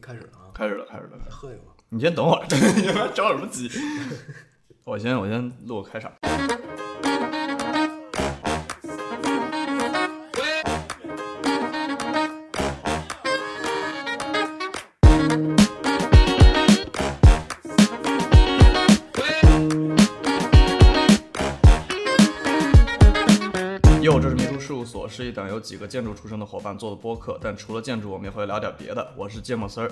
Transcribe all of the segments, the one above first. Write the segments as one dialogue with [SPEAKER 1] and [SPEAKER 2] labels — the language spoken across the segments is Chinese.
[SPEAKER 1] 开始了啊，
[SPEAKER 2] 开始了，开始了，开始了。
[SPEAKER 1] 喝一个吧。
[SPEAKER 2] 你先等会儿，你们着什么急？我先我先录个开场。哟，这是迷途事务所，是一档由几个建筑出身的伙伴做的播客，但除了建筑，我们也会聊点别的。我是芥末丝儿，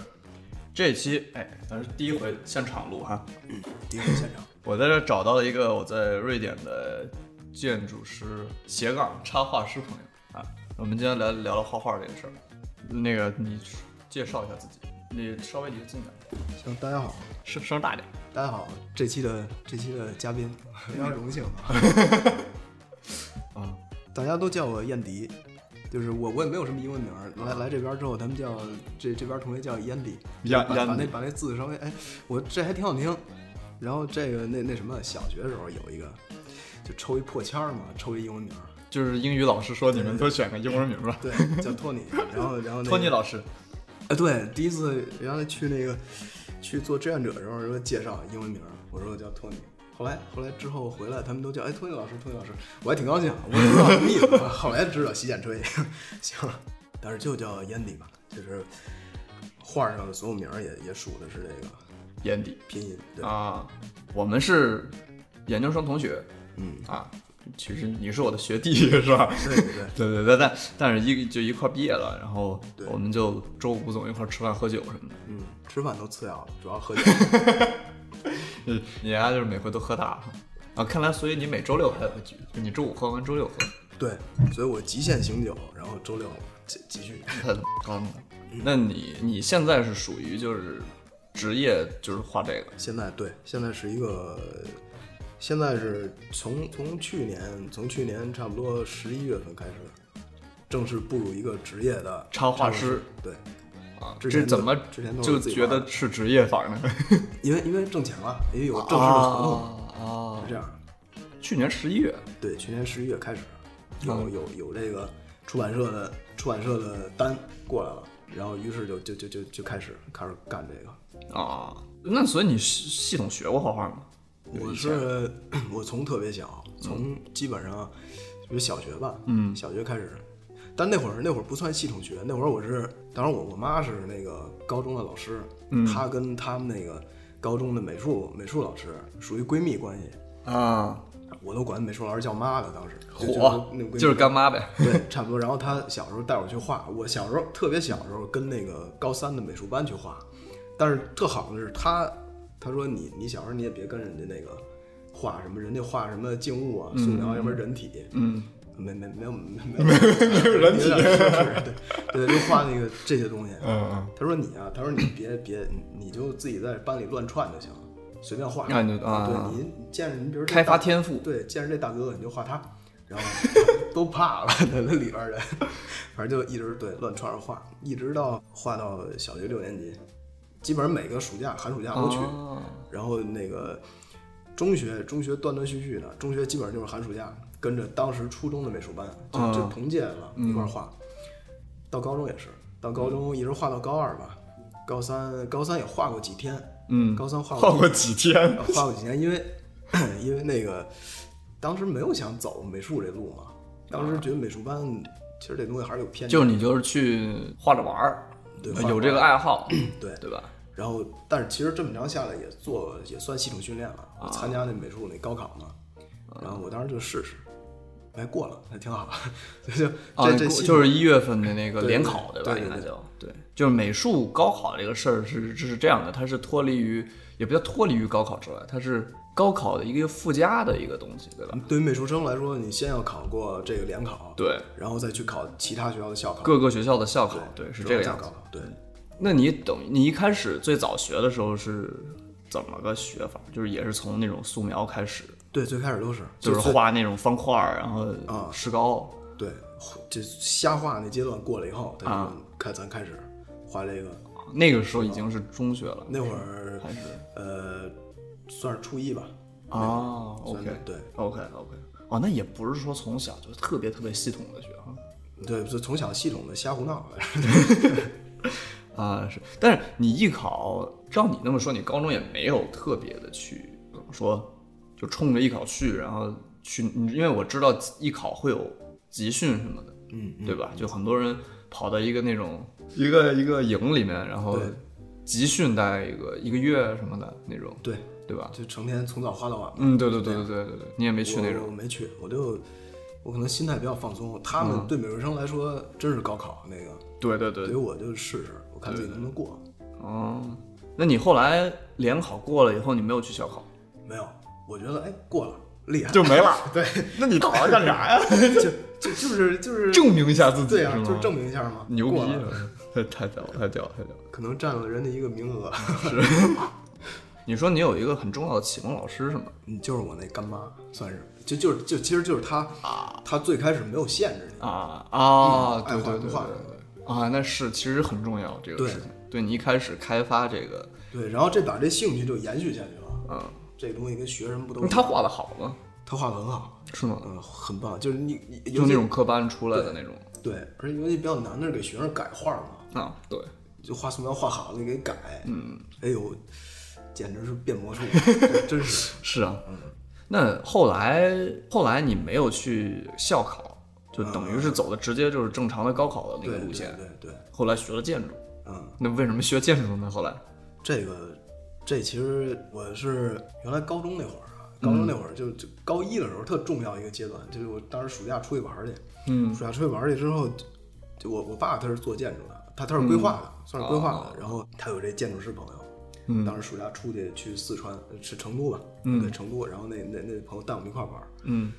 [SPEAKER 2] 这一期哎，咱是第一回现场录哈。
[SPEAKER 1] 嗯，第一个现场，
[SPEAKER 2] 我在这找到了一个我在瑞典的建筑师斜杠插画师朋友啊。我们今天来聊聊画画这个事儿。那个你介绍一下自己，你稍微离近点，
[SPEAKER 1] 行，大家好，
[SPEAKER 2] 声声大点。
[SPEAKER 1] 大家好，这期的这期的嘉宾 非常荣幸 啊，嗯
[SPEAKER 2] 啊，
[SPEAKER 1] 大家都叫我燕迪，就是我我也没有什么英文名儿，来来这边之后，他们叫这这边同学叫啊燕迪，
[SPEAKER 2] 燕
[SPEAKER 1] 把
[SPEAKER 2] 燕
[SPEAKER 1] 把
[SPEAKER 2] 迪
[SPEAKER 1] 那把那字稍微哎，我这还挺好听。然后这个那那什么，小学的时候有一个，就抽一破签儿嘛，抽一英文名儿，
[SPEAKER 2] 就是英语老师说你们都选个英文名吧。
[SPEAKER 1] 对，叫托尼。然后然后那个
[SPEAKER 2] 托尼老师，
[SPEAKER 1] 啊，对，第一次原来去那个去做志愿者的时候，说介绍英文名儿，我说我叫托尼。后来后来之后回来，他们都叫哎托尼老师，托尼老师，我还挺高兴，我也不知道什么意思啊， 后来知道洗剪吹， 行了，但是就叫烟蒂吧，就是画儿上的所有名儿也也数的是这个
[SPEAKER 2] 眼底
[SPEAKER 1] 拼音，对，
[SPEAKER 2] 啊，我们是研究生同学
[SPEAKER 1] 嗯，
[SPEAKER 2] 啊。其实你是我的学弟是吧？
[SPEAKER 1] 对对对，
[SPEAKER 2] 对对对，但但是一就一块儿毕业了，然后
[SPEAKER 1] 对
[SPEAKER 2] 我们就周五总一块儿吃饭喝酒什么的。
[SPEAKER 1] 嗯，吃饭都次要了，主要喝酒， 嗯
[SPEAKER 2] 你你丫就是每回都喝大啊！看来，所以你每周六还有个局，就你周五喝完，周六喝，
[SPEAKER 1] 对，所以我极限醒酒，然后周六继继续，
[SPEAKER 2] 太他妈刚了。
[SPEAKER 1] 嗯
[SPEAKER 2] 那你你现在是属于就是职业就是画这个
[SPEAKER 1] 现在对，现在是一个，现在是从从去年从去年差不多十一月份开始，正式步入一个职业的
[SPEAKER 2] 插画
[SPEAKER 1] 师。
[SPEAKER 2] 师
[SPEAKER 1] 对，
[SPEAKER 2] 啊？
[SPEAKER 1] 之
[SPEAKER 2] 这
[SPEAKER 1] 前都
[SPEAKER 2] 怎么
[SPEAKER 1] 之前都是
[SPEAKER 2] 就
[SPEAKER 1] 自己
[SPEAKER 2] 觉
[SPEAKER 1] 玩的
[SPEAKER 2] 得是职业 法呢？
[SPEAKER 1] 因为因为挣钱了，因为有正式的合同，
[SPEAKER 2] 啊
[SPEAKER 1] 是这
[SPEAKER 2] 啊！
[SPEAKER 1] 样。
[SPEAKER 2] 去年十一月，
[SPEAKER 1] 对，去年十一月开始，
[SPEAKER 2] 嗯
[SPEAKER 1] 有有有这个出版社的出版社的单过来了，然后于是就就就就就开始开始干这个。
[SPEAKER 2] 啊，那所以你系系统学过画画吗？
[SPEAKER 1] 我是我从特别小，从
[SPEAKER 2] 嗯
[SPEAKER 1] 基本上就是小学吧，嗯，小学开始。但那会儿那会儿不算系统学，那会儿我是，当然我我妈是那个高中的老师，
[SPEAKER 2] 嗯
[SPEAKER 1] 她跟他们那个高中的美术美术老师属于闺蜜关系，
[SPEAKER 2] 啊，
[SPEAKER 1] 我都管美术老师叫妈了，当时就
[SPEAKER 2] 火
[SPEAKER 1] 那种闺蜜
[SPEAKER 2] 就是干妈呗。
[SPEAKER 1] 对，差不多。然后他小时候带我去画，我小时候特别小时候跟那个高三的美术班去画，但是特好的是他，他说你你小时候你也别跟人家那个画什么，人家画什么静物啊、素描，要不然人体，嗯，没没没有 没没有没有人体， 对对，就画那个这些东西。
[SPEAKER 2] 嗯嗯。
[SPEAKER 1] 他说你啊，他说你别别，你你就自己在班里乱串就行，随便画。
[SPEAKER 2] 那你就啊
[SPEAKER 1] 对你见着你比如这
[SPEAKER 2] 开
[SPEAKER 1] 大
[SPEAKER 2] 发天赋
[SPEAKER 1] 对，见着这大哥哥你就画他， 然后都怕了，在那里边儿人， 反正就一直对乱串着画，一直到画到小学六年级，基本上每个暑假寒暑假都去，
[SPEAKER 2] 啊
[SPEAKER 1] 然后那个中学中学断断续续的，中学基本上就是寒暑假跟着当时初中的美术班，就就
[SPEAKER 2] 嗯
[SPEAKER 1] 同届了一块儿画，到高中也是，到高中一直画到高二吧，高三高三也画过几天，
[SPEAKER 2] 嗯，
[SPEAKER 1] 高三画
[SPEAKER 2] 画
[SPEAKER 1] 过
[SPEAKER 2] 过几天？
[SPEAKER 1] 画过几年，因为因为那个当时没有想走美术这路嘛，当时觉得美术班其实这东西还是有偏见，
[SPEAKER 2] 就是你就是去画着玩儿，呃
[SPEAKER 1] 对画着玩儿
[SPEAKER 2] 有这个爱好，
[SPEAKER 1] 对。
[SPEAKER 2] 对吧？
[SPEAKER 1] 然后，但是其实这么长下来也做也算系统训练了，
[SPEAKER 2] 啊
[SPEAKER 1] 我参加那美术那高考嘛，然后我当时就试试，还过了，还挺好， 就就
[SPEAKER 2] 啊，
[SPEAKER 1] 这这系统
[SPEAKER 2] 就是一月份的那个
[SPEAKER 1] 对
[SPEAKER 2] 联考，
[SPEAKER 1] 对
[SPEAKER 2] 吧？
[SPEAKER 1] 对对
[SPEAKER 2] 应该叫对，就是美术高考这个事儿是是这样的，它是脱离于也不叫脱离于高考之外，它是高考的一个附加的一个东西，对吧？
[SPEAKER 1] 对于美术生来说，你先要考过这个联考，，
[SPEAKER 2] 对，
[SPEAKER 1] 然后再去考其他学校的校考，
[SPEAKER 2] 各个学校的校考，对，是
[SPEAKER 1] 主
[SPEAKER 2] 这
[SPEAKER 1] 要
[SPEAKER 2] 个
[SPEAKER 1] 校
[SPEAKER 2] 样子。嗯
[SPEAKER 1] 考，对，
[SPEAKER 2] 那你等于你一开始最早学的时候是怎么个学法？就是也是从那种素描开始，
[SPEAKER 1] 对，最开始都是
[SPEAKER 2] 就是
[SPEAKER 1] 最
[SPEAKER 2] 画那种方块儿，然后
[SPEAKER 1] 啊
[SPEAKER 2] 石膏。
[SPEAKER 1] 对，就瞎画那阶段过了以后，咱
[SPEAKER 2] 啊
[SPEAKER 1] 就开咱开始画这个，
[SPEAKER 2] 那个时候已经是中学了，
[SPEAKER 1] 那会儿
[SPEAKER 2] 还是
[SPEAKER 1] 呃算是初一吧，
[SPEAKER 2] 啊
[SPEAKER 1] 算
[SPEAKER 2] ，OK，
[SPEAKER 1] 是对。
[SPEAKER 2] OK OK，哦，那也不是说从小就特啊别特别系统的学哈。
[SPEAKER 1] 对，就从小系统的瞎胡闹，
[SPEAKER 2] 啊、是，但是你艺考，照你那么说，你高中也没有特别的去怎么说，就冲着艺考去，然后去，你因为我知道艺考会有集训什么的，
[SPEAKER 1] 嗯，嗯
[SPEAKER 2] 对吧？就很多人跑到一个那种一个一个营里面，然后
[SPEAKER 1] 对
[SPEAKER 2] 集训大概一个一个月什么的那种，
[SPEAKER 1] 对，
[SPEAKER 2] 对吧？
[SPEAKER 1] 就成天从早花到晚。
[SPEAKER 2] 嗯，对对对对对对对，你也没去那
[SPEAKER 1] 我
[SPEAKER 2] 种，
[SPEAKER 1] 我没去，我就我可能心态比较放松。他们对美术生来说真是高考那个，
[SPEAKER 2] 对对嗯对
[SPEAKER 1] 所以，我就试试，我看自己能不能过。
[SPEAKER 2] 哦，那你后来联考过了以后，你没有去小考，
[SPEAKER 1] 没有，我觉得哎过了，厉害，
[SPEAKER 2] 就没了。
[SPEAKER 1] 对，
[SPEAKER 2] 那你考了干啥呀？
[SPEAKER 1] 就就就是就是
[SPEAKER 2] 证明一下自己，
[SPEAKER 1] 对呀、啊
[SPEAKER 2] 是吗
[SPEAKER 1] 就是证明一下嘛，
[SPEAKER 2] 牛逼啊
[SPEAKER 1] 过了，
[SPEAKER 2] 太 太屌了，太屌了，太屌了！
[SPEAKER 1] 可能占了人的一个名额。
[SPEAKER 2] 你说你有一个很重要的启蒙老师是吗？
[SPEAKER 1] 嗯，就是我那干妈，算是，就就是就其实就是她，她最开始没有限制你，
[SPEAKER 2] 啊啊，
[SPEAKER 1] 嗯
[SPEAKER 2] 对
[SPEAKER 1] 爱画不
[SPEAKER 2] 对对对
[SPEAKER 1] 画
[SPEAKER 2] 对啊，那是其实很重要这个
[SPEAKER 1] 对
[SPEAKER 2] 事情，对你一开始开发这个，
[SPEAKER 1] 对，然后这把这兴趣就延续下去了。
[SPEAKER 2] 嗯，
[SPEAKER 1] 这东西跟学什么不都一
[SPEAKER 2] 那
[SPEAKER 1] 样？
[SPEAKER 2] 他画的好吗？
[SPEAKER 1] 她画的很好，
[SPEAKER 2] 是吗？
[SPEAKER 1] 嗯，很棒，就是你你
[SPEAKER 2] 就
[SPEAKER 1] 尤
[SPEAKER 2] 那
[SPEAKER 1] 其
[SPEAKER 2] 种科班出来的那种
[SPEAKER 1] 对，而且尤其比较难的是给学生改画嘛，
[SPEAKER 2] 啊，对，
[SPEAKER 1] 就画素描画好了你给改，嗯，哎呦，简直是变魔 术，对真是
[SPEAKER 2] 是啊。那后来后来你没有去校考，就等于是走的直接就是正常的高考的那
[SPEAKER 1] 对
[SPEAKER 2] 个路线。
[SPEAKER 1] 对对对，
[SPEAKER 2] 后来学了建筑，
[SPEAKER 1] 嗯，
[SPEAKER 2] 那为什么学建筑呢？后来
[SPEAKER 1] 这个这其实我是原来高中那会儿啊，高中那会儿就就高一的时候特重要一个阶段，就是我当时暑假出去玩儿去，
[SPEAKER 2] 嗯，
[SPEAKER 1] 暑假出去玩儿去之后，就就我我爸他是做建筑的，他他是规划的，算是规划的，然后他有这建筑师朋友。
[SPEAKER 2] 哦嗯
[SPEAKER 1] 当时暑假出去去四川，呃是成都吧？
[SPEAKER 2] 嗯
[SPEAKER 1] 对，成都。然后那那那朋友带我们一块儿玩儿，
[SPEAKER 2] 嗯，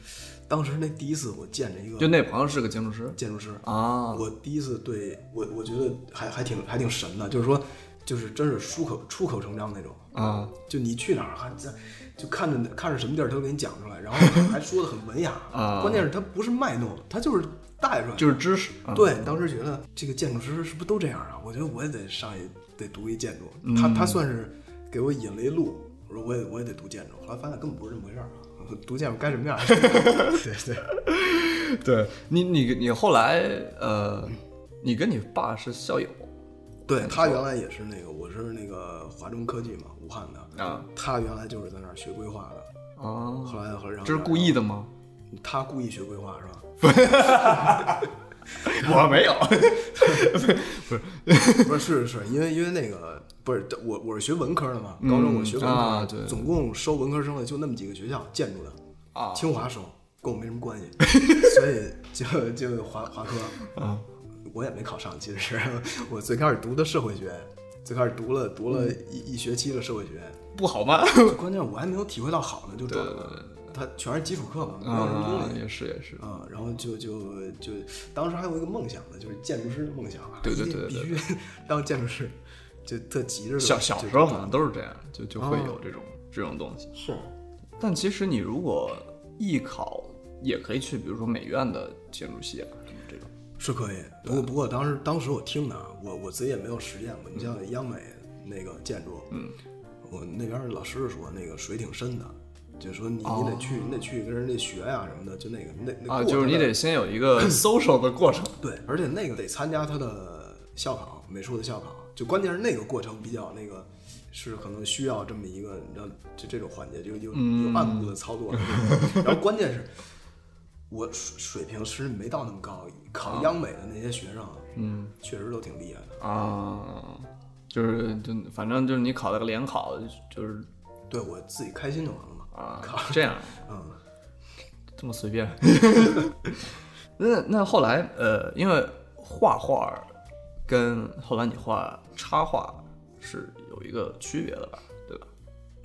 [SPEAKER 1] 当时那第一次我见着一个
[SPEAKER 2] 就那朋友是个建筑师
[SPEAKER 1] 建筑师，
[SPEAKER 2] 啊，
[SPEAKER 1] 我第一次对我我觉得还还挺还挺神的，就是说，就是真是出口出口成章那种
[SPEAKER 2] 啊。
[SPEAKER 1] 就你去哪儿还在，就看着看着什么地儿，他都给你讲出来，然后还说的很文雅。
[SPEAKER 2] 啊
[SPEAKER 1] 关键是他不是卖弄，他就是带出来。
[SPEAKER 2] 就是知识，啊，
[SPEAKER 1] 对，当时觉得这个建筑师是不是都这样啊？我觉得我也得上一得读一建筑，
[SPEAKER 2] 嗯
[SPEAKER 1] 他他算是给我引了一路。我说我也我也得读建筑，后来发现根本不是这么回事儿啊。 读建筑该什么样 儿？对对，
[SPEAKER 2] 对你，你你后来呃，你跟你爸是校友
[SPEAKER 1] 对他原来也是那个，我是那个华中科技嘛，武汉的。
[SPEAKER 2] 啊
[SPEAKER 1] 他原来就是在那儿学规划的，
[SPEAKER 2] 啊，
[SPEAKER 1] 后来后来然后
[SPEAKER 2] 这是故意的吗？
[SPEAKER 1] 他故意学规划是吧？
[SPEAKER 2] 我没有，
[SPEAKER 1] 不是是是，因为因为那个不是我我是学文科的嘛，高中我学文科，
[SPEAKER 2] 啊对
[SPEAKER 1] 总共收文科生的就那么几个学校，建筑的
[SPEAKER 2] 啊
[SPEAKER 1] 清华收，跟我没什么关 系，所以就就华华科
[SPEAKER 2] 啊，
[SPEAKER 1] 我也没考上，其实我最开始读的社会学，最开始读了读了
[SPEAKER 2] 嗯
[SPEAKER 1] 一一学期的社会学，
[SPEAKER 2] 不好 吗？
[SPEAKER 1] 关键我还没有体会到好呢就转了，它全是基础课嘛，没有什么东
[SPEAKER 2] 啊
[SPEAKER 1] 西，。
[SPEAKER 2] 也是也是，
[SPEAKER 1] 啊、然后就就就当时还有一个梦想呢，就是建筑师的梦想啊，
[SPEAKER 2] 对对
[SPEAKER 1] 一定
[SPEAKER 2] 对对
[SPEAKER 1] 必须 当建筑师，就特急着就
[SPEAKER 2] 小小
[SPEAKER 1] 就
[SPEAKER 2] 时候好像都是这样，啊就就会有这种这种东西。
[SPEAKER 1] 是
[SPEAKER 2] 但其实你如果艺考也可以去，比如说美院的建筑系啊什么这种。
[SPEAKER 1] 是可以，不过不过当时当时我听的啊，我我自己也没有实践过，你像央美那个建筑，嗯，我那边儿老师说那个水挺深的。就说你你得去、你得去跟人家学呀、什么的，就那个那那
[SPEAKER 2] 哦啊，
[SPEAKER 1] 过
[SPEAKER 2] 就是
[SPEAKER 1] 程
[SPEAKER 2] 你
[SPEAKER 1] 的
[SPEAKER 2] 得先有一个 social 的过程，
[SPEAKER 1] 对，而且那个得参加他的校考，美术的校考，就关键是那个过程比较那个，是可能需要这么一个，你知道，就这种环节就有有暗部的操作， 然后关键是，我水水平其实没到那么高，考央美的那些学生，嗯，确实都挺厉害的，
[SPEAKER 2] 啊，就是就反正就是你考了个联考，就是
[SPEAKER 1] 对我自己开心就完了嘛，
[SPEAKER 2] 啊这样，
[SPEAKER 1] 嗯，
[SPEAKER 2] 这么随便。 那那后来呃，因为画画儿跟后来你画插画是有一个区别的吧，对吧？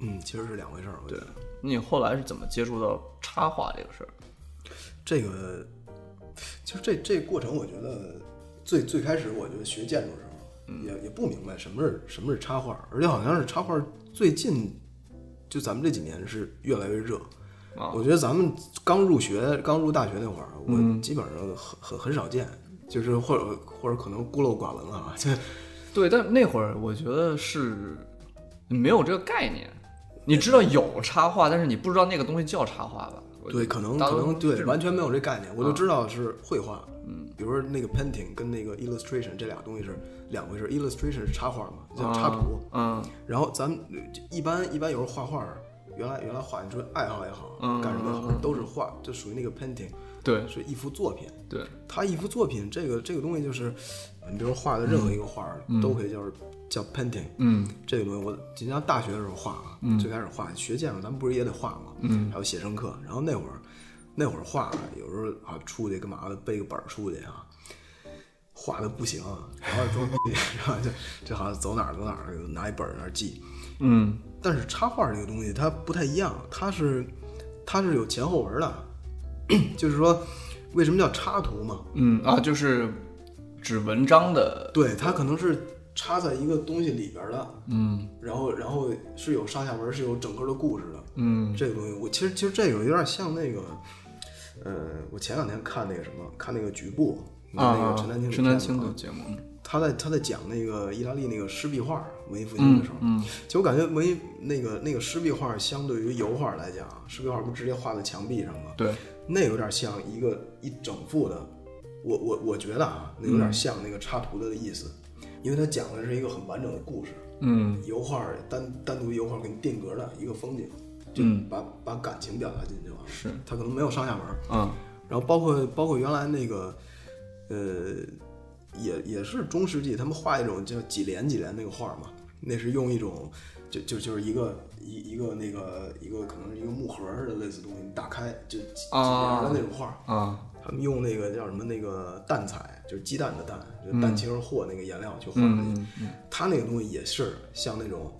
[SPEAKER 1] 嗯，其实是两回事儿，我觉得
[SPEAKER 2] 你后来是怎么接触到插画这个事儿？
[SPEAKER 1] 这个，其实这这过程，我觉得最最开始，我觉得学建筑的时
[SPEAKER 2] 嗯
[SPEAKER 1] 候，也也不明白什么是什么是插画，而且好像是插画最近就咱们这几年是越来越热。
[SPEAKER 2] 啊
[SPEAKER 1] 我觉得咱们刚入学、刚入大学那会儿，
[SPEAKER 2] 嗯
[SPEAKER 1] 我基本上很很很少见，就是或者或者可能孤陋寡闻啊， 就
[SPEAKER 2] 对，但那会儿我觉得是没有这个概念，你知道有插画，但是你不知道那个东西叫插画吧？我
[SPEAKER 1] 对，可能
[SPEAKER 2] 大
[SPEAKER 1] 可
[SPEAKER 2] 多
[SPEAKER 1] 能
[SPEAKER 2] 这
[SPEAKER 1] 对
[SPEAKER 2] 种
[SPEAKER 1] 完全没有这概念，我就知道是绘画，
[SPEAKER 2] 啊嗯，
[SPEAKER 1] 比如说那个 painting 跟那个 illustration 这俩东西是两回事，illustration 是插画嘛，叫插图，
[SPEAKER 2] 啊嗯
[SPEAKER 1] 然后咱们一般一般有时候画画，原来原来画你说爱好也好，
[SPEAKER 2] 嗯
[SPEAKER 1] 干什么也好
[SPEAKER 2] 嗯嗯，
[SPEAKER 1] 都是画，就属于那个 painting，
[SPEAKER 2] 嗯，对
[SPEAKER 1] 是一幅作品。
[SPEAKER 2] 对，
[SPEAKER 1] 它一幅作品，这个这个东西就是，呃你比如画的任何一个画，都可以叫叫 painting。
[SPEAKER 2] 嗯
[SPEAKER 1] 这个东西我就像大学的时候画啊，最开始画学建筑，咱们不是也得画吗？
[SPEAKER 2] 嗯
[SPEAKER 1] 还有写生课，然后那会儿那会儿画，有时候啊出去干嘛的背个本儿出去啊，画的不行，啊然后装逼， 然后就就好像走哪儿走哪儿拿一本儿那儿记。
[SPEAKER 2] 嗯
[SPEAKER 1] 但是插画这个东西它不太一样，它是它是有前后文的， 就是说为什么叫插图嘛？
[SPEAKER 2] 嗯啊，就是指文章的，
[SPEAKER 1] 对，它可能是插在一个东西里边儿的，
[SPEAKER 2] 嗯
[SPEAKER 1] 然后然后是有上下文，是有整个的故事的。
[SPEAKER 2] 嗯
[SPEAKER 1] 这个东西，我其实其实这个有点像那个，呃，我前两天看那个什么，看那个局部，那
[SPEAKER 2] 啊
[SPEAKER 1] 个陈丹青，
[SPEAKER 2] 陈丹青
[SPEAKER 1] 青
[SPEAKER 2] 的节目，
[SPEAKER 1] 他在他在讲那个意大利那个湿壁画文艺复兴的时候，
[SPEAKER 2] 嗯
[SPEAKER 1] 其实我感觉文艺那个那个湿壁画相对于油画来讲，湿壁画不直接画在墙壁上吗？
[SPEAKER 2] 对，
[SPEAKER 1] 那有点像一个一整幅的，我我我觉得啊，那有
[SPEAKER 2] 嗯
[SPEAKER 1] 点像那个插图的意思，因为它讲的是一个很完整的故事。
[SPEAKER 2] 嗯
[SPEAKER 1] 油画单单独油画给你定格的一个风景，就
[SPEAKER 2] 嗯
[SPEAKER 1] 把、把感情表达进去就完了。
[SPEAKER 2] 是，
[SPEAKER 1] 它可能没有上下文儿。
[SPEAKER 2] 嗯
[SPEAKER 1] 然后包括包括原来那个，呃，也也是中世纪他们画一种叫几联几联那个画嘛，那是用一种就就就是一个一一个那个一个可能是一个木盒似的类似东西，你打开就几几联
[SPEAKER 2] 啊
[SPEAKER 1] 的那种画。
[SPEAKER 2] 啊
[SPEAKER 1] 他们用那个叫什么那个蛋彩，就是鸡蛋的蛋，就是蛋清或那个颜料去画那个
[SPEAKER 2] 嗯
[SPEAKER 1] 他那个东西也是像那种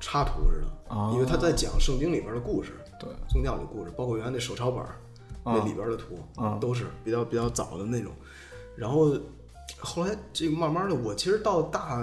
[SPEAKER 1] 插图似的，
[SPEAKER 2] 哦
[SPEAKER 1] 因为他在讲圣经里边的故事、
[SPEAKER 2] 对，
[SPEAKER 1] 宗教里的故事，包括原来那手抄本儿、那里边的图，
[SPEAKER 2] 啊
[SPEAKER 1] 都是比较比较早的那种。然后后来这个慢慢的，我其实到大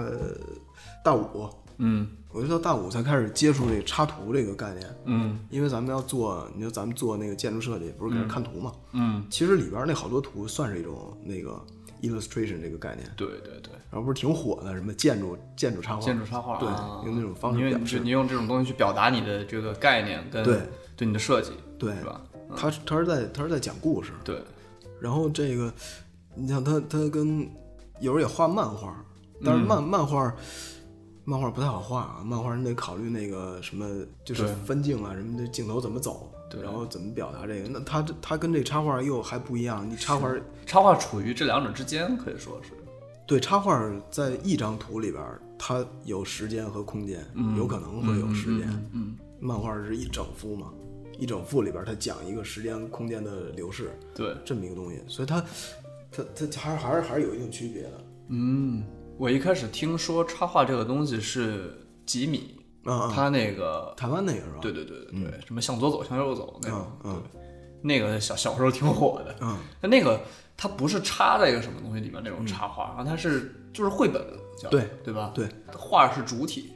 [SPEAKER 1] 大五，
[SPEAKER 2] 嗯
[SPEAKER 1] 我就到大五才开始接触这插图这个概念，
[SPEAKER 2] 嗯
[SPEAKER 1] 因为咱们要做，你说咱们做那个建筑设计，不是给人看图嘛？
[SPEAKER 2] 嗯，
[SPEAKER 1] 其实里边那好多图算是一种那个 illustration 这个概念。
[SPEAKER 2] 对对对，
[SPEAKER 1] 然后不是挺火的，什么建筑建筑插画，
[SPEAKER 2] 建筑插画
[SPEAKER 1] 哦对
[SPEAKER 2] 啊，
[SPEAKER 1] 用那种方式
[SPEAKER 2] 因为
[SPEAKER 1] 表
[SPEAKER 2] 你
[SPEAKER 1] 示
[SPEAKER 2] 就你用这种东西去表达你的这个概念跟
[SPEAKER 1] 对
[SPEAKER 2] 对你的设计，
[SPEAKER 1] 对，
[SPEAKER 2] 是吧？
[SPEAKER 1] 他是他是在他是在讲故事，
[SPEAKER 2] 对，
[SPEAKER 1] 然后这个，你像他他跟有时候也画漫画，但是
[SPEAKER 2] 嗯
[SPEAKER 1] 漫、漫画漫画不太好画啊，漫画你得考虑那个什么就是
[SPEAKER 2] 对
[SPEAKER 1] 分镜啊什么的镜头怎么走，
[SPEAKER 2] 对
[SPEAKER 1] 然后怎么表达这个，那他这他跟这插画又还不一样，你插画
[SPEAKER 2] 插画处于这两者之间，可以说是，
[SPEAKER 1] 对插画在一张图里边儿，它有时间和空间，有可能会有时间。
[SPEAKER 2] 嗯，
[SPEAKER 1] 漫画是一整幅嘛，一整幅里边它讲一个时间空间的流逝
[SPEAKER 2] 嗯对，
[SPEAKER 1] 这么一个东西，所以它它它还是还是还是有一定区别的。
[SPEAKER 2] 嗯，我一开始听说插画这个东西是吉米，
[SPEAKER 1] 啊、啊，
[SPEAKER 2] 他那个，
[SPEAKER 1] 台湾那个是吧？
[SPEAKER 2] 对对对对对，什么向左走向右走那种
[SPEAKER 1] 嗯，啊嗯
[SPEAKER 2] 对，那个小小时候挺火的，
[SPEAKER 1] 嗯，
[SPEAKER 2] 但那个它不是插在一个什么东西里面那种插画，然后它是就是绘本叫，
[SPEAKER 1] 对
[SPEAKER 2] 对吧？
[SPEAKER 1] 对，
[SPEAKER 2] 画是主体，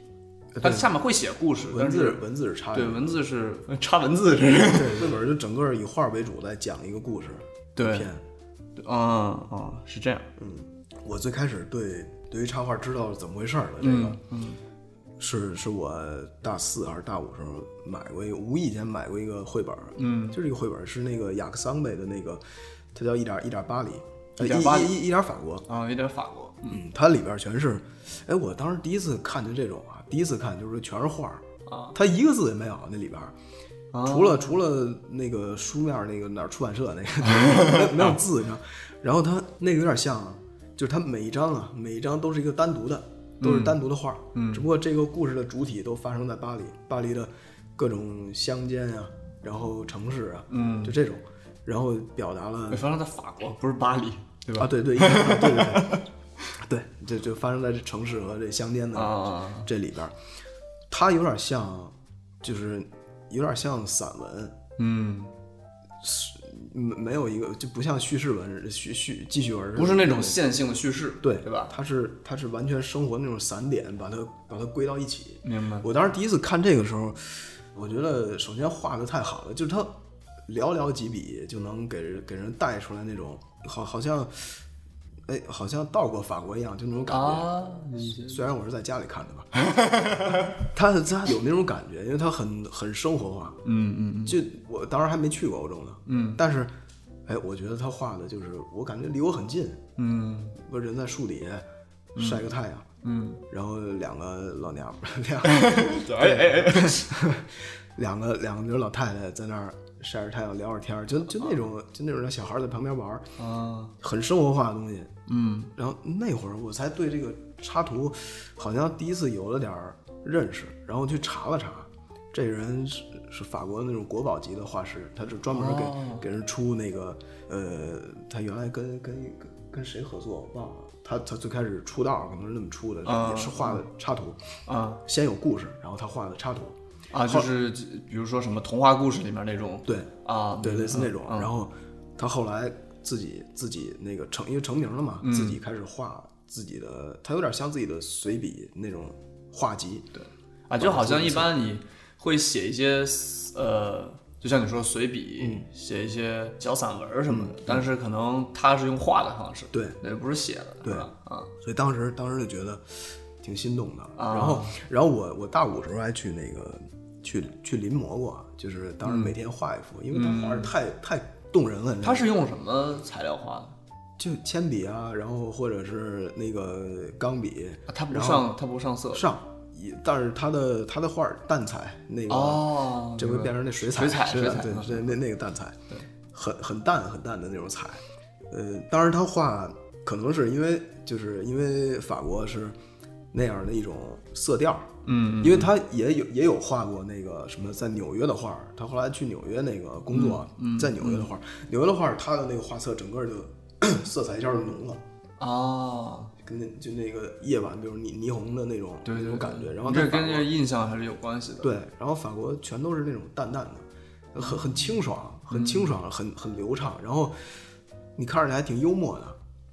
[SPEAKER 2] 它下面会写故事，
[SPEAKER 1] 文
[SPEAKER 2] 但
[SPEAKER 1] 字嗯
[SPEAKER 2] 是
[SPEAKER 1] 文字是差
[SPEAKER 2] 对
[SPEAKER 1] 别的。
[SPEAKER 2] 文字是插文字是，
[SPEAKER 1] 对，那本儿就整个以画为主来讲一个故事。
[SPEAKER 2] 对
[SPEAKER 1] 片，
[SPEAKER 2] 嗯嗯是这样，
[SPEAKER 1] 我最开始对对于插画知道怎么回事儿的这个，
[SPEAKER 2] 嗯
[SPEAKER 1] 是是我大四还是大五时候买过一个，无意间买过一个绘本，
[SPEAKER 2] 嗯，
[SPEAKER 1] 就是一个绘本是那个雅克桑贝的那个，它叫一点一点巴黎，呃
[SPEAKER 2] 1.8
[SPEAKER 1] 一一一点法国，
[SPEAKER 2] 啊有点法国，
[SPEAKER 1] 嗯，它里边全是，哎，我当时第一次看见这种啊，第一次看就是全是画儿
[SPEAKER 2] 啊，
[SPEAKER 1] 它一个字也没有那里边儿。
[SPEAKER 2] 啊
[SPEAKER 1] 除了除了那个书面儿那个哪儿出版社那个 没没有字，你知道？然后它那个有点像啊，就是它每一张啊，每一张都是一个单独的，都是单独的画儿，
[SPEAKER 2] 嗯
[SPEAKER 1] 只不过这个故事的主体都发生在巴黎，巴黎的各种乡间啊，然后城市啊，
[SPEAKER 2] 嗯，
[SPEAKER 1] 就这种，然后表达了
[SPEAKER 2] 发生在法国，不是巴黎，对吧？
[SPEAKER 1] 啊，对对对对对， 对，这就发生在这城市和这乡间的
[SPEAKER 2] 啊啊啊
[SPEAKER 1] 这里边儿，它有点像，就是有点像散文，
[SPEAKER 2] 嗯，
[SPEAKER 1] 没没有一个就不像叙事文叙叙记叙文似的，
[SPEAKER 2] 不是那种线性的叙事，
[SPEAKER 1] 对
[SPEAKER 2] 对吧？
[SPEAKER 1] 它是它是完全生活那种散点，把它把它归到一起。
[SPEAKER 2] 明白，
[SPEAKER 1] 我当时第一次看这个时候，我觉得首先画的太好了，就是它寥寥几笔就能给人给人带出来那种好好像哎，好像到过法国一样，就那种感觉。
[SPEAKER 2] 啊，你
[SPEAKER 1] 虽然我是在家里看的吧，他他有那种感觉，因为他很很生活化。
[SPEAKER 2] 嗯嗯
[SPEAKER 1] 就我当时还没去过欧洲呢，
[SPEAKER 2] 嗯，
[SPEAKER 1] 但是，哎，我觉得他画的就是我感觉离我很近，
[SPEAKER 2] 嗯
[SPEAKER 1] 我人在树底下晒个太阳，
[SPEAKER 2] 嗯
[SPEAKER 1] 然后两个老娘们儿，两
[SPEAKER 2] 嗯，哎哎哎，
[SPEAKER 1] 两个两个比如老太太在那儿晒着太阳聊会儿天儿，就就那种就那种小孩儿在旁边玩儿，
[SPEAKER 2] 啊，
[SPEAKER 1] 很生活化的东西。
[SPEAKER 2] 嗯
[SPEAKER 1] 然后那会儿我才对这个插图好像第一次有了点儿认识，然后去查了查，这人是是法国那种国宝级的画师，他是专门给、
[SPEAKER 2] 哦
[SPEAKER 1] 给人出那个呃，他原来跟跟跟跟谁合作我忘了，他他最开始出道可能是那么出的，
[SPEAKER 2] 啊
[SPEAKER 1] 也是画的插图，
[SPEAKER 2] 啊
[SPEAKER 1] 先有故事，然后他画的插图，
[SPEAKER 2] 啊，就是比如说什么童话故事里面那种
[SPEAKER 1] 对
[SPEAKER 2] 啊，
[SPEAKER 1] 对，类似那种，
[SPEAKER 2] 嗯
[SPEAKER 1] 然后他后来自己自己那个成因为成名了嘛，
[SPEAKER 2] 嗯
[SPEAKER 1] 自己开始画自己的，他有点像自己的随笔那种画集，对，
[SPEAKER 2] 啊，就好像一般你会写一些呃，就像你说随笔、
[SPEAKER 1] 嗯
[SPEAKER 2] 写一些小散文儿什么的，但是可能他是用画的方式，
[SPEAKER 1] 对，
[SPEAKER 2] 也不是写的，
[SPEAKER 1] 对嗯
[SPEAKER 2] 是吧？啊，
[SPEAKER 1] 所以当时当时就觉得挺心动的。
[SPEAKER 2] 啊
[SPEAKER 1] 然后然后我我大五时候还去那个去去临摹过，就是当时每天画一幅，因为他画的太、太动人了，你知道
[SPEAKER 2] 嗯他
[SPEAKER 1] 吗
[SPEAKER 2] 是用什么材料画的？
[SPEAKER 1] 就铅笔啊，然后或者是那个钢笔
[SPEAKER 2] 啊他不上，他不上色
[SPEAKER 1] 上。也但是他的他的画儿淡彩，那个
[SPEAKER 2] 哦，
[SPEAKER 1] 这回变成那水彩，
[SPEAKER 2] 水彩
[SPEAKER 1] 是吧
[SPEAKER 2] 水彩
[SPEAKER 1] 对
[SPEAKER 2] 嗯，
[SPEAKER 1] 对，那那个淡彩，
[SPEAKER 2] 对，
[SPEAKER 1] 很很淡很淡的那种彩。呃，当然他画可能是因为就是因为法国是那样的一种色调，
[SPEAKER 2] 嗯，
[SPEAKER 1] 因为他也有也有画过那个什么在纽约的画儿，他后来去纽约那个工作，
[SPEAKER 2] 嗯
[SPEAKER 1] 在纽约的画儿，纽约的画儿他的那个画册整个就 色彩一下就浓了。
[SPEAKER 2] 哦，
[SPEAKER 1] 跟那就那个夜晚，比如霓霓虹的那种
[SPEAKER 2] 对
[SPEAKER 1] 那
[SPEAKER 2] 对
[SPEAKER 1] 种
[SPEAKER 2] 对
[SPEAKER 1] 感觉，然后
[SPEAKER 2] 这
[SPEAKER 1] 在法
[SPEAKER 2] 跟
[SPEAKER 1] 国
[SPEAKER 2] 这个印象还是有关系的，
[SPEAKER 1] 对，然后法国全都是那种淡淡的，很很清爽，很清爽，很很流畅。然后你看上去还挺幽默的，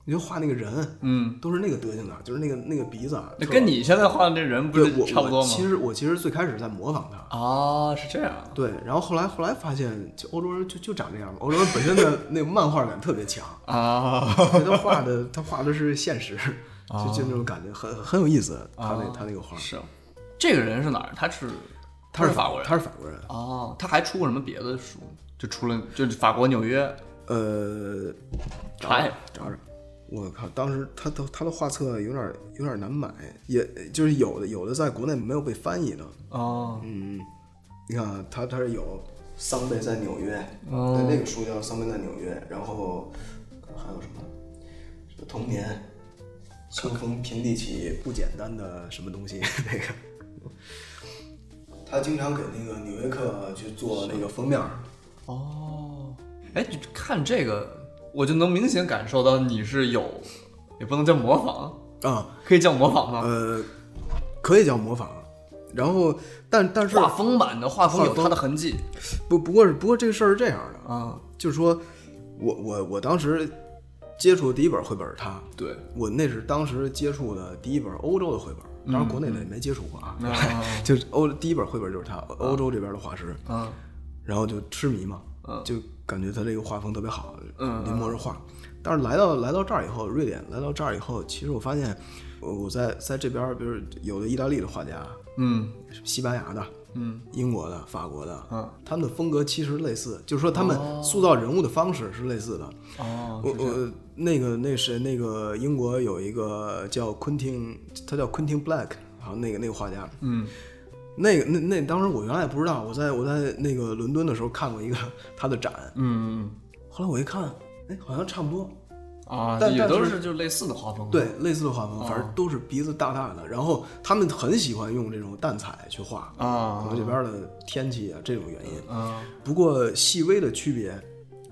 [SPEAKER 1] 你就画那个人
[SPEAKER 2] 嗯，
[SPEAKER 1] 都是那个德行的，啊就是那个那个鼻子啊。
[SPEAKER 2] 那
[SPEAKER 1] 特
[SPEAKER 2] 跟你现在画的那人不
[SPEAKER 1] 对
[SPEAKER 2] 是
[SPEAKER 1] 我
[SPEAKER 2] 差不多
[SPEAKER 1] 我
[SPEAKER 2] 吗？
[SPEAKER 1] 其实我其实最开始在模仿他，
[SPEAKER 2] 啊，是这样啊，
[SPEAKER 1] 对，然后后来后来发现，就欧洲人就就长这样嘛。欧洲人本身的那个漫画感特别强，
[SPEAKER 2] 啊，
[SPEAKER 1] 所以他画的他画的是现实，
[SPEAKER 2] 啊
[SPEAKER 1] 就就那种感觉很很有意思。他那
[SPEAKER 2] 啊
[SPEAKER 1] 他那个画，
[SPEAKER 2] 是，这个人是哪儿？他是
[SPEAKER 1] 他
[SPEAKER 2] 是法国人，
[SPEAKER 1] 他是法国人。
[SPEAKER 2] 哦，他还出过什么别的书？就除了就是法国纽约，
[SPEAKER 1] 呃，
[SPEAKER 2] 查一下
[SPEAKER 1] 找找。我靠，当时他的他的画册有点有点难买，也就是有的有的在国内没有被翻译呢。
[SPEAKER 2] 哦，
[SPEAKER 1] 嗯，你看啊他他是有《桑贝在纽约》
[SPEAKER 2] 哦
[SPEAKER 1] 那个书叫《桑贝在纽约》，然后还有什么？什么童年，秋风平地起，不简单的什么东西 那个。他经常给那个《纽约客》去做那个封面儿，
[SPEAKER 2] 哦，哎，就看这个，我就能明显感受到你是有，也不能叫模仿，
[SPEAKER 1] 啊、
[SPEAKER 2] 可以叫模仿吗？
[SPEAKER 1] 呃，可以叫模仿。然后，但但是
[SPEAKER 2] 画风吧，你的画风有
[SPEAKER 1] 画风
[SPEAKER 2] 他的痕迹
[SPEAKER 1] 不不过是不过这个事儿是这样的，
[SPEAKER 2] 啊，
[SPEAKER 1] 就是说我我我当时接触的第一本绘本是它，
[SPEAKER 2] 对，
[SPEAKER 1] 我那是当时接触的第一本欧洲的绘本，
[SPEAKER 2] 嗯
[SPEAKER 1] 当然国内的也没接触过啊，
[SPEAKER 2] 啊
[SPEAKER 1] 就是欧第一本绘本就是它，欧洲这边的画师，
[SPEAKER 2] 啊，
[SPEAKER 1] 然后就痴迷嘛，
[SPEAKER 2] 嗯
[SPEAKER 1] 就感觉他这个画风特别好，
[SPEAKER 2] 嗯
[SPEAKER 1] 临摹着画。但是来到来到这儿以后，瑞典来到这儿以后，其实我发现，我我在在这边，比如有的意大利的画家，
[SPEAKER 2] 嗯
[SPEAKER 1] 西班牙的，
[SPEAKER 2] 嗯，
[SPEAKER 1] 英国的、法国的，
[SPEAKER 2] 嗯
[SPEAKER 1] 他们的风格其实类似，就是说他们塑造人物的方式是类似的。
[SPEAKER 2] 哦，
[SPEAKER 1] 我我那个那谁那个英国有一个叫昆汀，他叫昆汀 Black，好像那个那个画家，
[SPEAKER 2] 嗯，
[SPEAKER 1] 那个那那当时我原来也不知道，我在我在那个伦敦的时候看过一个他的展，
[SPEAKER 2] 嗯
[SPEAKER 1] 后来我一看，哎，好像差不多，
[SPEAKER 2] 嗯啊，
[SPEAKER 1] 但
[SPEAKER 2] 也
[SPEAKER 1] 但
[SPEAKER 2] 都
[SPEAKER 1] 是
[SPEAKER 2] 是就类似的画风，啊
[SPEAKER 1] 对，类似的画
[SPEAKER 2] 哦
[SPEAKER 1] 风，反正都是鼻子大大的，然后他们很喜欢用这种淡彩去画，可
[SPEAKER 2] 啊
[SPEAKER 1] 能这边的天气啊这种原因，
[SPEAKER 2] 啊
[SPEAKER 1] 不过细微的区别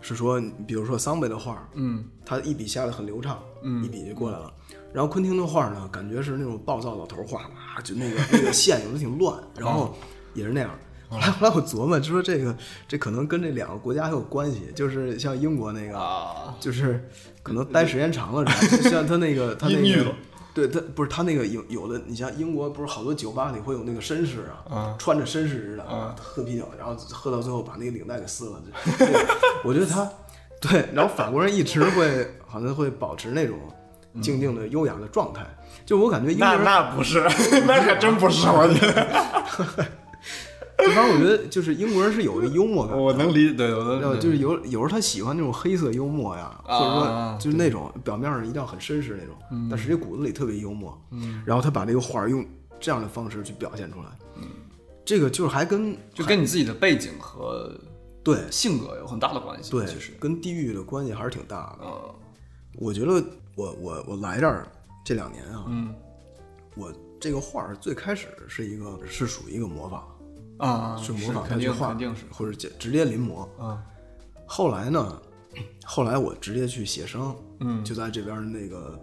[SPEAKER 1] 是说，比如说桑贝的画，
[SPEAKER 2] 嗯
[SPEAKER 1] 他一笔下的很流畅，
[SPEAKER 2] 嗯
[SPEAKER 1] 一笔就过来了。然后昆汀的画呢，感觉是那种暴躁老头画，哇，就那个 那个线有的挺乱，
[SPEAKER 2] 啊
[SPEAKER 1] 然后也是那样。后来后来我琢磨，就说这个这可能跟这两个国家还有关系，就是像英国那个，
[SPEAKER 2] 啊，
[SPEAKER 1] 就是哦可能待时间长了，是吧就像他那 个他那
[SPEAKER 2] 阴郁
[SPEAKER 1] 个
[SPEAKER 2] 了。
[SPEAKER 1] 对他不是他那个有有的，你像英国不是好多酒吧里会有那个绅士啊，
[SPEAKER 2] 啊
[SPEAKER 1] 穿着绅士似的
[SPEAKER 2] 啊
[SPEAKER 1] 喝啤酒，然后喝到最后把那个领带给撕了。就对我觉得他对，然后法国人一直会好像会保持那种
[SPEAKER 2] 嗯
[SPEAKER 1] 静静的、优雅的状态。就我感觉英国
[SPEAKER 3] 那
[SPEAKER 1] 人，
[SPEAKER 3] 那不是，那可真不是，我觉得
[SPEAKER 1] 就反正我觉得就是英国人是有一个幽默 感。
[SPEAKER 3] 我能理，对我能
[SPEAKER 1] 然后就是有有时候他喜欢那种黑色幽默呀，
[SPEAKER 2] 啊
[SPEAKER 1] 或者
[SPEAKER 2] 嗯啊嗯啊
[SPEAKER 1] 说就是那种表面上一定要很绅士那种，但实际骨子里特别幽默。
[SPEAKER 2] 嗯
[SPEAKER 1] 然后他把这个画儿用这样的方式去表现出来，
[SPEAKER 2] 嗯
[SPEAKER 1] 这个就是还跟
[SPEAKER 2] 就跟你自己的背景和
[SPEAKER 1] 对
[SPEAKER 2] 性格有很大的关系。
[SPEAKER 1] 对
[SPEAKER 2] 其实，，
[SPEAKER 1] 跟地域的关系还是挺大的。
[SPEAKER 2] 嗯
[SPEAKER 1] 我觉得我我我来这儿这两年啊，
[SPEAKER 2] 嗯
[SPEAKER 1] 我这个画儿最开始是一个是属于一个模仿，
[SPEAKER 2] 啊，
[SPEAKER 1] 是模仿
[SPEAKER 2] 肯
[SPEAKER 1] 他去
[SPEAKER 2] 定
[SPEAKER 1] 画，
[SPEAKER 2] 肯定是
[SPEAKER 1] 或者直直接临摹。
[SPEAKER 2] 啊，
[SPEAKER 1] 后来呢，后来我直接去写生，
[SPEAKER 2] 嗯
[SPEAKER 1] 就在这边儿那个，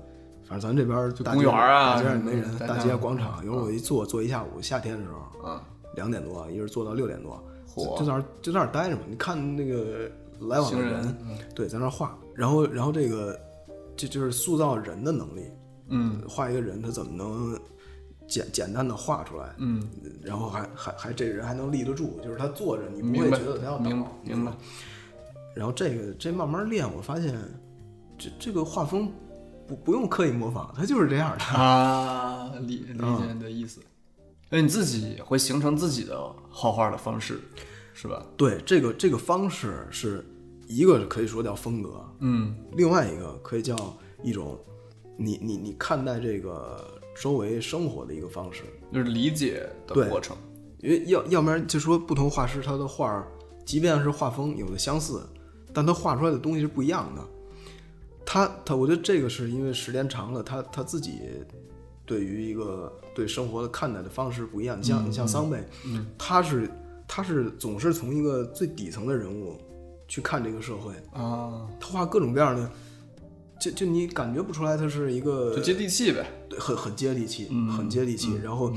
[SPEAKER 1] 反正咱这边儿大街
[SPEAKER 2] 公园儿啊
[SPEAKER 1] 大街上也
[SPEAKER 2] 什么
[SPEAKER 1] 没人，
[SPEAKER 2] 的
[SPEAKER 1] 大
[SPEAKER 2] 大
[SPEAKER 1] 街
[SPEAKER 2] 街
[SPEAKER 1] 广场，有时候我一坐坐一下午，夏天的时候
[SPEAKER 2] 啊，
[SPEAKER 1] 两点多，一直坐到六点多，
[SPEAKER 2] 嚯
[SPEAKER 1] 就就在那儿就在那儿待着嘛。你看那个来往的
[SPEAKER 2] 行
[SPEAKER 1] 人，
[SPEAKER 2] 人嗯
[SPEAKER 1] 对，在那儿画，然后然后这个就就是塑造人的能力，
[SPEAKER 2] 嗯
[SPEAKER 1] 画一个人他怎么能简简单的画出来，
[SPEAKER 2] 嗯，
[SPEAKER 1] 然后还还还这人还能立得住，就是他坐着你不
[SPEAKER 2] 明
[SPEAKER 1] 会
[SPEAKER 2] 白
[SPEAKER 1] 觉得他要倒，
[SPEAKER 2] 明白明白，
[SPEAKER 1] 然后这个这慢慢练，我发现这这个画风不不用刻意模仿，它就是这样的。
[SPEAKER 2] 啊，理理解
[SPEAKER 1] 嗯
[SPEAKER 2] 你的意思，那你自己会形成自己的画画的方式，是吧？
[SPEAKER 1] 对，这个这个方式是一个可以说叫风格，
[SPEAKER 2] 嗯
[SPEAKER 1] 另外一个可以叫一种你你你看待这个周围生活的一个方式，
[SPEAKER 2] 就是理解的
[SPEAKER 1] 对
[SPEAKER 2] 过程。
[SPEAKER 1] 因为要要不然就说不同画师他的画儿，即便是画风有的相似，但他画出来的东西是不一样的。他他，我觉得这个是因为时间长了，他他自己对于一个对生活的看待的方式不一样。你像、你
[SPEAKER 2] 嗯
[SPEAKER 1] 像桑贝，他是他是总是从一个最底层的人物去看这个社会，
[SPEAKER 2] 啊，
[SPEAKER 1] 他画各种各样的，就就你感觉不出来他是一个
[SPEAKER 2] 就接地气呗。
[SPEAKER 1] 对很很接地气，
[SPEAKER 2] 嗯
[SPEAKER 1] 很接地气，然后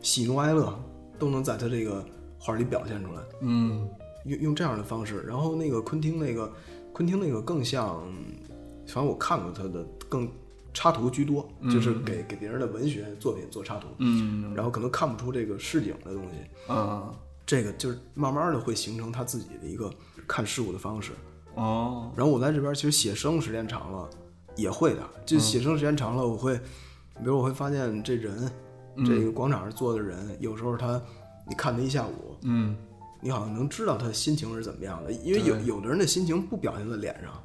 [SPEAKER 1] 喜怒哀乐都能在他这个画里表现出来，
[SPEAKER 2] 嗯
[SPEAKER 1] 用用这样的方式。然后那个昆汀那个昆汀那个更像，反正我看过他的更插图居多，就是给给别人的文学作品做插图，
[SPEAKER 2] 嗯
[SPEAKER 1] 然后可能看不出这个市井的东西。
[SPEAKER 2] 啊
[SPEAKER 1] 这个就是慢慢的会形成他自己的一个看事物的方式。
[SPEAKER 2] 哦，
[SPEAKER 1] 然后我在这边其实写生时间长了，也会的。就写生时间长了，我会，比如我会发现这人，这个广场上坐的人，有时候他，你看他一下午，
[SPEAKER 2] 嗯
[SPEAKER 1] 你好像能知道他心情是怎么样的，因为有
[SPEAKER 2] 对
[SPEAKER 1] 有的人的心情不表现在脸上，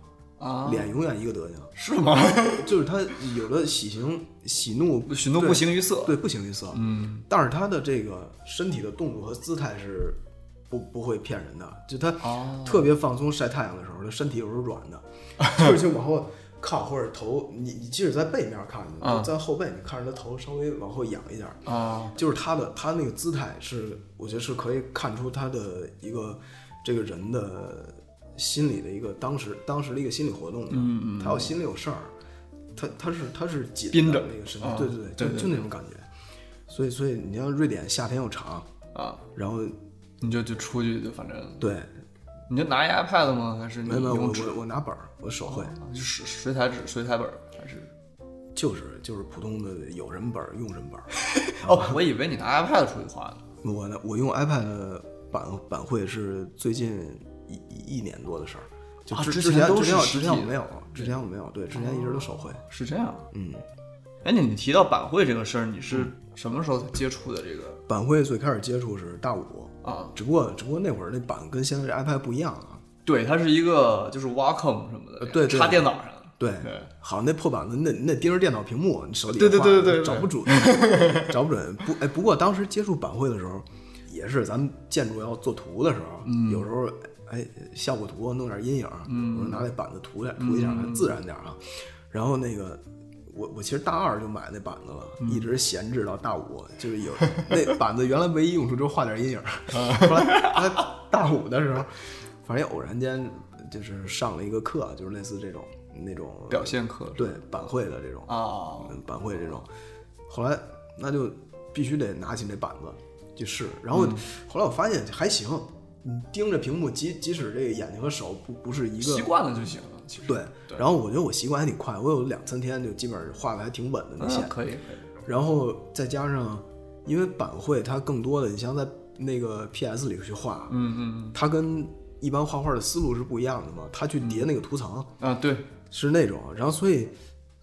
[SPEAKER 2] 啊，
[SPEAKER 1] 脸永远一个德行，
[SPEAKER 2] 是吗？
[SPEAKER 1] 就是他有的喜形喜怒
[SPEAKER 2] 许诺不形于色。
[SPEAKER 1] 对不形于色，
[SPEAKER 2] 嗯
[SPEAKER 1] 但是他的这个身体的动作和姿态是不不会骗人的，就他
[SPEAKER 2] 哦
[SPEAKER 1] 特别放松晒太阳的时候，他身体有时候软的，就是就往后靠或者头，你你即使在背面看
[SPEAKER 2] 啊
[SPEAKER 1] 着，在后背你看着他头稍微往后仰一点儿，
[SPEAKER 2] 啊，
[SPEAKER 1] 就是他的他那个姿态是，我觉得是可以看出他的一个这个人的心理的一个当时当时的一个心理活动的，
[SPEAKER 2] 嗯嗯
[SPEAKER 1] 他要心里有事儿，他他是他是紧
[SPEAKER 2] 绷
[SPEAKER 1] 的
[SPEAKER 2] 着
[SPEAKER 1] 那个身体，
[SPEAKER 2] 啊
[SPEAKER 1] 对对
[SPEAKER 2] 对
[SPEAKER 1] 就
[SPEAKER 2] 对
[SPEAKER 1] 就那种感觉。所以所以你像瑞典夏天又长，
[SPEAKER 2] 啊，
[SPEAKER 1] 然后
[SPEAKER 2] 你就就出去就反正，
[SPEAKER 1] 对，
[SPEAKER 2] 你就拿一 iPad 吗？还是你
[SPEAKER 1] 没没有
[SPEAKER 2] 用
[SPEAKER 1] 我
[SPEAKER 2] 纸？
[SPEAKER 1] 我我拿本儿，我手绘，
[SPEAKER 2] 啊就水水彩纸、水彩本儿还是？
[SPEAKER 1] 就是就是普通的有人本儿用人本儿，
[SPEAKER 2] 哦，我以为你拿 iPad 出去画呢。
[SPEAKER 1] 我呢我用 iPad 版版绘是最近一一一年多的事儿。就
[SPEAKER 2] 啊
[SPEAKER 1] 之
[SPEAKER 2] 之
[SPEAKER 1] 之
[SPEAKER 2] 前
[SPEAKER 1] 前
[SPEAKER 2] 都
[SPEAKER 1] 之
[SPEAKER 2] 是
[SPEAKER 1] 前我
[SPEAKER 2] 实
[SPEAKER 1] 之前我
[SPEAKER 2] 体的哦
[SPEAKER 1] 没有，之前我没有，对，之前一直都手绘。
[SPEAKER 2] 是这样。
[SPEAKER 1] 嗯，
[SPEAKER 2] 哎，你你提到板绘这个事儿，你是什么时候才接触的这个
[SPEAKER 1] 板绘最开始接触是大五，
[SPEAKER 2] 啊？
[SPEAKER 1] 只不过只不过那会儿那板跟现在这 iPad 不一样啊。
[SPEAKER 2] 对，它是一个就是 Wacom 什么的，
[SPEAKER 1] 呃对对
[SPEAKER 2] 插电脑上的。
[SPEAKER 1] 对
[SPEAKER 2] 对，
[SPEAKER 1] 好，那破板子你得你得盯着电脑屏幕，你手底
[SPEAKER 2] 对对
[SPEAKER 1] 画
[SPEAKER 2] 对对对对
[SPEAKER 1] 找不 准，找不准。不，哎，不过当时接触板绘的时候，也是咱们建筑要做图的时候，
[SPEAKER 2] 嗯
[SPEAKER 1] 有时候哎效果图弄点阴影，我说拿那板子涂点涂一下，
[SPEAKER 2] 嗯
[SPEAKER 1] 还自然点啊。然后那个。我我其实大二就买那板子了，
[SPEAKER 2] 嗯
[SPEAKER 1] 一直闲置到大五，就是有那 板子原来唯一用处就是画点阴影，
[SPEAKER 2] 嗯
[SPEAKER 1] 后来后来大五的时候，反正也偶然间就是上了一个课，就是类似这种那种
[SPEAKER 2] 表现课
[SPEAKER 1] 对板绘的这种，
[SPEAKER 2] 啊，
[SPEAKER 1] 嗯板绘这种。后来那就必须得拿起那板子去试，然后
[SPEAKER 2] 嗯
[SPEAKER 1] 后来我发现还行，你盯着屏幕，即即使这个眼睛和手不不是一
[SPEAKER 2] 习
[SPEAKER 1] 个。
[SPEAKER 2] 惯了就行了。其实
[SPEAKER 1] 对，
[SPEAKER 2] 对
[SPEAKER 1] 然后我觉得我习惯还挺快，我有两三天就基本上画的还挺稳的那
[SPEAKER 2] 嗯
[SPEAKER 1] 线，
[SPEAKER 2] 可以可以
[SPEAKER 1] 然后再加上，因为板绘它更多的，你像在那个 PS 里去画，
[SPEAKER 2] 嗯嗯
[SPEAKER 1] 它跟一般
[SPEAKER 3] 嗯
[SPEAKER 1] 画画的思路是不一样的嘛，它去叠那个图层
[SPEAKER 2] 嗯啊，对，
[SPEAKER 1] 是那种，然后所以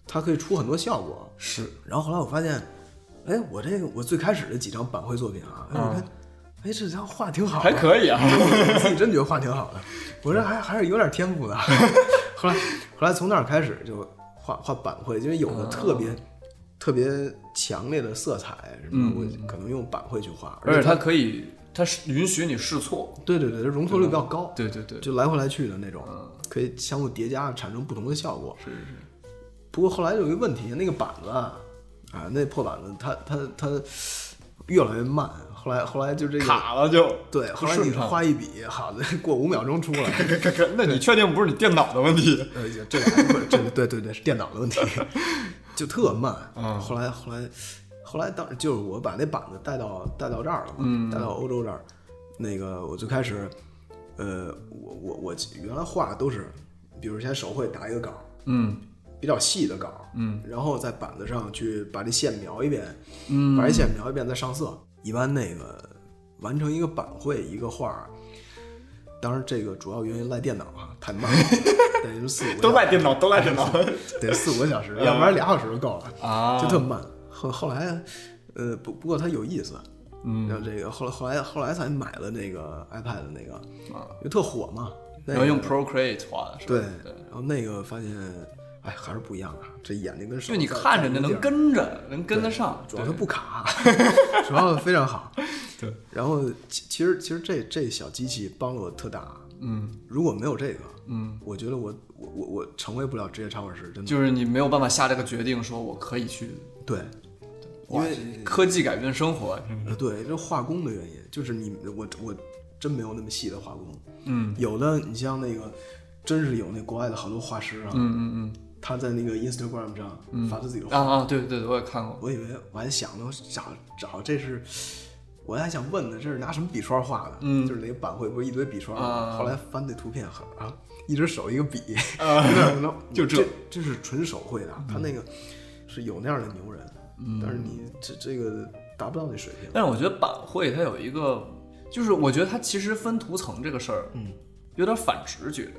[SPEAKER 1] 它可以出很多效果。
[SPEAKER 3] 是
[SPEAKER 1] 然后后来我发现，哎，我这个我最开始的几张板绘作品啊，哎，我看，哎，这张画挺好的，
[SPEAKER 3] 嗯 还可以啊，
[SPEAKER 1] 我 自己真觉得画挺好的，我这还还是有点天赋的。后来后来从那儿开始就画画板绘，因为有
[SPEAKER 2] 哦
[SPEAKER 1] 的特别、特别强烈的色彩什么的，我可能用板绘去画，
[SPEAKER 2] 嗯而且
[SPEAKER 1] 它
[SPEAKER 2] 它可以，它是允许你试错。
[SPEAKER 1] 对对对，它容错率比较高，
[SPEAKER 2] 对对对，
[SPEAKER 1] 就来回来去的那种，
[SPEAKER 2] 嗯
[SPEAKER 1] 可以相互叠加，产生不同的效果。
[SPEAKER 2] 是是是，
[SPEAKER 1] 不过后来有一个问题，那个板子啊，啊那破板子它它它越来越慢，后来后来就这个
[SPEAKER 3] 卡了就。
[SPEAKER 1] 对，后来
[SPEAKER 2] 顺
[SPEAKER 1] 你
[SPEAKER 2] 畅
[SPEAKER 1] 画一笔，好的，过五秒钟出来，
[SPEAKER 3] 那你确定不是你电脑的问题？
[SPEAKER 1] 呃，也这俩不是这对对对是电脑的问题，就特慢。后来后来后来当时就是我把那板子带到带到这儿了嘛，带到欧洲这儿，那个我就开始，呃，我我我原来画都是，比如先手绘打一个稿，
[SPEAKER 2] 嗯，
[SPEAKER 1] 比较细的稿，嗯，然后在板子上去把这线描一遍，嗯，把这线描一遍再上色。一般那个完成一个板绘一个画儿，当然这个主要原因赖电脑啊，太慢了，得是四五个
[SPEAKER 3] 都
[SPEAKER 1] 小时
[SPEAKER 3] 赖电脑，都赖电 脑。
[SPEAKER 1] 得四五个小时，要不然俩小时就够了
[SPEAKER 2] 嗯啊
[SPEAKER 1] 就特慢。后后来，呃，不不过它有意思，嗯，然后这个后来后来后来才买了那个 iPad 的那个，因为特火嘛，那
[SPEAKER 2] 啊
[SPEAKER 1] 个
[SPEAKER 2] 然后用 Procreate 画的，是吧
[SPEAKER 1] 对，
[SPEAKER 2] 对，
[SPEAKER 1] 然后那个发现，哎，还是不一样啊，这眼睛跟手
[SPEAKER 2] 就你
[SPEAKER 1] 在
[SPEAKER 2] 看着
[SPEAKER 1] 在
[SPEAKER 2] 那
[SPEAKER 1] 那地
[SPEAKER 2] 能
[SPEAKER 1] 儿
[SPEAKER 2] 跟着，能跟得上，
[SPEAKER 1] 主要它
[SPEAKER 2] 对
[SPEAKER 1] 不 卡，主要非常好。
[SPEAKER 3] 对，
[SPEAKER 1] 然后其其实其实这这小机器帮了我特大，嗯，如果没有这个，嗯，我觉得我我我我成为不了职业插画师，真的。
[SPEAKER 2] 就是你没有办法下这个决定，说我可以去，
[SPEAKER 1] 对，因
[SPEAKER 2] 哇
[SPEAKER 1] 为
[SPEAKER 2] 科技改变生活，
[SPEAKER 3] 嗯
[SPEAKER 1] 呃，对，这画工的原因，就是你我我真没有那么细的画工。嗯，有的你像那个，真是有那国外的好多画师啊，
[SPEAKER 2] 嗯嗯
[SPEAKER 1] 他在那个 Instagram 上发他自己的
[SPEAKER 2] 嗯，
[SPEAKER 1] 画，
[SPEAKER 2] 啊啊，对对，对我也看过，
[SPEAKER 1] 我以为我还想着我找找这是，我还想问呢，这是拿什么笔刷画的？嗯，就是那个板绘不是一堆笔刷吗？
[SPEAKER 2] 啊
[SPEAKER 1] 后来翻那图片好啊，一只手一个笔，啊、
[SPEAKER 3] 就这
[SPEAKER 1] 这这是纯手绘的，啊他那个是有那样的牛人，但是你这这个达不到那水平。
[SPEAKER 2] 但是我觉得板绘它有一个，就是我觉得它其实分图层这个事儿，嗯，有点反直觉。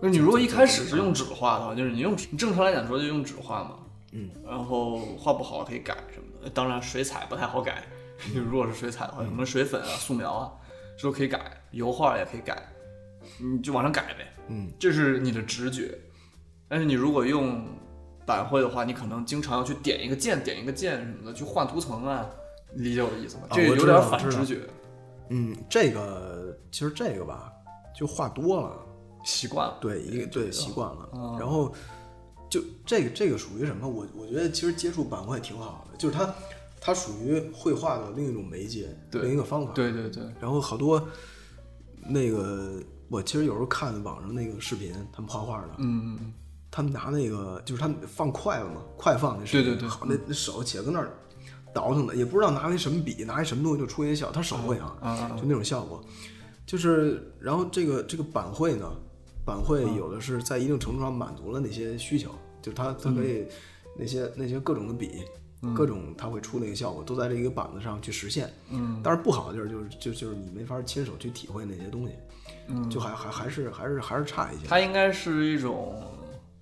[SPEAKER 2] 就是你如果一开始是用纸画的话，就是你用你正常来讲说就用纸画嘛，
[SPEAKER 1] 嗯，
[SPEAKER 2] 然后画不好可以改什么的。当然水彩不太好改， 就如果是水彩的话，什么水粉啊、素描啊，这都可以改，油画也可以改，你就往上改呗。
[SPEAKER 1] 嗯，
[SPEAKER 2] 这是你的直觉。但是你如果用板绘的话，你可能经常要去点一个键、点一个键什么的，去换图层啊，你理解我的意思吗？
[SPEAKER 1] 啊
[SPEAKER 2] 这个
[SPEAKER 1] 我
[SPEAKER 2] 有
[SPEAKER 1] 知道
[SPEAKER 2] 点
[SPEAKER 1] 我
[SPEAKER 2] 反
[SPEAKER 1] 知道
[SPEAKER 2] 直觉，
[SPEAKER 1] 嗯，这个其实这个吧，就画多了，
[SPEAKER 2] 习惯了。
[SPEAKER 1] 对，一个对习惯
[SPEAKER 2] 嗯
[SPEAKER 1] 了。然后就这个这个属于什么？我我觉得其实接触板块挺好的，就是它它属于绘画的另一种媒介，
[SPEAKER 2] 对
[SPEAKER 1] 另一个方法。
[SPEAKER 2] 对对对，
[SPEAKER 1] 然后好多那个我其实有时候看网上那个视频，他们画画的，
[SPEAKER 2] 嗯嗯嗯，
[SPEAKER 1] 他们拿那个就是他们放筷子嘛，快放那视频
[SPEAKER 2] 对对嗯对
[SPEAKER 1] 好那那手且跟那儿倒腾的，也不知道拿一什么笔，拿一什么东西就出一个效，他手绘啊，就那种效果。就是，然后这个这个板绘呢，板绘有的是在一定程度上满足了那些需求，就是它它可以、那些那些各种的笔，各种它会出那个效果，都在这一个板子上去实现。嗯，但是不好的地儿就是就就是你没法亲手去体会那些东西，嗯，就还还还是还是还是差一些。
[SPEAKER 2] 它应该是一种，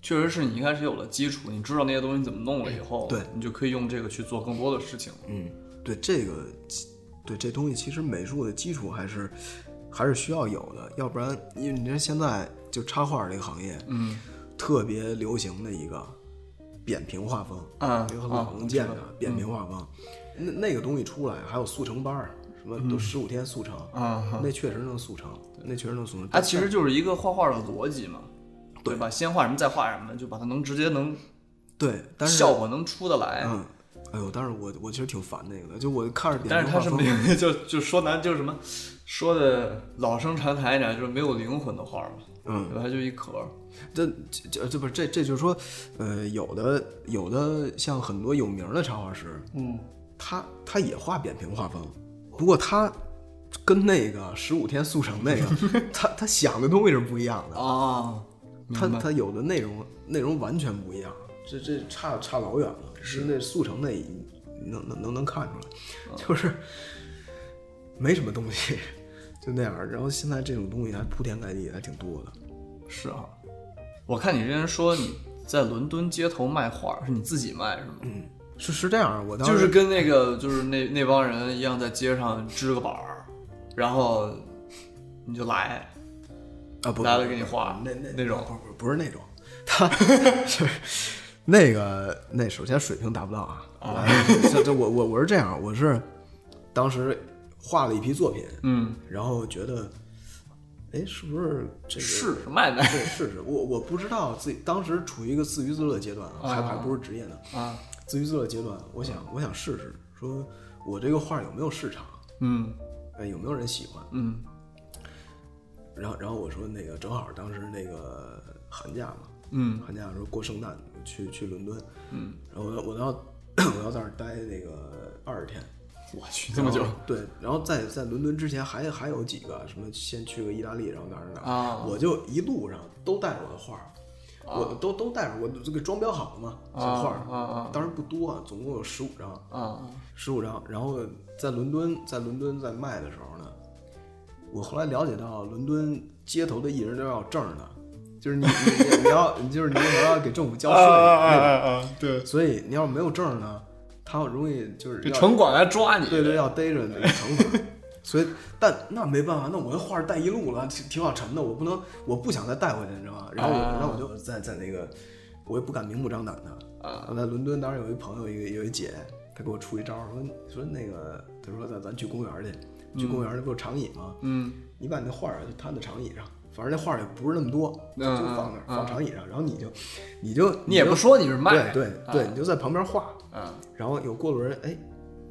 [SPEAKER 2] 确实是你一开始有了基础，你知道那些东西怎么弄了以后，
[SPEAKER 1] 对，
[SPEAKER 2] 你就可以用这个去做更多的事情。
[SPEAKER 1] 嗯，对这个，对这东西，其实美术的基础还是还是需要有的，要不然，因为你看现在就插画这个行业，嗯，特别流行的一个扁平画风，
[SPEAKER 2] 啊
[SPEAKER 1] 有很
[SPEAKER 2] 啊
[SPEAKER 1] 老能见
[SPEAKER 2] 我
[SPEAKER 1] 的
[SPEAKER 2] 知道嗯
[SPEAKER 1] 扁平画风，那那个东西出来，还有速成班儿，什么都十五天速成，
[SPEAKER 2] 嗯啊，
[SPEAKER 1] 那确实能速成，那确实能速成。
[SPEAKER 2] 它其实就是一个画画的逻辑嘛，
[SPEAKER 1] 对
[SPEAKER 2] 对吧？先画什么再画什么，就把它能直接能
[SPEAKER 1] 对，但是
[SPEAKER 2] 效果能出得来。
[SPEAKER 1] 嗯，哎呦，但是我我其实挺烦那个的，就我看着扁
[SPEAKER 2] 但是
[SPEAKER 1] 平
[SPEAKER 2] 它
[SPEAKER 1] 画
[SPEAKER 2] 是
[SPEAKER 1] 风
[SPEAKER 2] 没，有， 就就说难就是什么，说的老生常谈一点，就是没有灵魂的画嘛，
[SPEAKER 1] 嗯
[SPEAKER 2] 对。吧？它就一壳儿，
[SPEAKER 1] 这这这不是这这就是说，呃，有的有的像很多有名的插画师，
[SPEAKER 2] 嗯，
[SPEAKER 1] 他他也画扁平画风，不过他跟那个十五天速成那 个，他他想的东西是不一样的，
[SPEAKER 2] 啊，
[SPEAKER 1] 哦他他有的内容内容完全不一样，这这差差老远了，是那速成那能能能能看出
[SPEAKER 2] 嗯
[SPEAKER 1] 来，就是没什么东西， 就那样儿。然后现在这种东西还铺天盖地，还挺多的。
[SPEAKER 2] 是啊，我看你之前说你在伦敦街头卖画，是你自己卖是吗？
[SPEAKER 1] 是是这样，嗯我当时
[SPEAKER 2] 就是跟那个就是那那帮人一样，在街上支个板儿，然后你就来，
[SPEAKER 1] 啊不，
[SPEAKER 2] 拿来给你画
[SPEAKER 1] 那那
[SPEAKER 2] 那种
[SPEAKER 1] 不不不是那种，他是那个那首先水平达不到啊，这这我我我是这样，我是当时画了一批作品，
[SPEAKER 2] 嗯，
[SPEAKER 1] 然后觉得，哎，是不是这个
[SPEAKER 2] 试试卖卖
[SPEAKER 1] 对，是是，我我不知道自己当时处于一个自娱自乐的阶段，啊，还还不是职业呢，
[SPEAKER 2] 啊，
[SPEAKER 1] 自娱自乐阶段，我想我想试试，说我这个画有没有市场，
[SPEAKER 2] 嗯
[SPEAKER 1] 哎，有没有人喜欢？
[SPEAKER 2] 嗯
[SPEAKER 1] 然后然后我说那个正好当时那个寒假嘛，
[SPEAKER 2] 嗯
[SPEAKER 1] 寒假的时候过圣诞去去伦敦，
[SPEAKER 2] 嗯，
[SPEAKER 1] 然后我我要我要在 那儿待那个二十天，
[SPEAKER 2] 我去这么久
[SPEAKER 1] 然后对，然后在在伦敦之前还还有几个什么先去个意大利，然后哪儿哪儿哪儿，
[SPEAKER 2] 啊
[SPEAKER 1] 我就一路上都带着我的画儿。我都都带着，我这个装裱好了嘛，这
[SPEAKER 2] 啊
[SPEAKER 1] 画儿
[SPEAKER 2] 啊啊
[SPEAKER 1] 当然不多啊，总共有十五张，
[SPEAKER 2] 啊
[SPEAKER 1] 十五张。然后在伦敦，在伦敦在卖的时候呢，我后来了解到，伦敦街头的艺人都要有证儿的，就是你你你你要 你就是你还要给政府交
[SPEAKER 3] 啊啊啊
[SPEAKER 1] 税，
[SPEAKER 3] 啊啊！对，
[SPEAKER 1] 所以你要是没有证儿呢，他容易就是
[SPEAKER 2] 这
[SPEAKER 1] 要
[SPEAKER 2] 城管来抓你，
[SPEAKER 1] 对对要逮着你惩罚。所以，但那没办法，那我这画儿带一路了，挺挺好沉的，我不能，我不想再带回去，你知道吗？然后我，
[SPEAKER 2] 啊
[SPEAKER 1] 然后我就在在那个，我也不敢明目张胆的，
[SPEAKER 2] 啊
[SPEAKER 1] 我在伦敦当时有一朋友，一个有一姐，她给我出一招儿，说说那个，她说咱咱去公园儿去，去公园儿去不有长椅吗？
[SPEAKER 2] 嗯
[SPEAKER 1] 你把你那画儿就摊在长椅上，反正那画儿也不是那么多，就就放那儿、
[SPEAKER 2] 嗯
[SPEAKER 1] 放长椅上，然后你就你就
[SPEAKER 2] 你也
[SPEAKER 1] 就
[SPEAKER 2] 不说你是卖
[SPEAKER 1] 对对对、你就在旁边画，
[SPEAKER 2] 啊
[SPEAKER 1] 然后有过路人哎，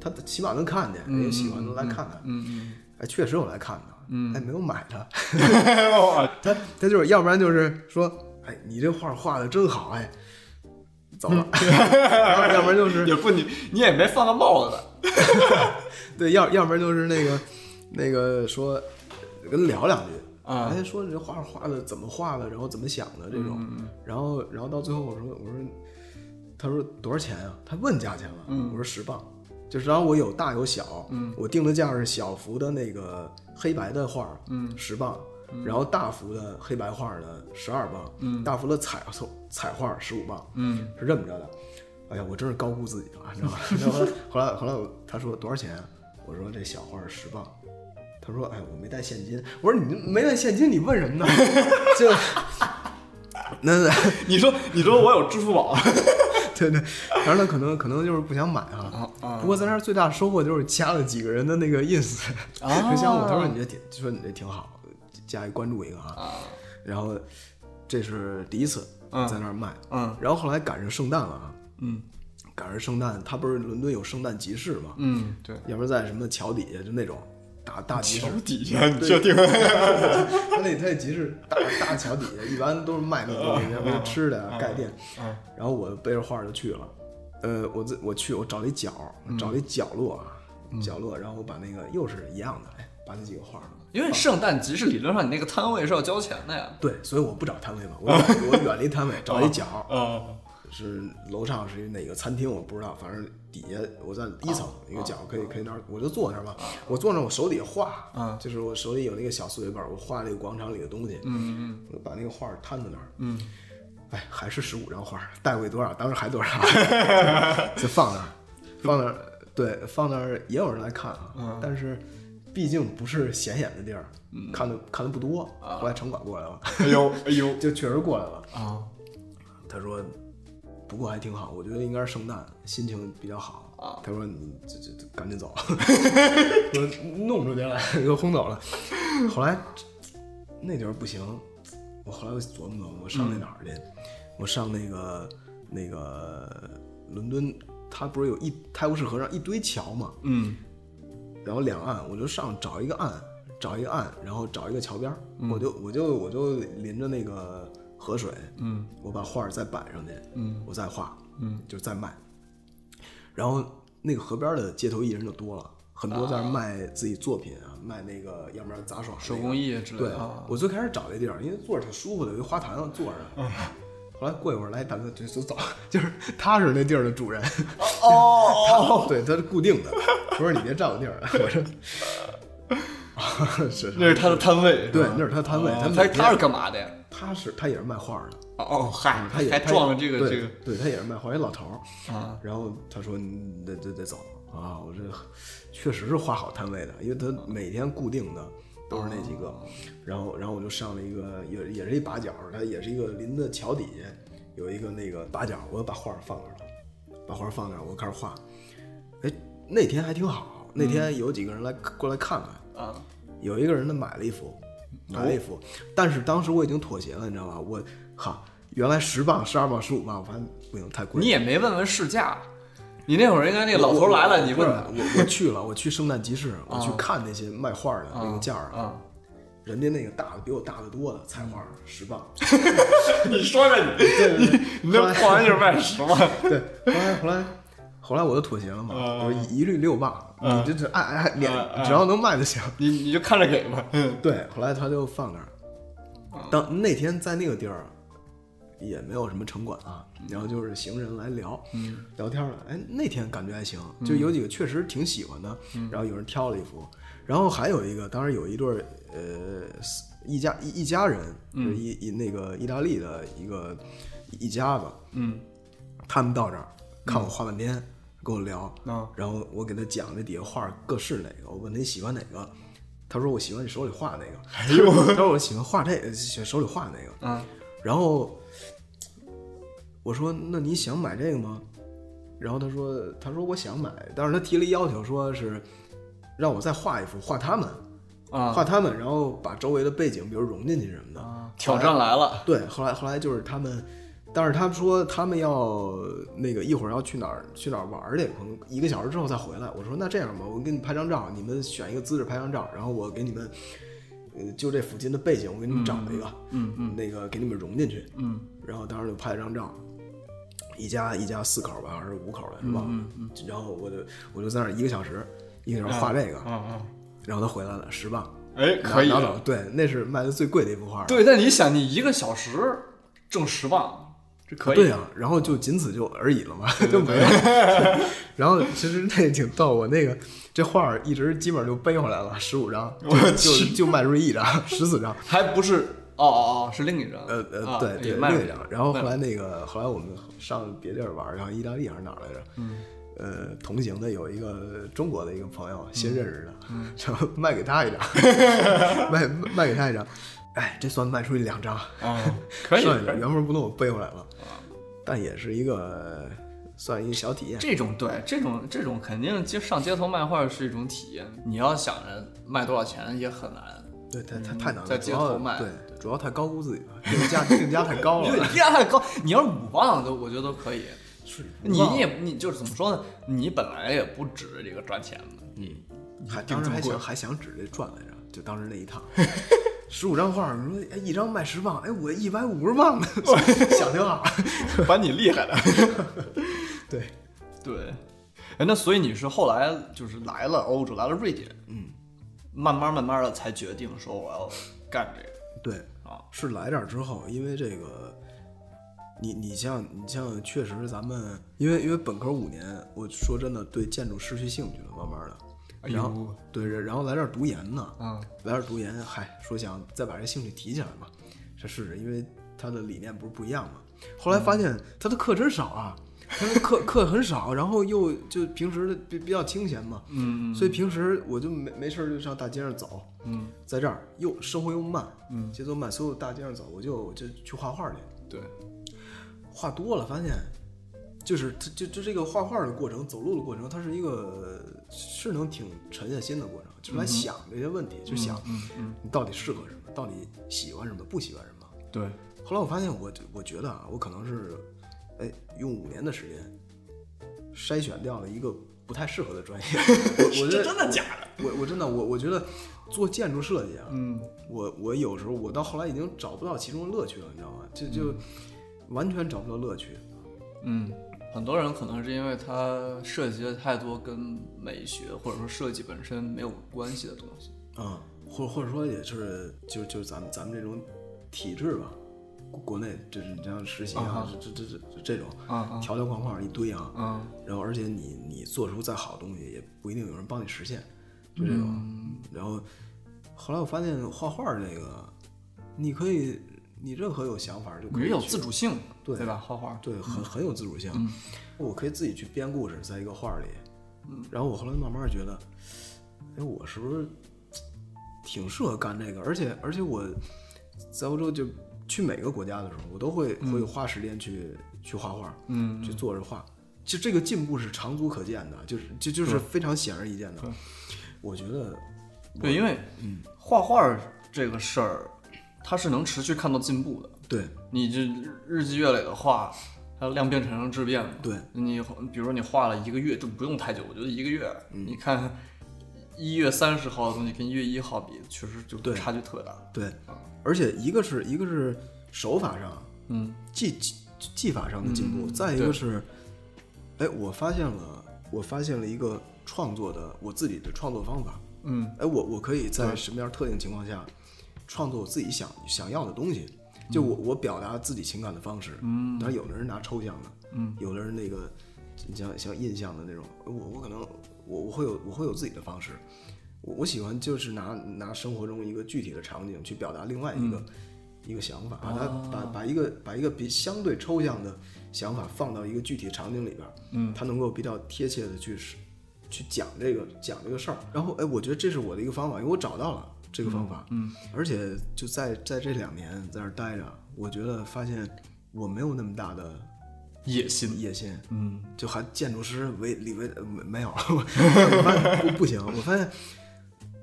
[SPEAKER 1] 他起码能看见，人家喜欢能来看看，
[SPEAKER 2] 嗯
[SPEAKER 1] 哎确实有来看的，
[SPEAKER 2] 嗯
[SPEAKER 1] 哎没有买的，
[SPEAKER 3] 哇
[SPEAKER 1] 他 他就是要不然就是说哎你这画儿画的真好哎，走 了， 要不然就是
[SPEAKER 2] 嗯，也不你你也没放个帽子吧
[SPEAKER 1] 对，要要不然就是那个那个说跟他聊两句
[SPEAKER 2] 啊
[SPEAKER 1] 哎，说你这画画的怎么画的，然后怎么想的这种，然后然后到最后我说我说，他说多少钱啊？他问价钱了，我说十磅，就是然后我有大有小，我定的价是小幅的那个黑白的画，嗯，十磅。然后大幅的黑白画呢，十二磅，嗯，大幅的彩彩画十五磅，
[SPEAKER 2] 嗯，
[SPEAKER 1] 是这么着的。哎呀，我真是高估自己了，你知道吗？然后后来后来我他说多少钱啊？我说这小画儿十磅。他说哎，我没带现金。我说你没带现金，你问什么呢？ 就那
[SPEAKER 3] 你说你说我有支付宝，
[SPEAKER 1] 对对，当然了，可能可能就是不想买啊。
[SPEAKER 2] 啊
[SPEAKER 1] 不过在那儿最大收获就是加了几个人的那个 ins，
[SPEAKER 2] 啊
[SPEAKER 1] 就像我，他说你这挺，就说你这挺好，加一关注一个啊。
[SPEAKER 2] 啊
[SPEAKER 1] 然后这是第一次
[SPEAKER 2] 嗯
[SPEAKER 1] 在那儿卖，
[SPEAKER 2] 嗯
[SPEAKER 1] 然后后来赶上圣诞了啊，
[SPEAKER 2] 嗯
[SPEAKER 1] 赶上圣诞，他不是伦敦有圣诞集市嘛，
[SPEAKER 2] 嗯对，
[SPEAKER 1] 要不然在什么桥底下就那种大大集市
[SPEAKER 3] 桥，底下你确定？
[SPEAKER 1] 他那他那集市大大桥底下一般都是卖那种东西，要不然吃的呀盖店。然后我背着画就去了，呃，我自我去我找了一角，找了一角落啊，角落，然后我把那个又是一样的，哎，把那几个画儿
[SPEAKER 2] 因为圣诞集市理论上你那个摊位是要交钱的呀，
[SPEAKER 1] 对，所以我不找 摊位嘛，我远我远离摊位，找一角，
[SPEAKER 3] 啊，
[SPEAKER 1] 是楼上是哪个餐厅我不知道，反正底下我在一
[SPEAKER 2] 哦
[SPEAKER 1] 层一个角可以可以那儿，我就坐那儿嘛，我坐那儿我手底下画，
[SPEAKER 2] 啊
[SPEAKER 1] 就是我手里有那个小速写本，我画那个广场里的东西，
[SPEAKER 2] 嗯
[SPEAKER 1] 我把那个画儿摊在那儿，
[SPEAKER 2] 嗯
[SPEAKER 1] 哎，还是十五张画儿，带回多少，当时还多 少，就放那儿，放那儿，对，放那儿也有人来看啊，
[SPEAKER 2] 嗯
[SPEAKER 1] 但是毕竟不是显眼的地儿，看的看的不多，
[SPEAKER 2] 啊
[SPEAKER 1] 后来城管过来了，
[SPEAKER 3] 哎呦哎呦，
[SPEAKER 1] 就确实过来了。
[SPEAKER 2] 嗯啊
[SPEAKER 1] 他说，不过还挺好，我觉得应该是圣诞，心情比较好
[SPEAKER 2] 啊。
[SPEAKER 1] 他说你这这这赶紧走，说弄出去了，给我轰走了。后来那地儿不行，我后来我琢磨琢磨，我上那哪儿去？我上那个那个伦敦，它不是有一泰晤士河上一堆桥嘛，
[SPEAKER 2] 嗯
[SPEAKER 1] 然后两岸，我就上找一个岸，找一个岸，然后找一个桥边儿，我就我就我就临着那个河水，
[SPEAKER 2] 嗯，
[SPEAKER 1] 我把画儿再摆上去，
[SPEAKER 2] 嗯，
[SPEAKER 1] 我再画，
[SPEAKER 2] 嗯，
[SPEAKER 1] 就再卖。然后那个河边儿的街头艺人就多了，很多在那儿卖自己作品啊，卖那个要不然杂耍、
[SPEAKER 2] 嗯手工。艺之类
[SPEAKER 1] 对
[SPEAKER 2] 的啊，
[SPEAKER 1] 我最开始找这地儿，因为坐着挺舒服的，有一花坛上坐 着。后来过一会儿来一大哥就就走， 就是他是那地儿的主人。
[SPEAKER 2] 哦
[SPEAKER 1] 哦，对，它是固定的。不是你别占我地 儿，我说，啊是是，
[SPEAKER 3] 那是他的摊位，
[SPEAKER 1] 对，那是他摊位，
[SPEAKER 2] 哦他
[SPEAKER 1] 他每天
[SPEAKER 2] 他是干嘛的呀？
[SPEAKER 1] 他是他也是卖画的，
[SPEAKER 2] 哦，嗨，
[SPEAKER 1] 嗯他也
[SPEAKER 2] 还
[SPEAKER 1] 他也
[SPEAKER 2] 撞了这个
[SPEAKER 1] 对
[SPEAKER 2] 这
[SPEAKER 1] 对他也是卖花一老头儿，
[SPEAKER 2] 个啊，
[SPEAKER 1] 然后他说你得得得走啊，我这确实是画好摊位的，因为他每天固定的都是那几个，然后然后我就上了一个也也是一把角，它也是一个临着桥底下有一个那个把角，我把画儿放那儿了，把画儿放那儿，我开始画，哎，那天还挺好，那天有几个人来过来看看，
[SPEAKER 2] 啊，
[SPEAKER 1] 有一个人他买了一幅，买了一幅，但是当时我已经妥协了，你知道吗？我哈，原来十磅、十二磅、十五磅，我发现不行，太贵了。
[SPEAKER 2] 啊你也没问问市价，你那会儿应该那个老头
[SPEAKER 1] 我
[SPEAKER 2] 来了，你问他
[SPEAKER 1] 我我我去了，我去圣诞集市，我去
[SPEAKER 2] 啊
[SPEAKER 1] 看那些卖画的那个价儿，
[SPEAKER 2] 啊，
[SPEAKER 1] 人家那个大的比我大得多的菜花儿十磅，
[SPEAKER 3] 你说说你，你那破玩意儿卖十万，
[SPEAKER 1] 对，后来后来后来我就妥协了嘛，
[SPEAKER 3] 啊
[SPEAKER 1] 我一律六磅，
[SPEAKER 3] 啊
[SPEAKER 1] 你这这爱爱爱脸
[SPEAKER 3] 啊啊，
[SPEAKER 1] 只要能卖就行。
[SPEAKER 3] 你你就看着给吧。嗯
[SPEAKER 1] 对，后来他就放那儿。当那天在那个地儿也没有什么城管啊，然后就是行人来聊，聊天了。哎，那天感觉还行，就有几个确实挺喜欢的，然后有人挑了一幅，然后还有一个，当时有一对儿呃四一家一一家人，就是一一那个意大利的一个一家子，
[SPEAKER 2] 嗯，
[SPEAKER 1] 他们到这儿看我画半天，跟我聊，
[SPEAKER 2] 啊
[SPEAKER 1] 然后我给他讲那底下画各是哪个，我问他你喜欢哪个，他说我喜欢你手里画那个，哎呦，他说我喜欢画这个，喜欢手里画那个，
[SPEAKER 2] 啊，
[SPEAKER 1] 然后我说那你想买这个吗？然后他说他说我想买，但是他提了一要求，说是让我再画一幅，画他们，
[SPEAKER 2] 啊
[SPEAKER 1] 画他们，然后把周围的背景，比如融进去什么的，
[SPEAKER 2] 啊，挑战来了，
[SPEAKER 1] 对，后来后来就是他们，但是他们说他们要那个一会儿要去哪儿去哪儿玩儿去，可能一个小时之后再回来。我说那这样吧，我给你拍张照，你们选一个姿势拍张照，然后我给你们，呃，就这附近的背景，我给你们找一个，
[SPEAKER 2] 嗯嗯
[SPEAKER 1] 那个给你们融进去。
[SPEAKER 2] 嗯
[SPEAKER 1] 然后当时就拍了张照，一家一家四口吧，还是五口来着吧，
[SPEAKER 2] 嗯啊
[SPEAKER 1] 然后我就我就在那儿一个小时，一个小时画这个，
[SPEAKER 3] 嗯，
[SPEAKER 1] 然后他回来了十磅，
[SPEAKER 3] 哎，可以
[SPEAKER 1] 拿拿走，对，那是卖的最贵的一幅画了。
[SPEAKER 2] 对，但你想，你一个小时挣十万，这可以，
[SPEAKER 1] 对啊，然后就仅此就而已了嘛， 就没了。 然后其实那挺逗，我那个这画儿一直基本上就背回来了，十五张，就就就卖出一张，十四张。
[SPEAKER 2] 还不是哦哦哦，是另一张，
[SPEAKER 1] 呃呃，
[SPEAKER 2] 啊
[SPEAKER 1] 对
[SPEAKER 2] 也
[SPEAKER 1] 对，
[SPEAKER 2] 卖
[SPEAKER 1] 另
[SPEAKER 2] 了
[SPEAKER 1] 一张。然后后来那个后来我们上别地儿玩儿，然后意大利还是哪儿来着？嗯。呃，同行的有一个中国的一个朋友，新认识的， 然后卖给他一张，卖卖给他一张，哎，这算卖出去两张，
[SPEAKER 3] 啊，
[SPEAKER 2] 可以，
[SPEAKER 1] 剩下
[SPEAKER 2] 可
[SPEAKER 1] 的
[SPEAKER 2] 以
[SPEAKER 1] 原封不动我背回来了，但也是一个算一个小体验。
[SPEAKER 2] 这种对这种这种肯定街上街头卖画是一种体验，你要想着卖多少钱也很难，
[SPEAKER 1] 对，太太太难了，
[SPEAKER 2] 嗯在
[SPEAKER 1] 主
[SPEAKER 2] 街
[SPEAKER 1] 要
[SPEAKER 2] 头卖
[SPEAKER 1] 对，主要太高估自己了，定价定价太高
[SPEAKER 2] 因为
[SPEAKER 1] 了。
[SPEAKER 2] 价太高，你要是五磅都我觉得都可以，
[SPEAKER 1] 是
[SPEAKER 2] 你也你就是怎么说呢？你本来也不指着这个赚钱的， 你
[SPEAKER 1] 还当时还
[SPEAKER 2] 定这
[SPEAKER 1] 想
[SPEAKER 2] 么
[SPEAKER 1] 还想指这赚来着，就当时那 一趟，十五张画，你说哎一张卖十磅，哎我一百五十磅呢， 想挺好。
[SPEAKER 3] 把你厉害的。
[SPEAKER 1] 对，
[SPEAKER 2] 对， 哎，那所以你是后来就是来了欧洲，来了瑞典，
[SPEAKER 1] 嗯，
[SPEAKER 2] 慢慢慢慢的才决定说我要干这个
[SPEAKER 1] 对，
[SPEAKER 2] 啊，
[SPEAKER 1] 是来这儿之后，因为这个，你你像你像确实咱们，因为因为本科五年，我说真的对建筑失去兴趣了，慢慢的。
[SPEAKER 2] 哎呦
[SPEAKER 1] 然后、对，然后来这儿读研呢，
[SPEAKER 2] 嗯
[SPEAKER 1] 来点读研，嗨，说想再把这兴趣提起来嘛，这试试，因为他的理念不是不一样嘛。后来发现他的课真少啊，他的课课很少，然后又就平时的比比较清闲嘛，
[SPEAKER 2] 嗯
[SPEAKER 1] 所以平时我就没没事儿就上大街上走，
[SPEAKER 2] 嗯，
[SPEAKER 1] 在这儿又生活又慢，
[SPEAKER 2] 嗯
[SPEAKER 1] 节奏慢，所有大街上走，我就我就去画画去，
[SPEAKER 2] 对，
[SPEAKER 1] 画多了发现。就是，它就就这个画画的过程，走路的过程，它是一个是能挺沉下心的过程，就是来想这些问题，就想
[SPEAKER 2] 嗯嗯
[SPEAKER 1] 你到底适合什么，到底喜欢什么，不喜欢什么。
[SPEAKER 2] 对，
[SPEAKER 1] 后来我发现我，我觉得啊，我可能是，哎，用五年的时间筛选掉了一个不太适合的 专业。我我觉
[SPEAKER 2] 这真
[SPEAKER 1] 得，
[SPEAKER 2] 的假的？
[SPEAKER 1] 我我真的我我觉得做建筑设计啊，
[SPEAKER 2] 嗯，
[SPEAKER 1] 我我有时候我到后来已经找不到其中的乐趣了，你知道吗？就就完全找不到乐趣。
[SPEAKER 2] 嗯，很多人可能是因为他涉及了太多跟美学或者说设计本身没有关系的东西。
[SPEAKER 1] 啊，或或者说也是就就咱们咱们这种体制吧，国国内就是你像实习
[SPEAKER 2] 啊
[SPEAKER 1] 啊
[SPEAKER 2] 哈，
[SPEAKER 1] 这这这这这种
[SPEAKER 2] 啊
[SPEAKER 1] 条条框框一堆啊，
[SPEAKER 2] 啊，
[SPEAKER 1] 然后而且你你做出再好东西，也不一定有人帮你实现，就这
[SPEAKER 2] 嗯
[SPEAKER 1] 种。然后后来我发现画画这个，你可以你任何有想法儿就可以
[SPEAKER 2] 你是嗯有
[SPEAKER 1] 去
[SPEAKER 2] 自主性，
[SPEAKER 1] 对
[SPEAKER 2] 吧？画画，
[SPEAKER 1] 对，很很有自主性。我可以自己去编故事，在一个画儿里。然后我后来慢慢儿觉得，哎，我是不是挺适合干这个？而且而且我在欧洲就去每个国家的时候，我都会会花时间去去画画，嗯，去做着画。就这个进步是长足可见的，就是就就是非常显而易见的。我觉得
[SPEAKER 2] 对，因为画画这个事儿，它是能持续看到进步的。
[SPEAKER 1] 对
[SPEAKER 2] 你这日积月累的画，它量变产生质变嘛。
[SPEAKER 1] 对
[SPEAKER 2] 你比如说你画了一个月，就不用太久，我觉得一个月，你看一月三十号的东西跟一月一号比，确实就
[SPEAKER 1] 对
[SPEAKER 2] 差距特别大。
[SPEAKER 1] 对，而且一个是一个是手法上，
[SPEAKER 2] 嗯，
[SPEAKER 1] 技技技法上的进步，
[SPEAKER 2] 嗯
[SPEAKER 1] 再一个
[SPEAKER 2] 对
[SPEAKER 1] 是，哎，我发现了，我发现了一个创作的我自己的创作方法，
[SPEAKER 2] 嗯，
[SPEAKER 1] 哎，我我可以在什么样特定情况下创作我自己想想要的东西，就我我表达自己情感的方式，嗯，当然有的人拿抽象的，嗯，有的人那个你像像印象的那种，我我可能我我会有我会有自己的方式，我我喜欢就是拿拿生活中一个具体的场景去表达另外一个、一个想法，把它、把把一个把一个比相对抽象的想法放到一个具体场景里边，嗯，它能够比较贴切的去使去讲这个讲这个事儿。然后哎，我觉得这是我的一个方法，因为我找到了这个方法，嗯，而且就在在这两年在这儿待着，我觉得发现我没有那么大的
[SPEAKER 2] 野心，
[SPEAKER 1] 野心，
[SPEAKER 2] 嗯，
[SPEAKER 1] 就还建筑师维李维呃没没有， 我发现不不行，我发现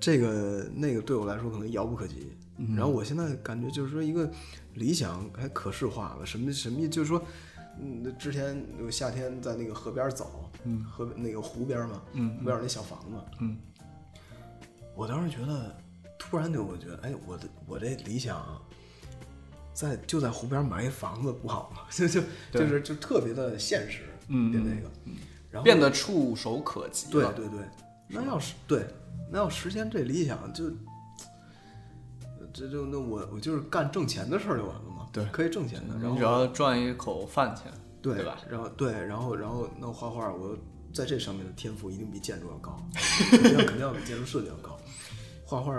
[SPEAKER 1] 这个那个对我来说可能遥不可及。然后我现在感觉就是说一个理想还可视化了，什么什么意就是说，嗯，之前我夏天在那个河边走，嗯，河那个湖边嘛，嗯，湖边有那小房子，
[SPEAKER 2] 嗯，
[SPEAKER 1] 我当时觉得，突然就我觉得，哎，我的我这理想在就在湖边买一房子不好吗？ 就就就是就特别的现实，嗯，那个，然后
[SPEAKER 2] 变得触手可及
[SPEAKER 1] 对
[SPEAKER 2] 了。
[SPEAKER 1] 对对，那要是对，那要实现这理想就，这就那我我就是干挣钱的事儿就完了嘛，
[SPEAKER 2] 对
[SPEAKER 1] 可以挣钱的，然后
[SPEAKER 2] 你只要赚一口饭钱，
[SPEAKER 1] 对
[SPEAKER 2] 对吧？？
[SPEAKER 1] 然后对，然后然后那我画画，我在这上面的天赋一定比建筑要 高，肯定要肯定要比建筑设计要高，画画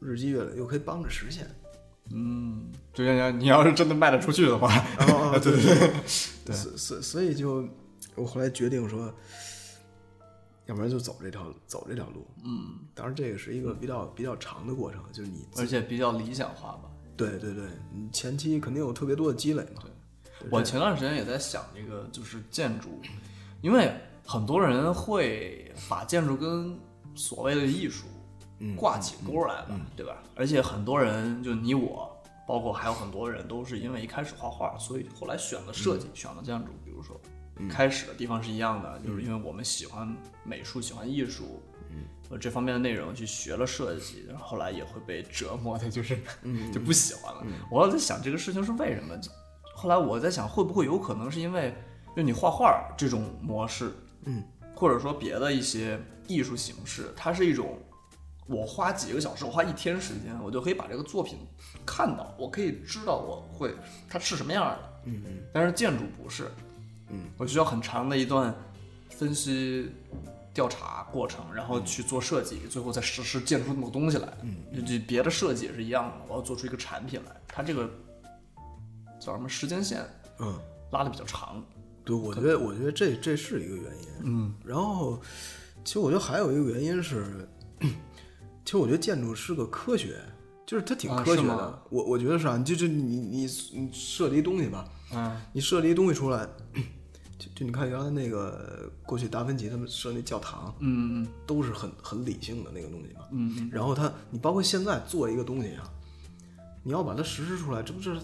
[SPEAKER 1] 日积月累又可以帮着实现，
[SPEAKER 2] 嗯，就像像你要是真的卖得出去的话，
[SPEAKER 1] 然后 啊，对对对，所所所以就我后来决定说，要不然就走这条走这条路。嗯，当然这个是一个比较比较长的过程，就是你
[SPEAKER 2] 而且比较理想化吧。
[SPEAKER 1] 对对对，你前期肯定有特别多的积累嘛。
[SPEAKER 2] 我前段时间也在想这个，就是建筑，因为很多人会把建筑跟所谓的艺术挂起钩来吧，对吧？而且很多人，就你我，包括还有很多人，都是因为一开始画画，所以后来选了设计，选了建筑。比如说，开始的地方是一样的，就是因为我们喜欢美术，喜欢艺术。呃这方面的内容去学了设计，然后后来也会被折磨的，就是 就不喜欢了。我在想这个事情是为什么？就后来我在想，会不会有可能是因为就你画画这种模式，
[SPEAKER 1] 嗯，
[SPEAKER 2] 或者说别的一些艺术形式，它是一种我花几个小时，我花一天时间，我就可以把这个作品看到，我可以知道我会它是什么样的。
[SPEAKER 1] 嗯嗯
[SPEAKER 2] 但是建筑不是，
[SPEAKER 1] 嗯，
[SPEAKER 2] 我需要很长的一段分析、调查过程，
[SPEAKER 1] 嗯
[SPEAKER 2] 然后去做设计，最后再实施建出那么个东西来。嗯，就别的设计也是一样的，我要做出一个产品来，它这个叫什么时间线
[SPEAKER 1] 嗯，
[SPEAKER 2] 拉的比较长。
[SPEAKER 1] 对，我觉得我觉得这这是一个原因。嗯，然后其实我觉得还有一个原因是，其实我觉得建筑是个科学，就是它挺
[SPEAKER 2] 啊
[SPEAKER 1] 科
[SPEAKER 2] 是
[SPEAKER 1] 学的。
[SPEAKER 2] 吗
[SPEAKER 1] 我我觉得是啊，就是你你你设计一东西吧，
[SPEAKER 2] 嗯，
[SPEAKER 1] 你设计一东西出来，就就你看原来那个过去达芬奇他们设那教堂，
[SPEAKER 2] 嗯嗯
[SPEAKER 1] 都是很很理性的那个东西嘛。
[SPEAKER 2] 嗯嗯，
[SPEAKER 1] 然后他，你包括现在做一个东西啊，你要把它实施出来，这不是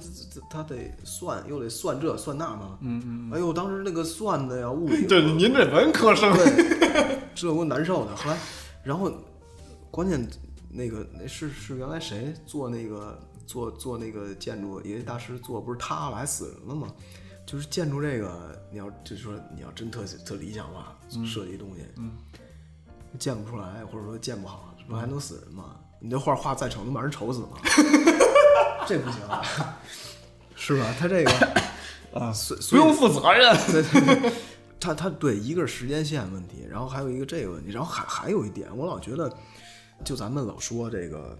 [SPEAKER 1] 他得算，又得算这算那吗？嗯嗯。哎呦，当时那个算的呀，物 理
[SPEAKER 3] 这您这文科生，
[SPEAKER 1] 这给我难受的。后来，然后关键那个那是是原来谁做那个做做那个建筑一个大师做不是塌了还死人了吗？就是建筑这个，你要就是说你要真特特理想化设计东西，嗯，建不出来或者说建不好，这不还能死人吗？你这画画再丑，能把人丑死吗？ 这不行啊， 是吧？他 这个啊，所
[SPEAKER 3] 不
[SPEAKER 1] 所以
[SPEAKER 3] 用负责任。
[SPEAKER 1] 对对对， 他他对一个是时间线问题，然后还有一个这个问题，然后还还有一点，我老觉得，就咱们老说这个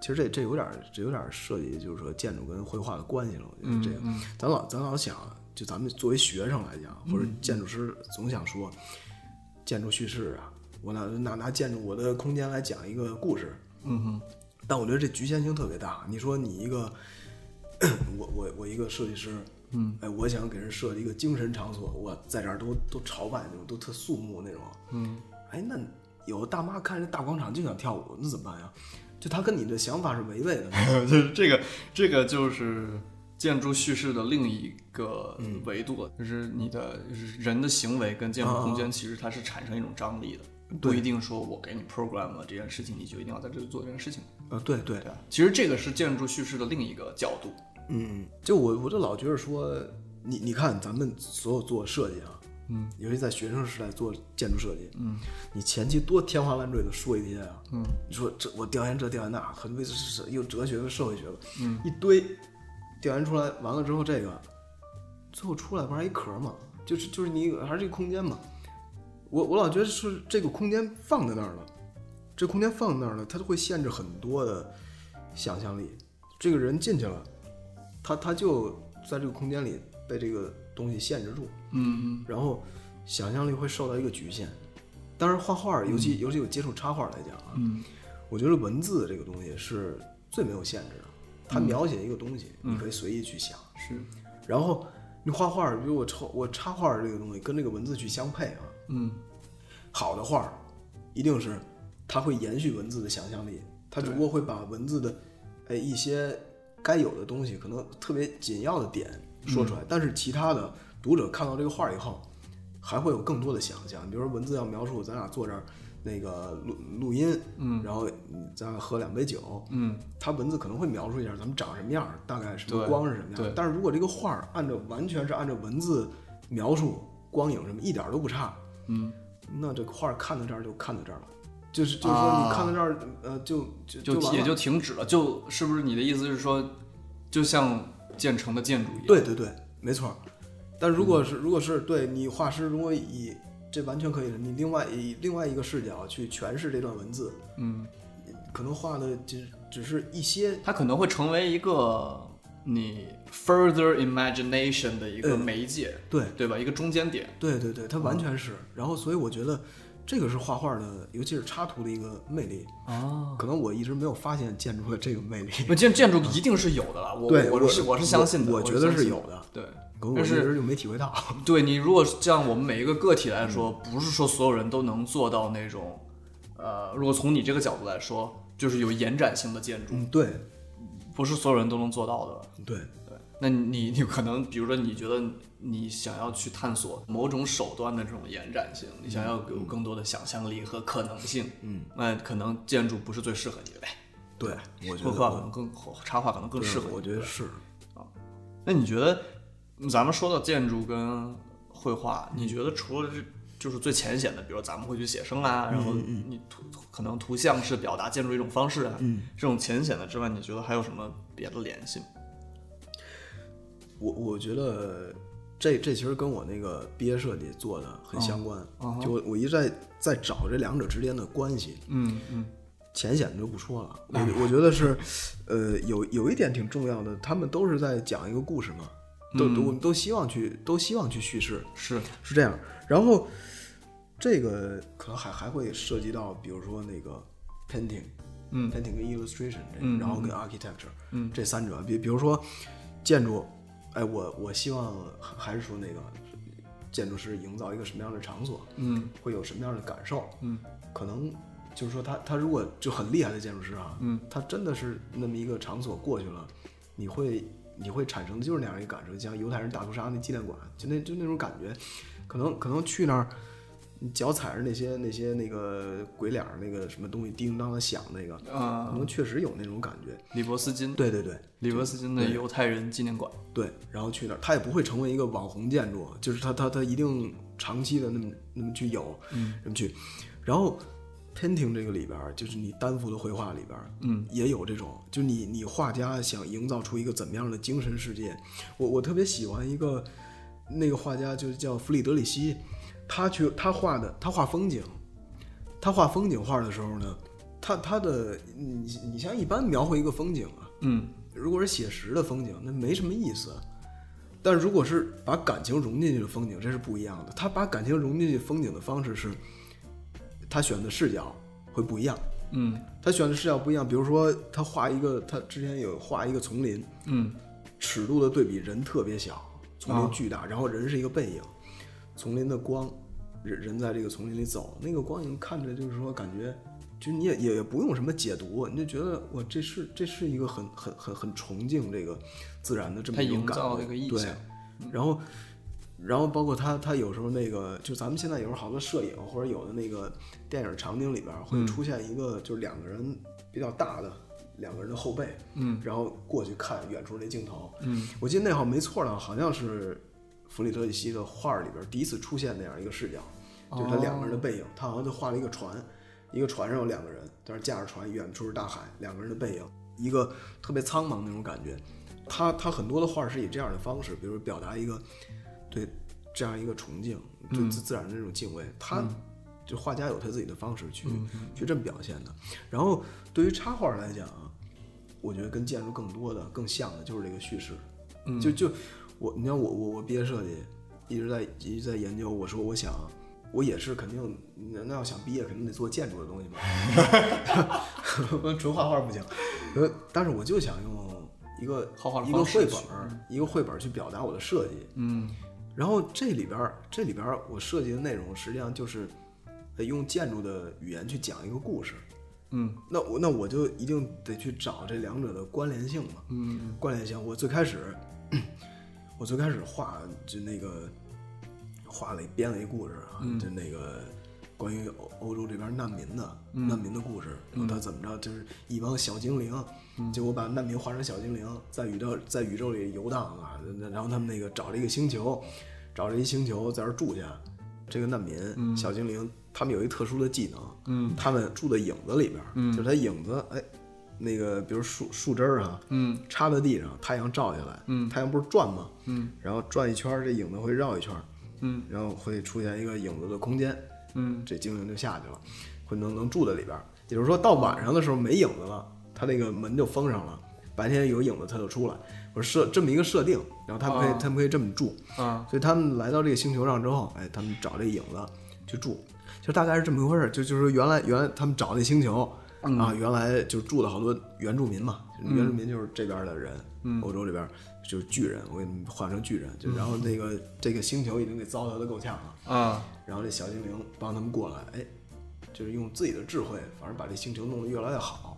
[SPEAKER 1] 其实这这有点儿这有点儿涉及就是说建筑跟绘画的关系了。我觉得这个，
[SPEAKER 2] 嗯
[SPEAKER 1] 咱老咱老想，就咱们作为学生来讲，或者
[SPEAKER 2] 嗯
[SPEAKER 1] 建筑师总想说，建筑叙事啊，我拿拿拿建筑我的空间来讲一个故事。
[SPEAKER 2] 嗯哼，
[SPEAKER 1] 但我觉得这局限性特别大。你说你一个，我我我一个设计师，嗯，哎，我想给人设计一个精神场所，我在这儿都都朝拜那种，都特肃穆那种，嗯，哎，那有的大妈看着大广场就想跳舞，那怎么办呀？就他跟你的想法是违背的。
[SPEAKER 2] 就是 这个，这个就是建筑叙事的另一个
[SPEAKER 1] 嗯
[SPEAKER 2] 维度了，就是你的就是人的行为跟建筑空
[SPEAKER 1] 啊
[SPEAKER 2] 间其实它是产生一种张力的，不一定说我给你 program 了这件事情，你就一定要在这里做这件事情，
[SPEAKER 1] 呃，对对
[SPEAKER 2] 对，吧？其实这个是建筑叙事的另一个角度，
[SPEAKER 1] 嗯，就我我就老觉得说，你你看咱们所有做设计啊，嗯，尤其在学生时代做建筑设计，嗯，你前期多天花乱坠的说一些啊，嗯，你说这我调研这调研那，很多是是又哲学又社会学的，嗯，一堆调研出来完了之后，这个最后出来不是还一壳嘛，就是就是你还是一个空间嘛，我我老觉得是这个空间放在那儿了，这空间放在那儿了，它就会限制很多的想象力，这个人进去了。他他就在这个空间里被这个东西限制住，
[SPEAKER 2] 嗯
[SPEAKER 1] 然后想象力会受到一个局限。当然，画画，尤其、尤其有接触插画来讲啊，
[SPEAKER 2] 嗯
[SPEAKER 1] 我觉得文字这个东西是最没有限制的。它描写一个东西，你可以随意去想。
[SPEAKER 2] 是，
[SPEAKER 1] 然后你画画，比如我抽我插画这个东西跟这个文字去相配啊，
[SPEAKER 2] 嗯
[SPEAKER 1] 好的画，一定是它会延续文字的想象力，它只不过会把文字的，哎一些该有的东西，可能特别紧要的点说
[SPEAKER 2] 嗯
[SPEAKER 1] 出来，但是其他的读者看到这个画以后，还会有更多的想象。比如说文字要描述咱俩坐这儿那个录录音，嗯，然后咱俩喝两杯酒，
[SPEAKER 2] 嗯，
[SPEAKER 1] 它文字可能会描述一下咱们长什么样儿，大概什么
[SPEAKER 2] 对
[SPEAKER 1] 光是什么样儿
[SPEAKER 2] 对。
[SPEAKER 1] 但是如果这个画儿按照完全是按照文字描述，光影什么一点儿都不差，
[SPEAKER 2] 嗯，
[SPEAKER 1] 那这画儿看到这儿就看到这儿了，就是就是说你看到这儿，呃，就就
[SPEAKER 2] 啊就
[SPEAKER 1] 完了
[SPEAKER 2] 也就停止了，就是不是你的意思是说，就像建成的建筑一样，
[SPEAKER 1] 对对对，没错儿。但如果
[SPEAKER 2] 嗯
[SPEAKER 1] 是、如果是对你画师，如果以这完全可以的，你另外以另外一个视角去诠释这段文字，
[SPEAKER 2] 嗯，
[SPEAKER 1] 可能画的只只是一些
[SPEAKER 2] 它可能会成为一个你 further imagination 的一个
[SPEAKER 1] 嗯
[SPEAKER 2] 媒介，
[SPEAKER 1] 对
[SPEAKER 2] 对吧？一个中间点。
[SPEAKER 1] 对对对，它
[SPEAKER 2] 嗯
[SPEAKER 1] 完全是。然后，所以我觉得这个是画画的，尤其是插图的一个魅力。
[SPEAKER 2] 哦，
[SPEAKER 1] 可能我一直没有发现建筑的这个魅力。
[SPEAKER 2] 不建建筑一定是有的啦，我
[SPEAKER 1] 对
[SPEAKER 2] 我
[SPEAKER 1] 我
[SPEAKER 2] 是我是相信的，
[SPEAKER 1] 我
[SPEAKER 2] 我
[SPEAKER 1] 觉得
[SPEAKER 2] 相信
[SPEAKER 1] 是有的
[SPEAKER 2] 对，
[SPEAKER 1] 可能我
[SPEAKER 2] 但
[SPEAKER 1] 一
[SPEAKER 2] 是
[SPEAKER 1] 直就没体会到。
[SPEAKER 2] 对你如果像我们每一个个体来说，
[SPEAKER 1] 嗯
[SPEAKER 2] 不是说所有人都能做到那种，呃，如果从你这个角度来说，就是有延展性的建筑，
[SPEAKER 1] 嗯，对
[SPEAKER 2] 不是所有人都能做到的。
[SPEAKER 1] 对，
[SPEAKER 2] 对，那你 你可能比如说你觉得你想要去探索某种手段的这种延展性，你想要有更多的想象力和可能性，
[SPEAKER 1] 嗯，
[SPEAKER 2] 那可能建筑不是最适合你的呗，
[SPEAKER 1] 对，我觉
[SPEAKER 2] 绘
[SPEAKER 1] 得
[SPEAKER 2] 画可能更插画可能更
[SPEAKER 1] 对
[SPEAKER 2] 适合你
[SPEAKER 1] 我觉得是。
[SPEAKER 2] 那你觉得，嗯咱们说到建筑跟绘画，你觉得除了这就是最浅显的，比如咱们会去写生
[SPEAKER 1] 嗯
[SPEAKER 2] 啊，然后你图可能图像是表达建筑一种方式啊，
[SPEAKER 1] 嗯
[SPEAKER 2] 这种浅显的之外，你觉得还有什么别的联系吗？
[SPEAKER 1] 嗯我我觉得这这其实跟我那个毕业设计做的很相关，就我我一直在在找这两者之间的关系。
[SPEAKER 2] 嗯嗯
[SPEAKER 1] 浅显的就不说了，我我觉得是，呃，有有一点挺重要的，他们都是在讲一个故事嘛，都、都我们都希望去都希望去叙事，
[SPEAKER 2] 是
[SPEAKER 1] 是这样。然后这个可能还还会涉及到，比如说那个 painting，
[SPEAKER 2] 嗯
[SPEAKER 1] ，painting 跟 illustration，这个、
[SPEAKER 2] 嗯
[SPEAKER 1] 然后跟 architecture，嗯，这三者，比比如说建筑，哎，我我希望还还是说那个建筑师营造一个什么样的场所，
[SPEAKER 2] 嗯
[SPEAKER 1] 会有什么样的感受，
[SPEAKER 2] 嗯，
[SPEAKER 1] 可能。就是说他，他如果就很厉害的建筑师啊，
[SPEAKER 2] 嗯，
[SPEAKER 1] 他真的是那么一个场所过去了，你会你会产生就是那样一个感受，像犹太人大屠杀那纪念馆，就那就那种感觉，可能可能去那儿，你脚踩着那些那些那个鬼脸儿那个什么东西叮叮当的响那个，可
[SPEAKER 2] 啊、
[SPEAKER 1] 能确实有那种感觉。
[SPEAKER 2] 李伯斯金，
[SPEAKER 1] 嗯对对对
[SPEAKER 2] 李伯斯金的犹太人纪念馆，
[SPEAKER 1] 对，然后去那儿，它也不会成为一个网红建筑，就是它它它一定长期的那么那么去有，嗯，那么去，然后 painting 这个里边儿，就是你单幅的绘画里边，嗯，也有这种，就你你画家想营造出一个怎么样的精神世界，我我特别喜欢一个那个画家，就是叫弗里德里希，他去他画的他画风景，他画风景画的时候呢，它它的你你像一般描绘一个风景啊，
[SPEAKER 2] 嗯，
[SPEAKER 1] 如果是写实的风景，那没什么意思。啊但如果是把感情融进去的风景，这是不一样的。他把感情融进去风景的方式是，他选的视角会不一样。
[SPEAKER 2] 嗯
[SPEAKER 1] 他选的视角不一样，比如说他画一个，他之前有画一个丛林，
[SPEAKER 2] 嗯
[SPEAKER 1] 尺度的对比，人特别小，丛
[SPEAKER 2] 啊
[SPEAKER 1] 林巨大，然后人是一个背影，丛林的光，人人在这个丛林里走，那个光影看着就是说感觉，就你也也也不用什么解读，你就觉得我这是这是一个很很很很崇敬这个自然的这么
[SPEAKER 2] 他
[SPEAKER 1] 一种
[SPEAKER 2] 营
[SPEAKER 1] 感
[SPEAKER 2] 造
[SPEAKER 1] 觉，
[SPEAKER 2] 了一个意
[SPEAKER 1] 对
[SPEAKER 2] 象，
[SPEAKER 1] 然后。然后包括他，他有时候那个，就咱们现在有时候好多摄影或者有的那个电影场景里边儿会出现一个，就是两个人比较大的两个人的后背，
[SPEAKER 2] 嗯，
[SPEAKER 1] 然后过去看远处那镜头，
[SPEAKER 2] 嗯，
[SPEAKER 1] 我记得那好像没错了，好像是弗里特里希的画儿里边儿第一次出现那样一个视角，
[SPEAKER 2] 哦
[SPEAKER 1] 就是他两个人的背影，他好像就画了一个船，一个船上有两个人，但是驾着船，远处是大海，两个人的背影，一个特别苍茫那种感觉。他他很多的画儿是以这样的方式，比如表达一个对这样一个崇敬，对自自然的这种敬畏，他就画家有他自己的方式去、去这么表现的。然后对于插画来讲啊，我觉得跟建筑更多的、更像的就是这个叙事。嗯，就就我，你看我我我毕业设计一直在一直在研究，我说我想。我也是，肯定，那那要想毕业，肯定得做建筑的东西嘛， 纯画画不行。呃，但是我就想用一个
[SPEAKER 2] 画画的
[SPEAKER 1] 一个
[SPEAKER 2] 方式
[SPEAKER 1] 绘本
[SPEAKER 2] 去
[SPEAKER 1] 儿，一个绘本儿去表达我的设计。
[SPEAKER 2] 嗯
[SPEAKER 1] 然后这里边儿这里边儿我设计的内容实际上就是呃用建筑的语言去讲一个故事。
[SPEAKER 2] 嗯
[SPEAKER 1] 那我那我就一定得去找这两者的关联性嘛。
[SPEAKER 2] 嗯
[SPEAKER 1] 关联性，我最开始我最开始画就那个画了一编了一故事啊，就那个关于欧欧洲这边难民的、难民的故事，然后他怎么着，就是一帮小精灵，结果把难民画成小精灵，在宇宙在宇宙里游荡啊，然后他们那个找了一个星球，找了一星球在这儿住下。这个难民、小精灵，他们有一特殊的技能，
[SPEAKER 2] 嗯，
[SPEAKER 1] 他们住在影子里边儿，就是他影子，哎，那个比如树树枝儿啊，
[SPEAKER 2] 嗯，
[SPEAKER 1] 插在地上，太阳照下来，嗯，太阳不是转吗？嗯，然后转一圈儿，这影子会绕一圈，
[SPEAKER 2] 嗯，
[SPEAKER 1] 然后会出现一个影子的空间，
[SPEAKER 2] 嗯，
[SPEAKER 1] 这精灵就下去了，会能能住在里边儿。也就是说，到晚上的时候没影子了，它那个门就封上了，白天有影子它就出来。我设这么一个设定，然后他们可以、他们可以这么住，
[SPEAKER 2] 啊
[SPEAKER 1] 所以他们来到这个星球上之后，哎，他们找这影子去住，就大概是这么一回事儿。就就是原来原来他们找那星球、啊，原来就住了好多原住民嘛，原住民就是这边的人，欧洲这边就是巨人，我给你们换成巨人，就然后那个、这个星球已经给糟蹋的够呛了，
[SPEAKER 2] 啊
[SPEAKER 1] 然后这小精灵帮他们过来，哎，就是用自己的智慧，反正把这星球弄得越来越好。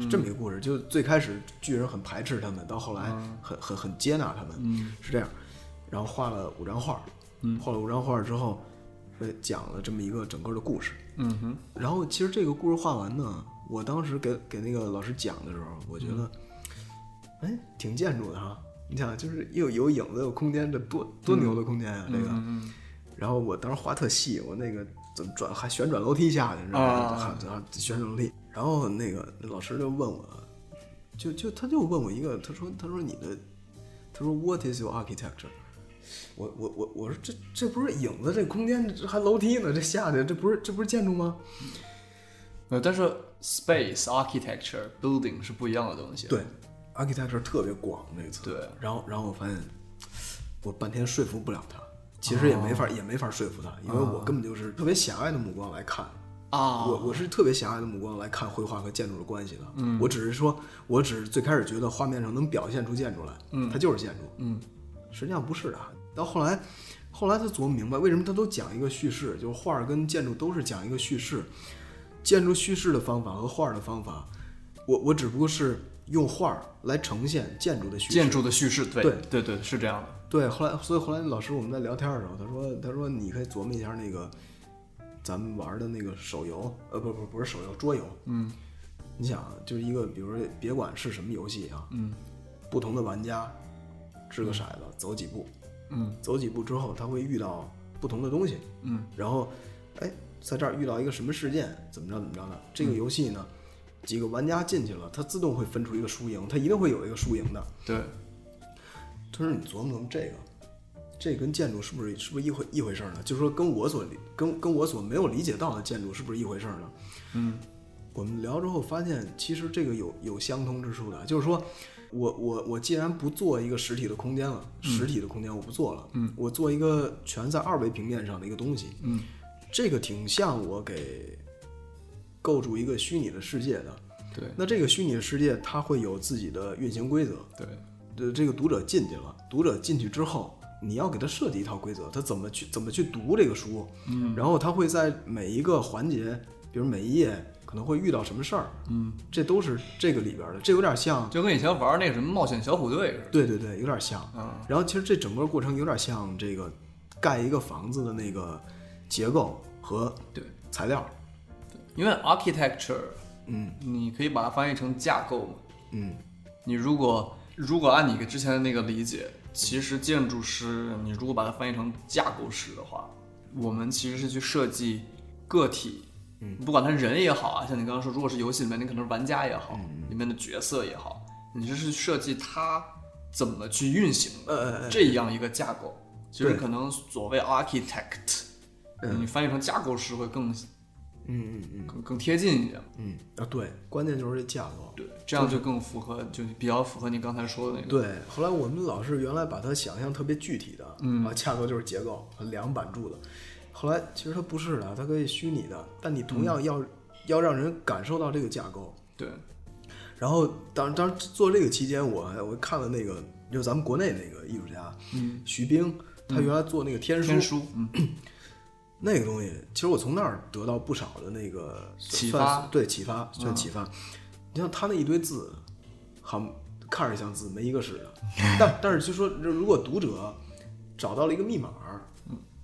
[SPEAKER 1] 是这么一个故事，就最开始巨人很排斥他们，到后来很、很很接纳他们，是这样。然后画了五张画，画了五张画之后，呃，讲了这么一个整个的故事。
[SPEAKER 2] 嗯哼
[SPEAKER 1] 然后其实这个故事画完呢，我当时给给那个老师讲的时候，我觉得，哎，挺建筑的哈。你想，就是又有影子，有空间，这多多牛的空间啊！这
[SPEAKER 2] 嗯
[SPEAKER 1] 个，然后我当时画特细，我那个怎么转还旋转楼梯下去，你知道吗？
[SPEAKER 2] 啊
[SPEAKER 1] 然后旋转楼梯，然后那个那老师就问我，就就他就问我一个，他说他说你的，他说 What is your architecture？我我我我说这这不是影子，这空间这还楼梯呢，这下去这不是这不是建筑吗？
[SPEAKER 2] 呃，但是 space architecture building 是不一样的东西。
[SPEAKER 1] 对，architecture 特别广那词。
[SPEAKER 2] 对，
[SPEAKER 1] 然后然后我发现我半天说服不了他，其实也没法、也没法说服他，因为我根本就是特别狭隘的目光来看。
[SPEAKER 2] 啊，
[SPEAKER 1] 我我是特别狭隘的目光来看绘画和建筑的关系的，嗯，我只是说，我只是最开始觉得画面上能表现出建筑来，嗯，它就是建筑，
[SPEAKER 2] 嗯，
[SPEAKER 1] 实际上不是的。到后来，后来他琢磨明白为什么他都讲一个叙事，就是画儿跟建筑都是讲一个叙事，建筑叙事的方法和画儿的方法，我我只不过是用画儿来呈现建筑的叙事，
[SPEAKER 2] 建筑的叙事，对
[SPEAKER 1] 对
[SPEAKER 2] 对对，是这样的。
[SPEAKER 1] 对，后来所以后来老师我们在聊天的时候，他说他说你可以琢磨一下那个咱们玩的那个手游，呃不不不是手游，桌游，嗯，你想就是一个比如说别管是什么游戏啊，
[SPEAKER 2] 嗯，
[SPEAKER 1] 不同的玩家掷个骰子走几步，
[SPEAKER 2] 嗯，
[SPEAKER 1] 走几步之后他会遇到不同的东西，
[SPEAKER 2] 嗯，
[SPEAKER 1] 然后哎在这儿遇到一个什么事件，怎么着怎么着的，这个游戏呢。几个玩家进去了，它自动会分出一个输赢，它一定会有一个输赢的。
[SPEAKER 2] 对，
[SPEAKER 1] 他说：“你琢磨琢磨这个，这跟建筑是不是是不是一回一回事儿呢？就是说跟我所理跟跟我所没有理解到的建筑是不是一回事儿呢？”嗯，我们聊之后发现，其实这个有有相通之处的，就是说我我我既然不做一个实体的空间了，实体的空间我不做了，嗯，我做一个全在二维平面上的一个东西，
[SPEAKER 2] 嗯，
[SPEAKER 1] 这个挺像我给构筑一个虚拟的世界的。
[SPEAKER 2] 对
[SPEAKER 1] 那这个虚拟的世界，它会有自己的运行规则，
[SPEAKER 2] 对
[SPEAKER 1] 呃，这个读者进去了，读者进去之后，你要给他设计一套规则，他怎么去怎么去读这个书，嗯，然后他会在每一个环节，比如每一页可能会遇到什么事儿，嗯，这都是这个里边的，这有点像，
[SPEAKER 2] 就跟以前玩那个什么冒险小虎队似的。
[SPEAKER 1] 对对对，有点像。
[SPEAKER 2] 嗯
[SPEAKER 1] 然后其实这整个过程有点像这个盖一个房子的那个结构和
[SPEAKER 2] 对，
[SPEAKER 1] 材料，
[SPEAKER 2] 因为 architecture，
[SPEAKER 1] 嗯
[SPEAKER 2] 你可以把它翻译成架构嘛。
[SPEAKER 1] 嗯，
[SPEAKER 2] 你如果如果按你之前的那个理解，其实建筑师，你如果把它翻译成架构师的话，我们其实是去设计个体，
[SPEAKER 1] 嗯
[SPEAKER 2] 不管他人也好啊，像你刚刚说，如果是游戏里面，你可能是玩家也
[SPEAKER 1] 嗯
[SPEAKER 2] 好，里面的角色也好，你就是设计他怎么去运行的
[SPEAKER 1] 呃呃呃，
[SPEAKER 2] 这样一个架构。其实
[SPEAKER 1] 对
[SPEAKER 2] 可能所谓 architect，、
[SPEAKER 1] 嗯
[SPEAKER 2] 你翻译成架构师会更
[SPEAKER 1] 嗯嗯嗯
[SPEAKER 2] 更更贴近一点。
[SPEAKER 1] 嗯啊，对，关键就是这架构，
[SPEAKER 2] 对，这样就更符合，就比较符合你刚才说的那个。
[SPEAKER 1] 对，后来我们老是原来把它想象特别具体的，嗯啊，架构就是结构，梁板柱的。后来其实它不是的，它可以虚拟的，但你同样要、要让人感受到这个架构。
[SPEAKER 2] 对，
[SPEAKER 1] 然后当当做这个期间我，我看了那个，就是咱们国内那个艺术家，嗯，徐冰，他原来做那个天书，
[SPEAKER 2] 天书，嗯，
[SPEAKER 1] 那个东西，其实我从那儿得到不少的那个
[SPEAKER 2] 启
[SPEAKER 1] 算是
[SPEAKER 2] 发嗯
[SPEAKER 1] 对启发算启发。你像他那一堆字，好像看着像字，没一个是的。但但是就说，如果读者找到了一个密码，
[SPEAKER 2] 嗯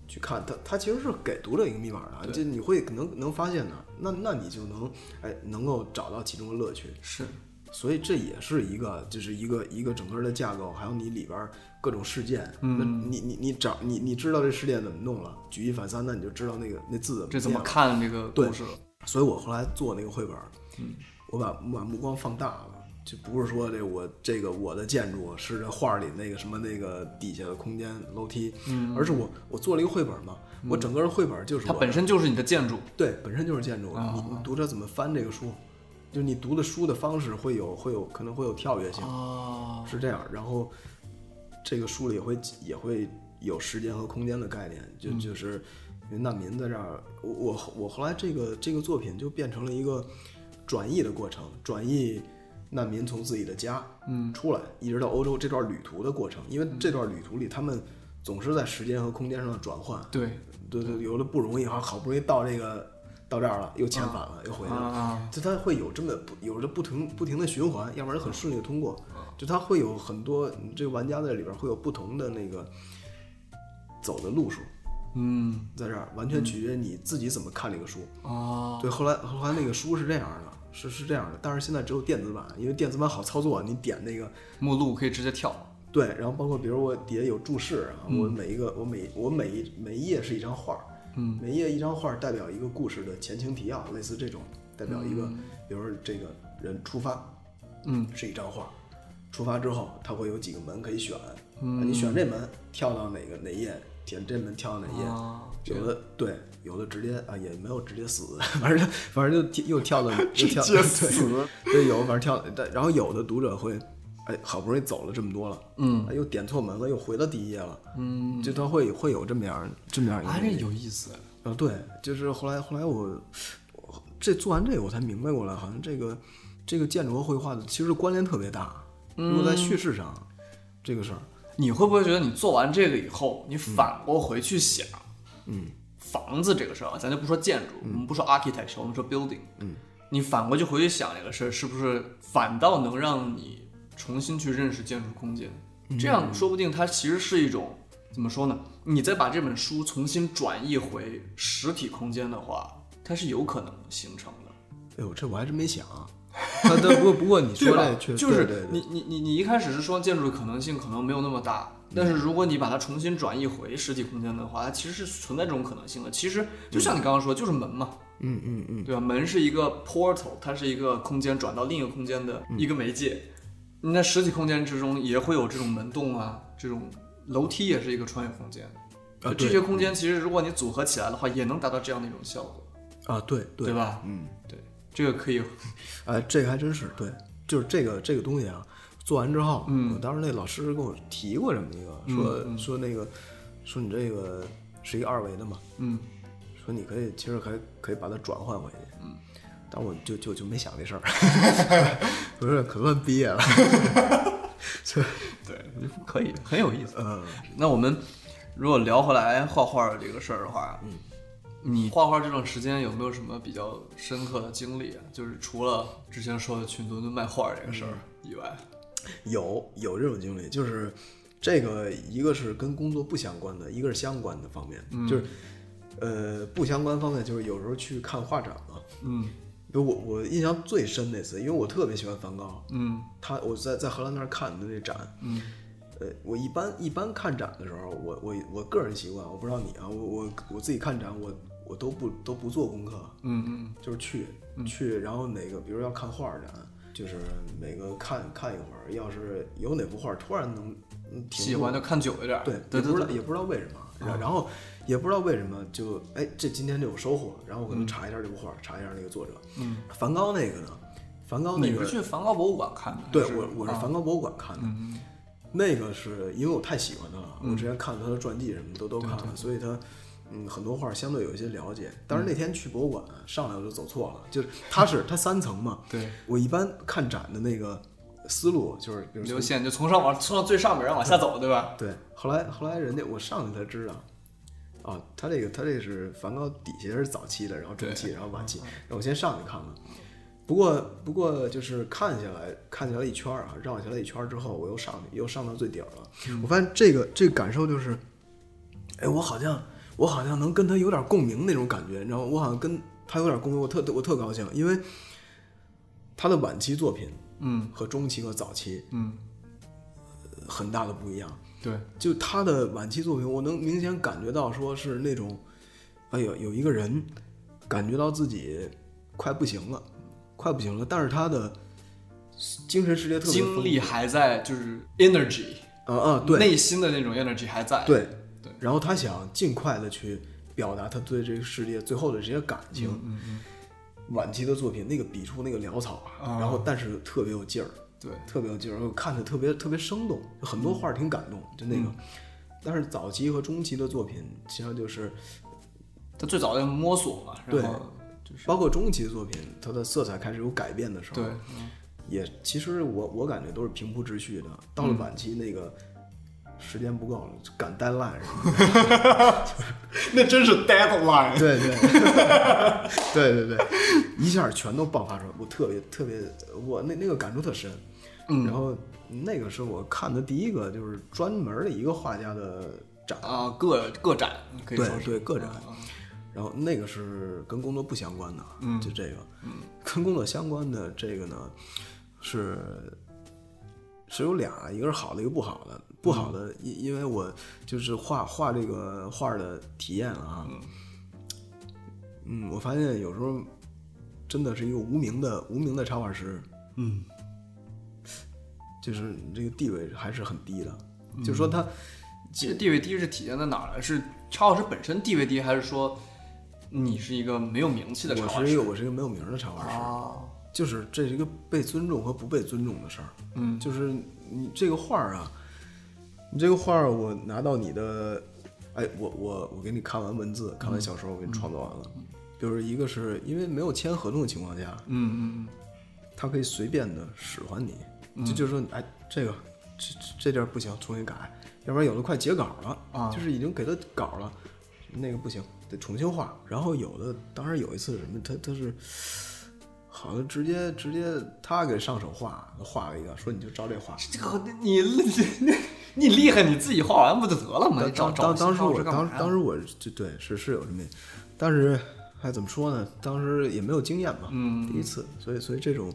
[SPEAKER 1] 去看他，他其实是给读者一个密码的，啊就你会能能发现的，那那你就能哎能够找到其中的乐趣。
[SPEAKER 2] 是，
[SPEAKER 1] 所以这也是一个，就是一个一个整个的架构，还有你里边儿各种事件，那
[SPEAKER 2] 嗯
[SPEAKER 1] 你你你找你你知道这事件怎么弄了，举一反三，那你就知道那个那字怎么
[SPEAKER 2] 这怎么
[SPEAKER 1] 念了。
[SPEAKER 2] 看这个故事了？
[SPEAKER 1] 所以我后来做那个绘本儿，
[SPEAKER 2] 嗯
[SPEAKER 1] 我把我把目光放大了，就不是说这我这个我的建筑是这画里那个什么那个底下的空间楼梯，而是我我做了一个绘本儿嘛，我整个的绘本儿就是
[SPEAKER 2] 嗯它
[SPEAKER 1] 我
[SPEAKER 2] 本身就是你的建筑，
[SPEAKER 1] 对，本身就是建筑。
[SPEAKER 2] 啊
[SPEAKER 1] 你你读者怎么翻这个书，就是你读的书的方式会有会有可能会有跳跃性，
[SPEAKER 2] 哦，
[SPEAKER 1] 是这样。然后这个书里也会也会有时间和空间的概念，就就是因为难民在这儿，我我我后来这个这个作品就变成了一个转译的过程，转译难民从自己的家嗯出来，一直到欧洲这段旅途的过程，因为这段旅途里他们总是在时间和空间上的转换，
[SPEAKER 2] 对，
[SPEAKER 1] 对对，有的不容易，好好不容易到这个到这儿了，又遣返了，又回去了，
[SPEAKER 2] 啊
[SPEAKER 1] 就它会有这么不有着不停不停的循环，要不然很顺利的通过，就它会有很多这个玩家在里边会有不同的那个走的路数，
[SPEAKER 2] 嗯，
[SPEAKER 1] 在这儿完全取决于你自己怎么看这个书。
[SPEAKER 2] 哦，
[SPEAKER 1] 对，后来后来那个书是这样的，是是这样的，但是现在只有电子版，因为电子版好操作，你点那个
[SPEAKER 2] 目录可以直接跳，
[SPEAKER 1] 对，然后包括比如我底下有注释啊，我每一个我每我每一每一页是一张画儿，
[SPEAKER 2] 嗯，
[SPEAKER 1] 每一页一张画儿代表一个故事的前情提要，类似这种，代表一个，比如说这个人出发
[SPEAKER 2] 嗯，
[SPEAKER 1] 是一张画儿，出发之后它会有几个门可以选，嗯，你选这门跳到哪个哪页，点这门跳到哪页，
[SPEAKER 2] 啊，
[SPEAKER 1] 有的对，有的直接啊也没有直接死，反正反正就跳又跳 的又跳
[SPEAKER 3] 直接死，
[SPEAKER 1] 对对有反正跳，但然后有的读者会，哎，好不容易走了这么多了，
[SPEAKER 2] 嗯
[SPEAKER 1] 哎，又点错门了，又回到第一页了，
[SPEAKER 2] 嗯，
[SPEAKER 1] 就他会会有这么样这么样一个
[SPEAKER 2] 还
[SPEAKER 1] 东
[SPEAKER 2] 是
[SPEAKER 1] 西
[SPEAKER 2] 有意思，
[SPEAKER 1] 啊，对，就是后来后来我我这做完这个我才明白过来，好像这个这个建筑和绘画的其实关联特别大，
[SPEAKER 2] 嗯
[SPEAKER 1] 如果在叙事上、这个事儿，
[SPEAKER 2] 你会不会觉得你做完这个以后，你反过回去想，
[SPEAKER 1] 嗯，
[SPEAKER 2] 房子这个事儿啊，咱就不说建筑，我们不说 architecture，我们说 building，
[SPEAKER 1] 嗯，
[SPEAKER 2] 你反过去回去想这个事儿，是不是反倒能让你重新去认识建筑空间？
[SPEAKER 1] 嗯
[SPEAKER 2] 这样说不定它其实是一种怎么说呢？你再把这本书重新转译回实体空间的话，它是有可能形成的。
[SPEAKER 1] 哎呦，这我还真没想、啊。 但但不过不过你
[SPEAKER 2] 对
[SPEAKER 1] 说
[SPEAKER 2] 吧
[SPEAKER 1] 这？确实
[SPEAKER 2] 就
[SPEAKER 1] 对对
[SPEAKER 2] 是
[SPEAKER 1] 对
[SPEAKER 2] 你你你你一开始是说建筑的可能性可能没有那么大，
[SPEAKER 1] 嗯
[SPEAKER 2] 但是如果你把它重新转译回实体空间的话，它其实是存在这种可能性的。其实就像你刚刚说，就是门嘛，
[SPEAKER 1] 嗯嗯嗯，
[SPEAKER 2] 对吧？门是一个 portal，它是一个空间转到另一个空间
[SPEAKER 1] 嗯
[SPEAKER 2] 的一个媒介。那实体空间之中也会有这种门洞啊，这种楼梯也是一个穿越空间。
[SPEAKER 1] 啊
[SPEAKER 2] 这
[SPEAKER 1] 对
[SPEAKER 2] 些空间其实如果你组合起来的话，也能达到这样的一种效果，
[SPEAKER 1] 啊，对
[SPEAKER 2] 对吧？
[SPEAKER 1] 嗯，
[SPEAKER 2] 对，这个可以，
[SPEAKER 1] 哎，这个还真是对，就是这个这个东西啊，做完之后，我当时那老师跟我提过这么一个，说、说那个，说你这个是一个二维的嘛，
[SPEAKER 2] 嗯，
[SPEAKER 1] 说你可以其实可以可以把它转换回去，嗯，但我就就就没想这事儿， 我说可算毕业了，
[SPEAKER 2] 对，可以，很有意思。
[SPEAKER 1] 嗯，
[SPEAKER 2] 那我们如果聊回来画画这个事儿的话，嗯，你画画这段时间有没有什么比较深刻的经历啊？就是除了之前说的去伦敦卖画这个事儿以外，
[SPEAKER 1] 有有这种经历，就是这个一个是跟工作不相关的，一个是相关的方面，就是呃不相关方面就是有时候去看画展嘛，
[SPEAKER 2] 嗯
[SPEAKER 1] 因为我我印象最深那次，因为我特别喜欢梵高，
[SPEAKER 2] 嗯
[SPEAKER 1] 他我在在荷兰那儿看的那展，
[SPEAKER 2] 嗯
[SPEAKER 1] 呃，我一般一般看展的时候，我我我个人习惯，我不知道你啊，我我我自己看展，我我都不都不做功课，
[SPEAKER 2] 嗯嗯
[SPEAKER 1] 就是去、去，然后哪个，比如要看画展，就是每个看看一会儿，要是有哪幅画突然能嗯
[SPEAKER 2] 嗯，
[SPEAKER 1] 挺
[SPEAKER 2] 喜欢就看久一点儿，
[SPEAKER 1] 对，
[SPEAKER 2] 对
[SPEAKER 1] 也不知
[SPEAKER 2] 对嗯
[SPEAKER 1] 道也不知道为什么，然然后也不知道为什么就哎这今天就有收获，然后我可能查一下这幅画，查一下那个作者，
[SPEAKER 2] 嗯，
[SPEAKER 1] 梵高那个呢，梵高那
[SPEAKER 2] 你
[SPEAKER 1] 个
[SPEAKER 2] 是去梵高博物馆看的？
[SPEAKER 1] 对
[SPEAKER 2] 还是
[SPEAKER 1] 我我是
[SPEAKER 2] 啊
[SPEAKER 1] 梵高博物馆看的，
[SPEAKER 2] 嗯
[SPEAKER 1] 那个是因为我太喜欢他了，我之前看他的传记什么都都看了，所以他嗯很多画相对有一些了解。但
[SPEAKER 2] 嗯
[SPEAKER 1] 是那天去博物馆上来我就走错了，就是他是他三层嘛，
[SPEAKER 2] 对，
[SPEAKER 1] 我一般看展的那个思路就是比如
[SPEAKER 2] 流
[SPEAKER 1] 说
[SPEAKER 2] 线就从上往从最上面然后往下走，对吧？
[SPEAKER 1] 对，后来后来人家我上去才知道。啊，他这个他这是梵高底下是早期的，然后中期，然后晚期。那我先上去看看。不过不过就是看下来看下来一圈儿啊，绕下来一圈儿之后，我又上去又上到最顶儿了。我发现这个这个感受就是，哎，我好像我好像能跟他有点共鸣那种感觉，你知道吗？我好像跟他有点共鸣，我特我特高兴，因为他的晚期作品
[SPEAKER 2] 嗯
[SPEAKER 1] 和中期和早期
[SPEAKER 2] 嗯，
[SPEAKER 1] 很大的不一样。
[SPEAKER 2] 对，
[SPEAKER 1] 就他的晚期作品，我能明显感觉到，说是那种，哎呦，有一个人感觉到自己快不行了，快不行了，但是他的精神世界特别丰
[SPEAKER 2] 精力还在，就是 energy，
[SPEAKER 1] 啊啊，对
[SPEAKER 2] 内心的那种 energy 还在，
[SPEAKER 1] 对
[SPEAKER 2] 对
[SPEAKER 1] 然后他想尽快的去表达他对这个世界最后的这些感情。
[SPEAKER 2] 嗯嗯，
[SPEAKER 1] 晚期的作品那个笔触那个潦草啊，然后但是特别有劲儿，
[SPEAKER 2] 对，
[SPEAKER 1] 特别有劲儿，我看着特别特别生动，就很多画儿挺感动，就那个。但是早期和中期的作品，其实就是
[SPEAKER 2] 他最早在摸索嘛，
[SPEAKER 1] 对
[SPEAKER 2] 然后就是
[SPEAKER 1] 包括中期的作品，它的色彩开始有改变的时候，
[SPEAKER 2] 对，
[SPEAKER 1] 也其实我我感觉都是平铺直叙的。到了晚期那个时间不够了，就赶呆烂什么
[SPEAKER 3] 那真是 deadline
[SPEAKER 1] 的，。 对 对对对对，一下全都爆发出来，我特别特别，我那那个感触特深。
[SPEAKER 2] 嗯
[SPEAKER 1] 然后那个是我看的第一个，就是专门的一个画家的展，
[SPEAKER 2] 啊，个个展可以
[SPEAKER 1] 对
[SPEAKER 2] 说是
[SPEAKER 1] 对个展
[SPEAKER 2] 啊啊
[SPEAKER 1] 然后那个是跟工作不相关的，嗯，就这个，嗯，跟工作相关的这个呢，是是有俩，一个是好的，一个不好的。不好
[SPEAKER 2] 嗯
[SPEAKER 1] 的，因因为我就是画画这个画儿的体验啊，嗯，我发现有时候真的是一个无名的无名的插画师，
[SPEAKER 3] 嗯，
[SPEAKER 1] 就是你这个地位还是很低的，
[SPEAKER 2] 嗯
[SPEAKER 1] 就是说他
[SPEAKER 2] 这个地位低是体现在哪儿呢？是插画师本身地位低，还是说你是一个没有名气的插
[SPEAKER 1] 我
[SPEAKER 2] 画
[SPEAKER 1] 是一
[SPEAKER 2] 师？
[SPEAKER 1] 个我是一个没有名儿的插画师，
[SPEAKER 3] 哦
[SPEAKER 2] 啊，
[SPEAKER 1] 就是这是一个被尊重和不被尊重的事儿。
[SPEAKER 2] 嗯，
[SPEAKER 1] 就是你这个画儿啊，你这个画儿我拿到你的，哎，我我我给你看完文字，看完小说，我给你创作完了。就是一个是因为没有签合同的情况下，
[SPEAKER 2] 嗯嗯
[SPEAKER 1] 他可以随便的使唤你，就就是说，哎，这个这这地儿不行，重新改，要不然有的快截稿了，
[SPEAKER 2] 啊
[SPEAKER 1] 就是已经给他稿了，那个不行，得重新画。然后有的，当时有一次什么，他他是好像直接直接他给上手画，画了一个，说你就照这画。
[SPEAKER 2] 嗯，这个 你你你厉害，你自己画完不就得了吗？你找
[SPEAKER 1] 当当
[SPEAKER 2] 找
[SPEAKER 1] 当时我
[SPEAKER 2] 是干嘛
[SPEAKER 1] 当
[SPEAKER 2] 呀
[SPEAKER 1] 当时我就对是是有这么，但是哎怎么说呢？当时也没有经验嘛，
[SPEAKER 2] 嗯
[SPEAKER 1] 第一次，所以所以这种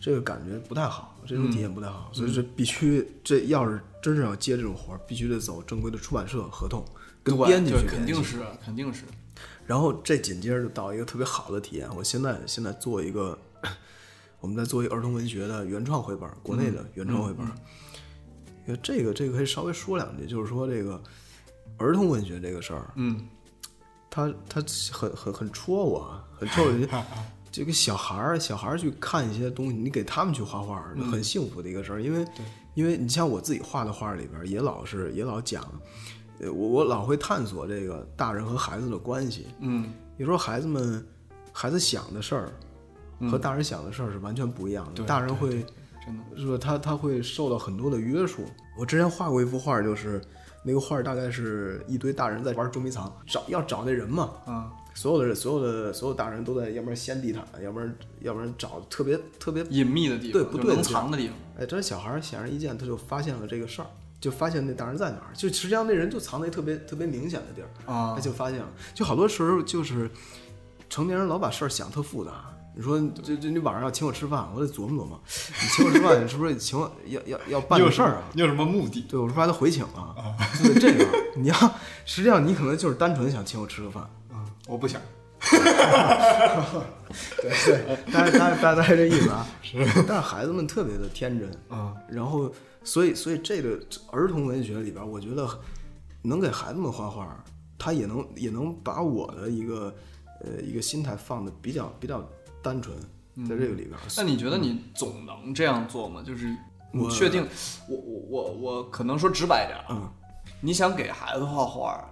[SPEAKER 1] 这个感觉不太好，这
[SPEAKER 2] 嗯
[SPEAKER 1] 种体验不太好，所以这必须这要是真是要接这种活儿，必须得走正规的出版社合同，跟
[SPEAKER 2] 对
[SPEAKER 1] 编辑
[SPEAKER 2] 对
[SPEAKER 1] 去
[SPEAKER 2] 肯
[SPEAKER 1] 联
[SPEAKER 2] 定
[SPEAKER 1] 系。
[SPEAKER 2] 是肯定是，
[SPEAKER 1] 然后这紧接着就到一个特别好的体验，我现在现在做一个， 我们在做一个儿童文学的原创绘本儿，国内的原创绘本儿。因为这个这个可以稍微说两句，就是说这个儿童文学这个事儿，
[SPEAKER 2] 嗯
[SPEAKER 1] 他他很很很戳我，啊，很戳我。这个小孩儿，小孩儿去看一些东西，你给他们去画画，很幸福的一个事儿。因为，因为你像我自己画的画里边儿，也老是也老讲，呃，我我老会探索这个大人和孩子的关系。
[SPEAKER 2] 嗯，
[SPEAKER 1] 有时候孩子们，孩子想的事儿和大人想的事儿是完全不一样的。
[SPEAKER 2] 嗯对
[SPEAKER 1] 大人
[SPEAKER 2] 对
[SPEAKER 1] 会
[SPEAKER 2] 真的，
[SPEAKER 1] 是吧？他他会受到很多的约束。我之前画过一幅画，就是那个画儿大概是一堆大人在玩捉迷藏，找要找那人嘛，
[SPEAKER 2] 嗯，
[SPEAKER 1] 所有的人，所有的所有大人都在，要不然掀地毯，要不然要不然找特别特别，
[SPEAKER 2] 隐秘的地方，
[SPEAKER 1] 对不对
[SPEAKER 2] 就能
[SPEAKER 1] 的地方
[SPEAKER 2] 藏的地方，
[SPEAKER 1] 哎，这小孩儿显而易见，他就发现了这个事儿，就发现那大人在哪儿，就实际上那人就藏在特别特别明显的地儿，
[SPEAKER 2] 啊
[SPEAKER 1] 他就发现了，就好多时候就是成年人老把事儿想特复杂。你说这这你晚上要请我吃饭，我得琢磨琢磨，你请我吃饭，你是不是得请我要要要办
[SPEAKER 3] 你
[SPEAKER 1] 个
[SPEAKER 3] 有
[SPEAKER 1] 事儿啊？？
[SPEAKER 3] 你有什么目的？
[SPEAKER 1] 对，我是怕他回请啊。对这个，你要实际上你可能就是单纯想请我吃个饭，
[SPEAKER 3] 我不想。
[SPEAKER 1] 对对，大概大概大概这意思啊。但是孩子们特别的天真
[SPEAKER 2] 啊，
[SPEAKER 1] 然后所以所以这个儿童文学里边，我觉得能给孩子们画画，他也能也能把我的一个呃一个心态放的比较比较单纯，
[SPEAKER 2] 嗯
[SPEAKER 1] 在这个里边。
[SPEAKER 2] 那你觉得你总能这样做吗？就是你
[SPEAKER 1] 我
[SPEAKER 2] 确定，我我我我可能说直白点，啊
[SPEAKER 1] 嗯，
[SPEAKER 2] 你想给孩子画画，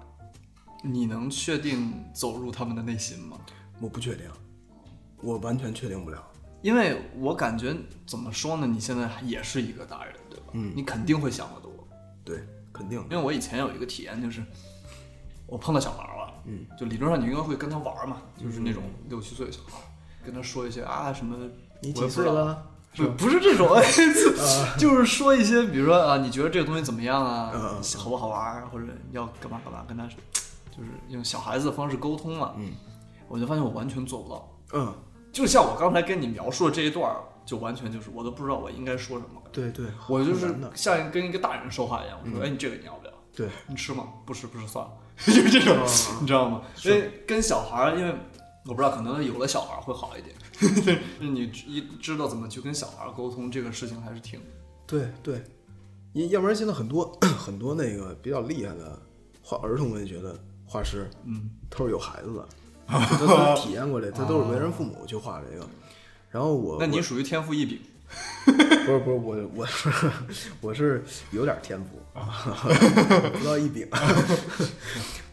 [SPEAKER 2] 你能确定走入他们的内心吗？
[SPEAKER 1] 我不确定，我完全确定不了。
[SPEAKER 2] 因为我感觉怎么说呢，你现在也是一个大人，对吧？
[SPEAKER 1] 嗯
[SPEAKER 2] 你肯定会想得多。
[SPEAKER 1] 对，肯定的。
[SPEAKER 2] 因为我以前有一个体验就是，我碰到小孩儿了，
[SPEAKER 1] 嗯，
[SPEAKER 2] 就理论上你应该会跟他玩儿嘛，就是那种六七岁的小孩儿，跟他说一些啊什么，
[SPEAKER 1] 你
[SPEAKER 2] 我
[SPEAKER 1] 几
[SPEAKER 2] 也不
[SPEAKER 1] 岁
[SPEAKER 2] 知道？
[SPEAKER 1] 了？
[SPEAKER 2] 不不是 这种，哎 就就是说一些，比如说啊，你觉得这个东西怎么样
[SPEAKER 1] 呃嗯
[SPEAKER 2] 啊
[SPEAKER 1] 嗯，嗯
[SPEAKER 2] 好不好玩儿，或者要干嘛干嘛，跟他就是用小孩子的方式沟通嘛。
[SPEAKER 1] 嗯，
[SPEAKER 2] 我就发现我完全做不到，
[SPEAKER 1] 嗯，
[SPEAKER 2] 就像我刚才跟你描述的这一段儿，就完全就是我都不知道我应该说什么，
[SPEAKER 1] 对对，
[SPEAKER 2] 我就
[SPEAKER 1] 很
[SPEAKER 2] 是
[SPEAKER 1] 难的嗯
[SPEAKER 2] 像跟一个大人说话一样，我说哎，你这个你要不要？
[SPEAKER 1] 对，嗯
[SPEAKER 2] 你吃吗？不吃，不吃算了， 就这种，你知道吗？所以跟小孩儿，因为我不知道，可能有了小孩儿会好一点， 就是你一知道怎么去跟小孩儿沟通这个事情，还是挺
[SPEAKER 1] 对对，要要不然现在很多很多那个比较厉害的画儿童文学的画师，
[SPEAKER 2] 嗯，
[SPEAKER 1] 都是有孩子的， 就他都是体验过这，他都是为人父母去画这个。然后我，
[SPEAKER 2] 那你属于天赋异禀，
[SPEAKER 1] 我不是不是我我是我是有点天赋，
[SPEAKER 2] 啊
[SPEAKER 1] 不到一饼。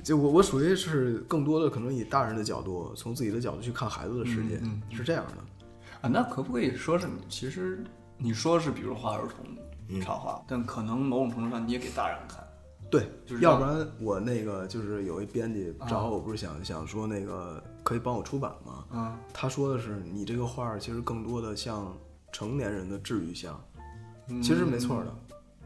[SPEAKER 1] 就我我属于是更多的可能以大人的角度，从自己的角度去看孩子的世界，
[SPEAKER 2] 嗯
[SPEAKER 1] 是这样的。
[SPEAKER 2] 啊，那可不可以说是你其实你说是比如画儿
[SPEAKER 1] 嗯
[SPEAKER 2] 童插画，但可能某种程度上你也给大人看，
[SPEAKER 1] 对，
[SPEAKER 2] 就是啊
[SPEAKER 1] 要
[SPEAKER 2] 让
[SPEAKER 1] 不然我那个就是有一编辑找我，不是想、想说那个可以帮我出版吗？
[SPEAKER 2] 嗯，
[SPEAKER 1] 他说的是你这个画儿其实更多的像成年人的治愈像，
[SPEAKER 2] 嗯
[SPEAKER 1] 其实没错儿的。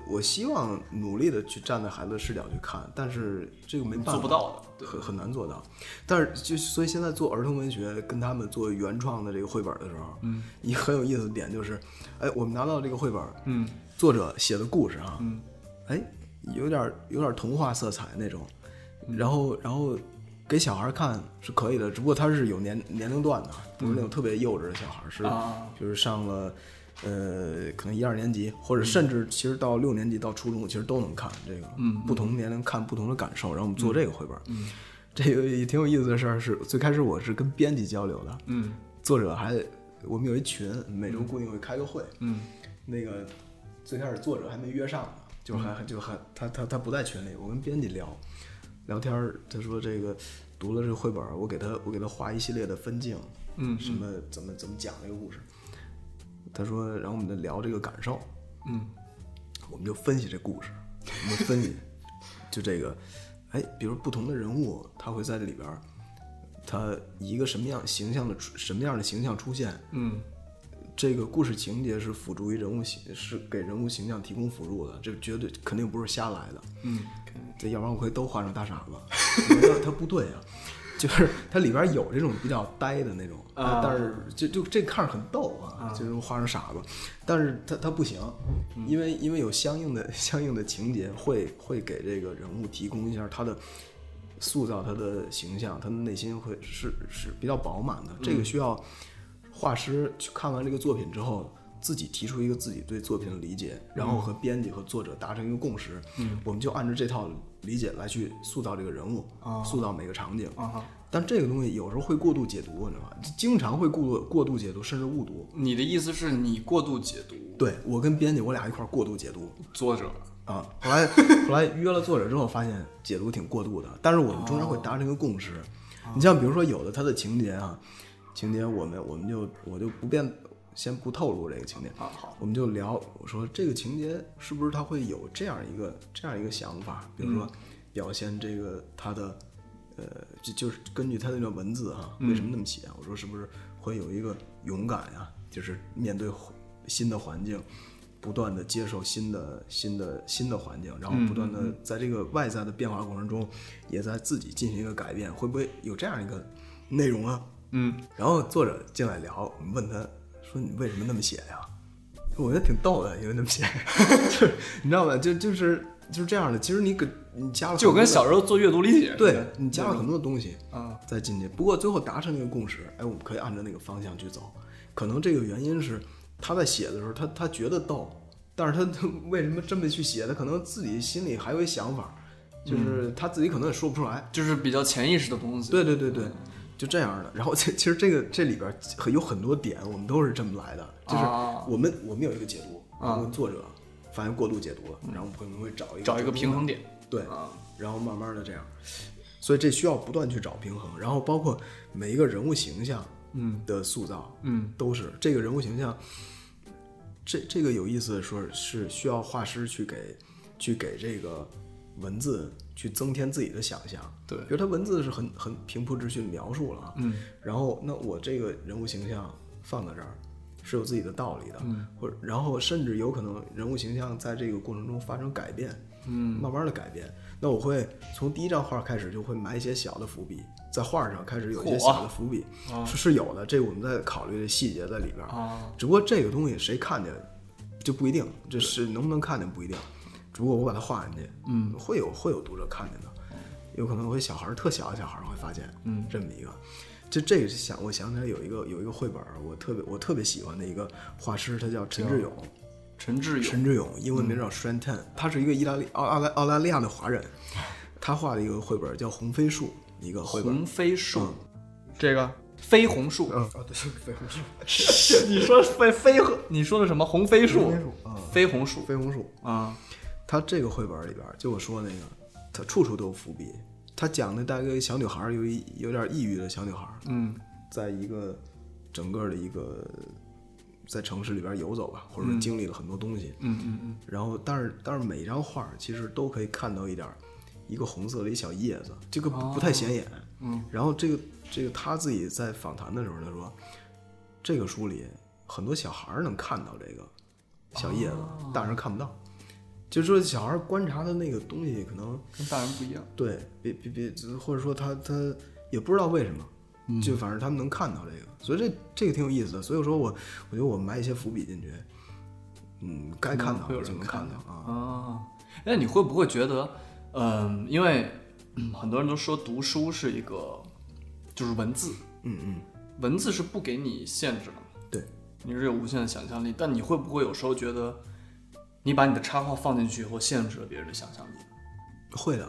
[SPEAKER 1] 我希望努力的去站在孩子的视角去看，但是这个没办法
[SPEAKER 2] 做不到的，对，
[SPEAKER 1] 很很难做到。但是就所以现在做儿童文学，跟他们做原创的这个绘本的时候，嗯，一个很有意思的点就是，哎，我们拿到这个绘本，
[SPEAKER 2] 嗯，
[SPEAKER 1] 作者写的故事啊，
[SPEAKER 2] 嗯，
[SPEAKER 1] 哎，有点有点童话色彩那种，
[SPEAKER 2] 嗯
[SPEAKER 1] 然后然后给小孩看是可以的，只不过他是有年年龄段的，不是那种特别幼稚的小孩，是
[SPEAKER 2] 啊
[SPEAKER 1] 就是上了。呃，可能一二年级，或者甚至其实到六年级到初中，其实都能看这个，
[SPEAKER 2] 嗯
[SPEAKER 1] 不同年龄看不同的感受，然后我们做这个绘本，嗯，这个也挺有意思的事儿是，最开始我是跟编辑交流的，
[SPEAKER 2] 嗯
[SPEAKER 1] 作者还我们有一群，每周固定会开个会，
[SPEAKER 2] 嗯
[SPEAKER 1] 那个最开始作者还没约上呢，就是还
[SPEAKER 2] 嗯
[SPEAKER 1] 就还他他他不在群里，我跟编辑聊聊天儿，他说这个读了这个绘本儿，我给他我给他画一系列的分镜，
[SPEAKER 2] 嗯
[SPEAKER 1] 什么怎么怎么讲这个故事，他说，然后我们就聊这个感受，
[SPEAKER 2] 嗯
[SPEAKER 1] 我们就分析这故事，我们分析，就这个，哎，比如不同的人物，他会在这里边儿，他以一个什么样形象的出什么样的形象出现，
[SPEAKER 2] 嗯
[SPEAKER 1] 这个故事情节是辅助于人物形，是给人物形象提供辅助的，这绝对肯定不是瞎来的。
[SPEAKER 2] 嗯，
[SPEAKER 1] 这要不然我会都画成大傻子。我觉得它不对啊，就是它里边有这种比较呆的那种，
[SPEAKER 2] 啊
[SPEAKER 1] 但是就就这看着很逗啊，就是画成傻子，但是它它不行，因为因为有相应的相应的情节会会给这个人物提供一下他的。塑造他的形象，他的内心会是是比较饱满的。这个需要画师去看完这个作品之后，自己提出一个自己对作品的理解，然后和编辑和作者达成一个共识，
[SPEAKER 2] 嗯
[SPEAKER 1] 我们就按照这套理解来去塑造这个人物，
[SPEAKER 2] 啊
[SPEAKER 1] 塑造每个场景。
[SPEAKER 2] 啊哈，
[SPEAKER 1] 但这个东西有时候会过度解读，你知道吧？经常会过度过度解读，甚至误读。
[SPEAKER 2] 你的意思是你过度解读
[SPEAKER 1] 对我跟编辑，我俩一块儿过度解读
[SPEAKER 2] 作者
[SPEAKER 1] 啊。后来后来约了作者之后，发现解读挺过度的，但是我们中间会达成一个共识。你像比如说有的他的情节啊，情节我们我们就我就不便先不透露这个情节，
[SPEAKER 2] 啊？好，
[SPEAKER 1] 我们就聊，我说这个情节是不是他会有这样一个这样一个想法，比如
[SPEAKER 2] 嗯
[SPEAKER 1] 说表现这个他的，呃，就就是根据他那个文字啊，
[SPEAKER 2] 嗯
[SPEAKER 1] 为什么那么写？我说是不是会有一个勇敢呀、就是面对环新的环境，不断的接受新的新的新的环境，然
[SPEAKER 2] 嗯
[SPEAKER 1] 后不断的在这个外在的变化过程中，也在自己进行一个改变，会不会有这样一个内容啊？
[SPEAKER 2] 嗯，
[SPEAKER 1] 然后作者进来聊，我们问他说：“你为什么那么写呀？”我觉得挺逗的，因为那么写， 就是你知道吗？就就是就是这样的。其实你给你加了
[SPEAKER 2] 就跟
[SPEAKER 1] 很多
[SPEAKER 2] 小时候做阅读理解
[SPEAKER 1] 的
[SPEAKER 2] 似的
[SPEAKER 1] 对你加了很多东西
[SPEAKER 2] 啊
[SPEAKER 1] 再进去，不过最后达成一个共识，哎，我们可以按照那个方向去走。可能这个原因是他在写的时候，他他觉得逗，但是他他 为什么这么去写？他可能自己心里还有一想法，
[SPEAKER 2] 嗯
[SPEAKER 1] 就是他自己可能也说不出来。
[SPEAKER 2] 就是比较潜意识的东西。
[SPEAKER 1] 对对对对，就这样的。然后 其其实这个这里边很有很多点，我们都是这么来的，就是
[SPEAKER 2] 啊
[SPEAKER 1] 我们我们有一个解读，
[SPEAKER 2] 啊嗯
[SPEAKER 1] 我们作者发现过度解读了，然后我们会找一个
[SPEAKER 2] 找一
[SPEAKER 1] 折
[SPEAKER 2] 个
[SPEAKER 1] 中
[SPEAKER 2] 平衡
[SPEAKER 1] 的，
[SPEAKER 2] 点
[SPEAKER 1] 对，
[SPEAKER 2] 啊，
[SPEAKER 1] 然后慢慢的这样，所以这需要不断去找平衡，然后包括每一个人物形象
[SPEAKER 2] 嗯
[SPEAKER 1] 的塑造，
[SPEAKER 2] 嗯
[SPEAKER 1] 都是这个人物形象。这这个有意思的说是需要画师去给去给这个文字去增添自己的想象，
[SPEAKER 2] 对
[SPEAKER 1] 比如他文字是很很平铺直叙地描述了啊，
[SPEAKER 2] 嗯
[SPEAKER 1] 然后那我这个人物形象放在这儿是有自己的道理的，
[SPEAKER 2] 嗯
[SPEAKER 1] 或者然后甚至有可能人物形象在这个过程中发生改变，
[SPEAKER 2] 嗯
[SPEAKER 1] 慢慢的改变。那我会从第一张画开始就会埋一些小的伏笔，在画上开始有一些
[SPEAKER 2] 嚯
[SPEAKER 1] 小的伏笔，
[SPEAKER 2] 啊
[SPEAKER 1] 是是有的。这我们在考虑的细节在里边儿，
[SPEAKER 2] 啊，
[SPEAKER 1] 只不过这个东西谁看见就不一定，这是能不能看见不一定。只不过我把它画进去，
[SPEAKER 2] 嗯，
[SPEAKER 1] 会有会有读者看见的，有可能会小孩儿特小的小孩儿会发现，
[SPEAKER 2] 嗯
[SPEAKER 1] 这么一个。就这个是想，我想起来有一个有一个绘本儿，我特别我特别喜欢的一个画师，他叫陈志勇，
[SPEAKER 2] 陈志
[SPEAKER 1] 陈
[SPEAKER 2] 勇
[SPEAKER 1] 志勇，英文
[SPEAKER 2] 嗯
[SPEAKER 1] 名叫 Shan Tan，、他是一个意大利澳澳大澳大利亚的华人，他画了一个绘本儿叫《红飞树》，一个绘本儿。
[SPEAKER 2] 红飞树，这个飞红树，
[SPEAKER 1] 嗯，啊，对，飞红树，
[SPEAKER 2] 你说飞飞和你说的什么红飞
[SPEAKER 1] 红
[SPEAKER 2] 树嗯
[SPEAKER 1] 飞树啊？
[SPEAKER 2] 飞红树
[SPEAKER 1] 飞红树，
[SPEAKER 2] 啊，
[SPEAKER 1] 他这个绘本里边儿，就我说那个，他处处都有伏笔。他讲的大概一个小女孩儿，有一有点抑郁的小女孩儿，
[SPEAKER 2] 嗯
[SPEAKER 1] 在一个整个的一个在城市里边儿游走吧，或者说经历了很多东西。
[SPEAKER 2] 嗯嗯嗯，
[SPEAKER 1] 然后，但是但是每一张画儿其实都可以看到一点儿，一个红色的一小叶子，这个不不太显眼。
[SPEAKER 2] 嗯，
[SPEAKER 1] 然后这个这个他自己在访谈的时候，他说，这个书里很多小孩儿能看到这个小叶子，
[SPEAKER 2] 哦
[SPEAKER 1] 大人看不到。就是说，小孩儿观察的那个东西，可能
[SPEAKER 2] 跟大人不一样。
[SPEAKER 1] 对，别别别，就是或者说他他也不知道为什么，
[SPEAKER 2] 嗯
[SPEAKER 1] 就反正他们能看到这个，所以这这个挺有意思的。所以说我我觉得我埋一些伏笔进去，嗯，该看到
[SPEAKER 2] 会有
[SPEAKER 1] 就
[SPEAKER 2] 人
[SPEAKER 1] 能
[SPEAKER 2] 看
[SPEAKER 1] 看
[SPEAKER 2] 到
[SPEAKER 1] 到啊。
[SPEAKER 2] 啊，那你会不会觉得，嗯，因为嗯很多人都说读书是一个，就是文字，
[SPEAKER 1] 嗯嗯，
[SPEAKER 2] 文字是不给你限制的，
[SPEAKER 1] 对，
[SPEAKER 2] 你是有无限的想象力，但你会不会有时候觉得，你把你的插画放进去以后，限制了别人的想象力？
[SPEAKER 1] 会的。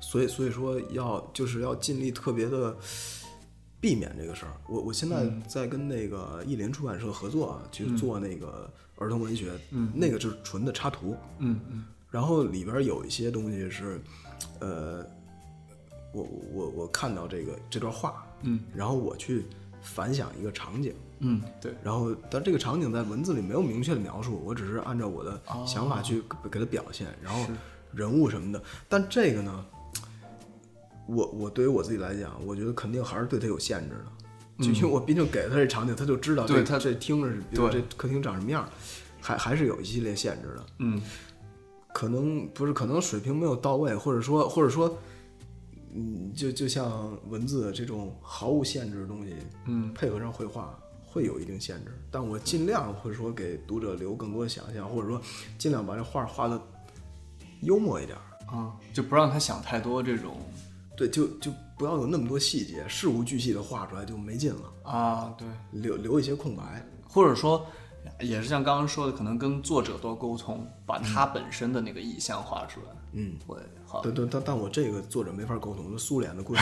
[SPEAKER 1] 所以所以说要就是要尽力特别的避免这个事儿。我我现在在跟那个意林出版社合作啊，去做那个儿童文学，嗯，那个就是纯的插图，
[SPEAKER 2] 嗯嗯
[SPEAKER 1] 然后里边儿有一些东西是，呃，我我我看到这个这段话，
[SPEAKER 2] 嗯，
[SPEAKER 1] 然后我去反想一个场景，
[SPEAKER 2] 嗯，对，
[SPEAKER 1] 然后但这个场景在文字里没有明确的描述，我只是按照我的
[SPEAKER 2] 哦
[SPEAKER 1] 想法去给给它表现，然后人物什么的，但这个呢，我我对于我自己来讲，我觉得肯定还是对它有限制的。就因为我毕竟给他这场景，他就知道
[SPEAKER 2] 嗯对
[SPEAKER 1] 这
[SPEAKER 2] 他
[SPEAKER 1] 这听着是，比如
[SPEAKER 2] 对
[SPEAKER 1] 这客厅长什么样儿，还还是有一系列限制的。
[SPEAKER 2] 嗯
[SPEAKER 1] 可能不是，可能水平没有到位，或者说，或者说，嗯，就就像文字这种毫无限制的东西，
[SPEAKER 2] 嗯，
[SPEAKER 1] 配合上绘画会有一定限制，但我尽量会说给读者留更多的想象，或者说尽量把这画画的幽默一点儿，
[SPEAKER 2] 啊，就不让他想太多这种
[SPEAKER 1] 对，就就不要有那么多细节，事无巨细的画出来就没劲了，
[SPEAKER 2] 啊，对，
[SPEAKER 1] 留留一些空白，
[SPEAKER 2] 或者说也是像刚刚说的，可能跟作者多沟通，把他本身的那个意象画出来，
[SPEAKER 1] 嗯，
[SPEAKER 2] 会好。
[SPEAKER 1] 对对，但但我这个作者没法沟通，那苏联的估计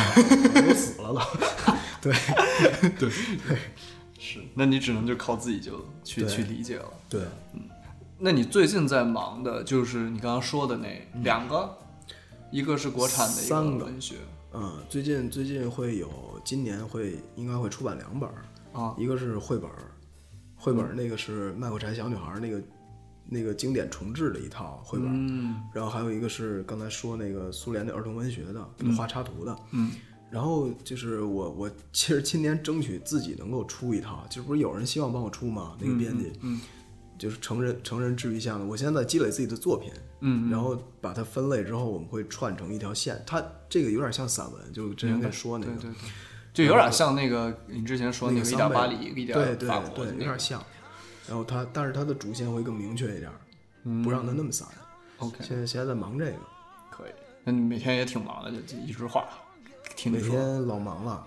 [SPEAKER 1] 都死了都。对
[SPEAKER 2] 是，那你只能就靠自己就去
[SPEAKER 1] 对
[SPEAKER 2] 去理解了。
[SPEAKER 1] 对，
[SPEAKER 2] 那你最近在忙的就是你刚刚说的那两个，一个是国产的一
[SPEAKER 1] 嗯三个
[SPEAKER 2] 文学
[SPEAKER 1] 嗯，最近最近会有，今年会应该会出版两本儿，
[SPEAKER 2] 啊，
[SPEAKER 1] 一个是绘本儿，绘本儿那个是《麦克柴小女孩》那个那个经典重制的一套绘本儿，
[SPEAKER 2] 嗯
[SPEAKER 1] 然后还有一个是刚才说那个苏联的儿童文学的，给它画插图的，
[SPEAKER 2] 嗯
[SPEAKER 1] 然后就是我，我其实今年争取自己能够出一套，就是不是有人希望帮我出吗？那个编辑，
[SPEAKER 2] 嗯
[SPEAKER 1] 就是成人成人治愈向的。我现在积累自己的作品，
[SPEAKER 2] 嗯，
[SPEAKER 1] 然后把它分类之后，我们会串成一条线。它这个有点像散文，就之前跟你说那
[SPEAKER 2] 对
[SPEAKER 1] 个，
[SPEAKER 2] 对对，就有点像那个你之前说
[SPEAKER 1] 那
[SPEAKER 2] 个一
[SPEAKER 1] 桑
[SPEAKER 2] 点
[SPEAKER 1] 贝
[SPEAKER 2] 巴
[SPEAKER 1] 尔
[SPEAKER 2] 黎，
[SPEAKER 1] 对
[SPEAKER 2] 一点
[SPEAKER 1] 对
[SPEAKER 2] 法国
[SPEAKER 1] 对，
[SPEAKER 2] 的
[SPEAKER 1] 有
[SPEAKER 2] 那个
[SPEAKER 1] 点像。然后它，但是它的主线会更明确一点，不让它那么散。
[SPEAKER 2] OK，
[SPEAKER 1] 现在现在在忙这个，
[SPEAKER 2] 可以。那你每天也挺忙的，就就一直画，听你
[SPEAKER 1] 每
[SPEAKER 2] 说
[SPEAKER 1] 天老忙了，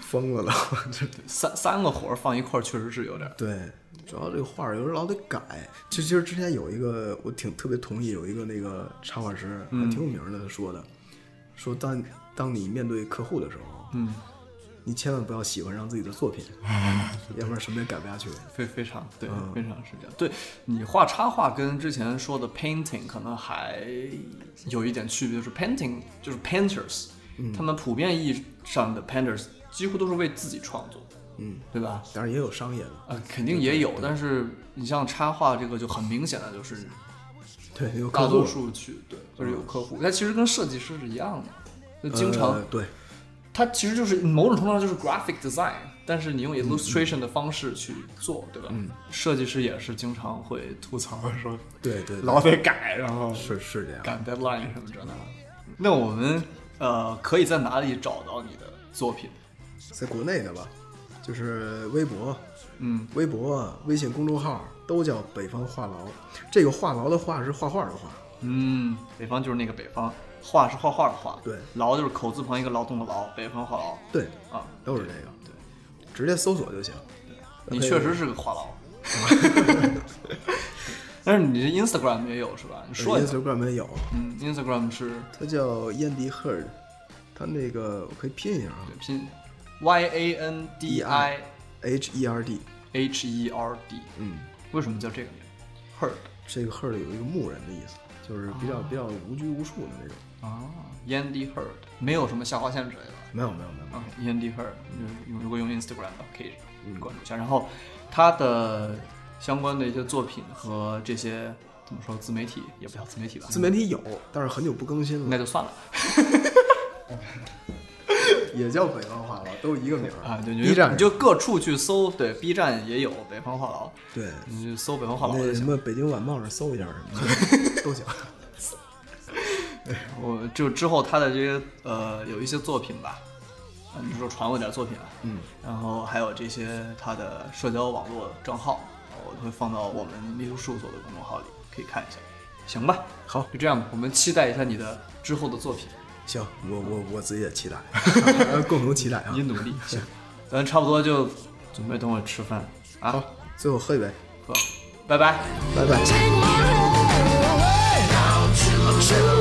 [SPEAKER 1] 疯了都。这
[SPEAKER 2] 三三个活儿放一块儿，确实是有点儿。
[SPEAKER 1] 对，主要这个画儿有时候老得改。就其实之前有一个，我挺特别同意，有一个那个插画师还挺有名儿的，他说的，说当当你面对客户的时候，
[SPEAKER 2] 嗯，
[SPEAKER 1] 你千万不要喜欢上自己的作品，要不然什么也改不下去。
[SPEAKER 2] 非非常对，
[SPEAKER 1] 嗯
[SPEAKER 2] 非常是这样。对你画插画跟之前说的 painting 可能还有一点区别，就是 painting 就是 painters，、他
[SPEAKER 1] 嗯
[SPEAKER 2] 们普遍意义上的 painters 几乎都是为自己创作，
[SPEAKER 1] 嗯，
[SPEAKER 2] 对吧？
[SPEAKER 1] 当然也有商业的，
[SPEAKER 2] 呃，肯定也有，但是你像插画这个就很明显的就是
[SPEAKER 1] 对，有
[SPEAKER 2] 大
[SPEAKER 1] 客户嗯
[SPEAKER 2] 多数去对，就是有客户，那其实跟设计师是一样的，就经常、
[SPEAKER 1] 呃对
[SPEAKER 2] 它其实就是某种程度上就是 graphic design，但是你用 illustration 的方式去做，对吧？设计师也是经常会吐槽 说
[SPEAKER 1] 对对，
[SPEAKER 3] 老得改，然后
[SPEAKER 1] 是是这样。
[SPEAKER 2] 赶 deadline 什么之类的。那我们呃可以在哪里找到你的作品？
[SPEAKER 1] 在国内的吧，就是微博、
[SPEAKER 2] 嗯，
[SPEAKER 1] 微博、啊微信公众号都叫北方话痨，这个话痨的话是画画的画，
[SPEAKER 2] 嗯，北方就是那个北方，画是画画的画，
[SPEAKER 1] 对
[SPEAKER 2] 劳就是口字旁一个劳动的劳，北方话痨
[SPEAKER 1] 对，
[SPEAKER 2] 啊。
[SPEAKER 1] 都是这个。
[SPEAKER 2] 对，
[SPEAKER 1] 直接搜索就行。
[SPEAKER 2] 你
[SPEAKER 1] OK
[SPEAKER 2] 确实是个话 痨。但是你这 Instagram 也有是吧？你说一下。
[SPEAKER 1] Instagram 也有，
[SPEAKER 2] 嗯，Instagram 是
[SPEAKER 1] 它叫燕迪 herd，它那个我可以拼一下啊
[SPEAKER 2] 对拼 Y A N D I
[SPEAKER 1] ，H E R D，
[SPEAKER 2] H E R D，
[SPEAKER 1] 嗯，
[SPEAKER 2] 为什么叫这个名？Herd
[SPEAKER 1] 这个 herd 有一个牧人的意思，就是比较比较无拘无束的那种。
[SPEAKER 2] 啊，Yandy Herd，没有什么下划线之类的。
[SPEAKER 1] 没有没有没有没有，
[SPEAKER 2] 啊，Yandy Herd，就是如果用 Instagram 的可以
[SPEAKER 1] 嗯
[SPEAKER 2] 关注一下。然后他的相关的一些作品和这些怎么说自媒体也不叫自媒体吧，
[SPEAKER 1] 自媒体有，但是很久不更新
[SPEAKER 2] 那
[SPEAKER 1] 了，
[SPEAKER 2] 就算了。
[SPEAKER 1] 也叫北方话了，都一个名儿
[SPEAKER 2] 啊，对，你
[SPEAKER 1] 嗯
[SPEAKER 2] 就
[SPEAKER 1] B 站
[SPEAKER 2] 你就各处去搜，对，B 站也有北方话痨，
[SPEAKER 1] 对，
[SPEAKER 2] 你就搜北方话痨
[SPEAKER 1] 那
[SPEAKER 2] 就
[SPEAKER 1] 什
[SPEAKER 2] 行。
[SPEAKER 1] 么北京晚报上搜一下什么的 都行。
[SPEAKER 2] 我就之后他的这些呃有一些作品吧，啊，你说传我点作品啊，
[SPEAKER 1] 嗯，
[SPEAKER 2] 然后还有这些他的社交网络账号，我都会放到我们秘书事务所的公众号里，可以看一下，行吧？
[SPEAKER 1] 好，
[SPEAKER 2] 就这样吧，我们期待一下你的之后的作品，
[SPEAKER 1] 行，我我我自己也期待， 共同期待啊
[SPEAKER 2] 你！努力， 行，咱差不多就准备等我吃饭啊，
[SPEAKER 1] 好，最后喝一杯，
[SPEAKER 2] 喝，拜拜。
[SPEAKER 1] 拜拜。
[SPEAKER 4] Take my hand away. Don't you,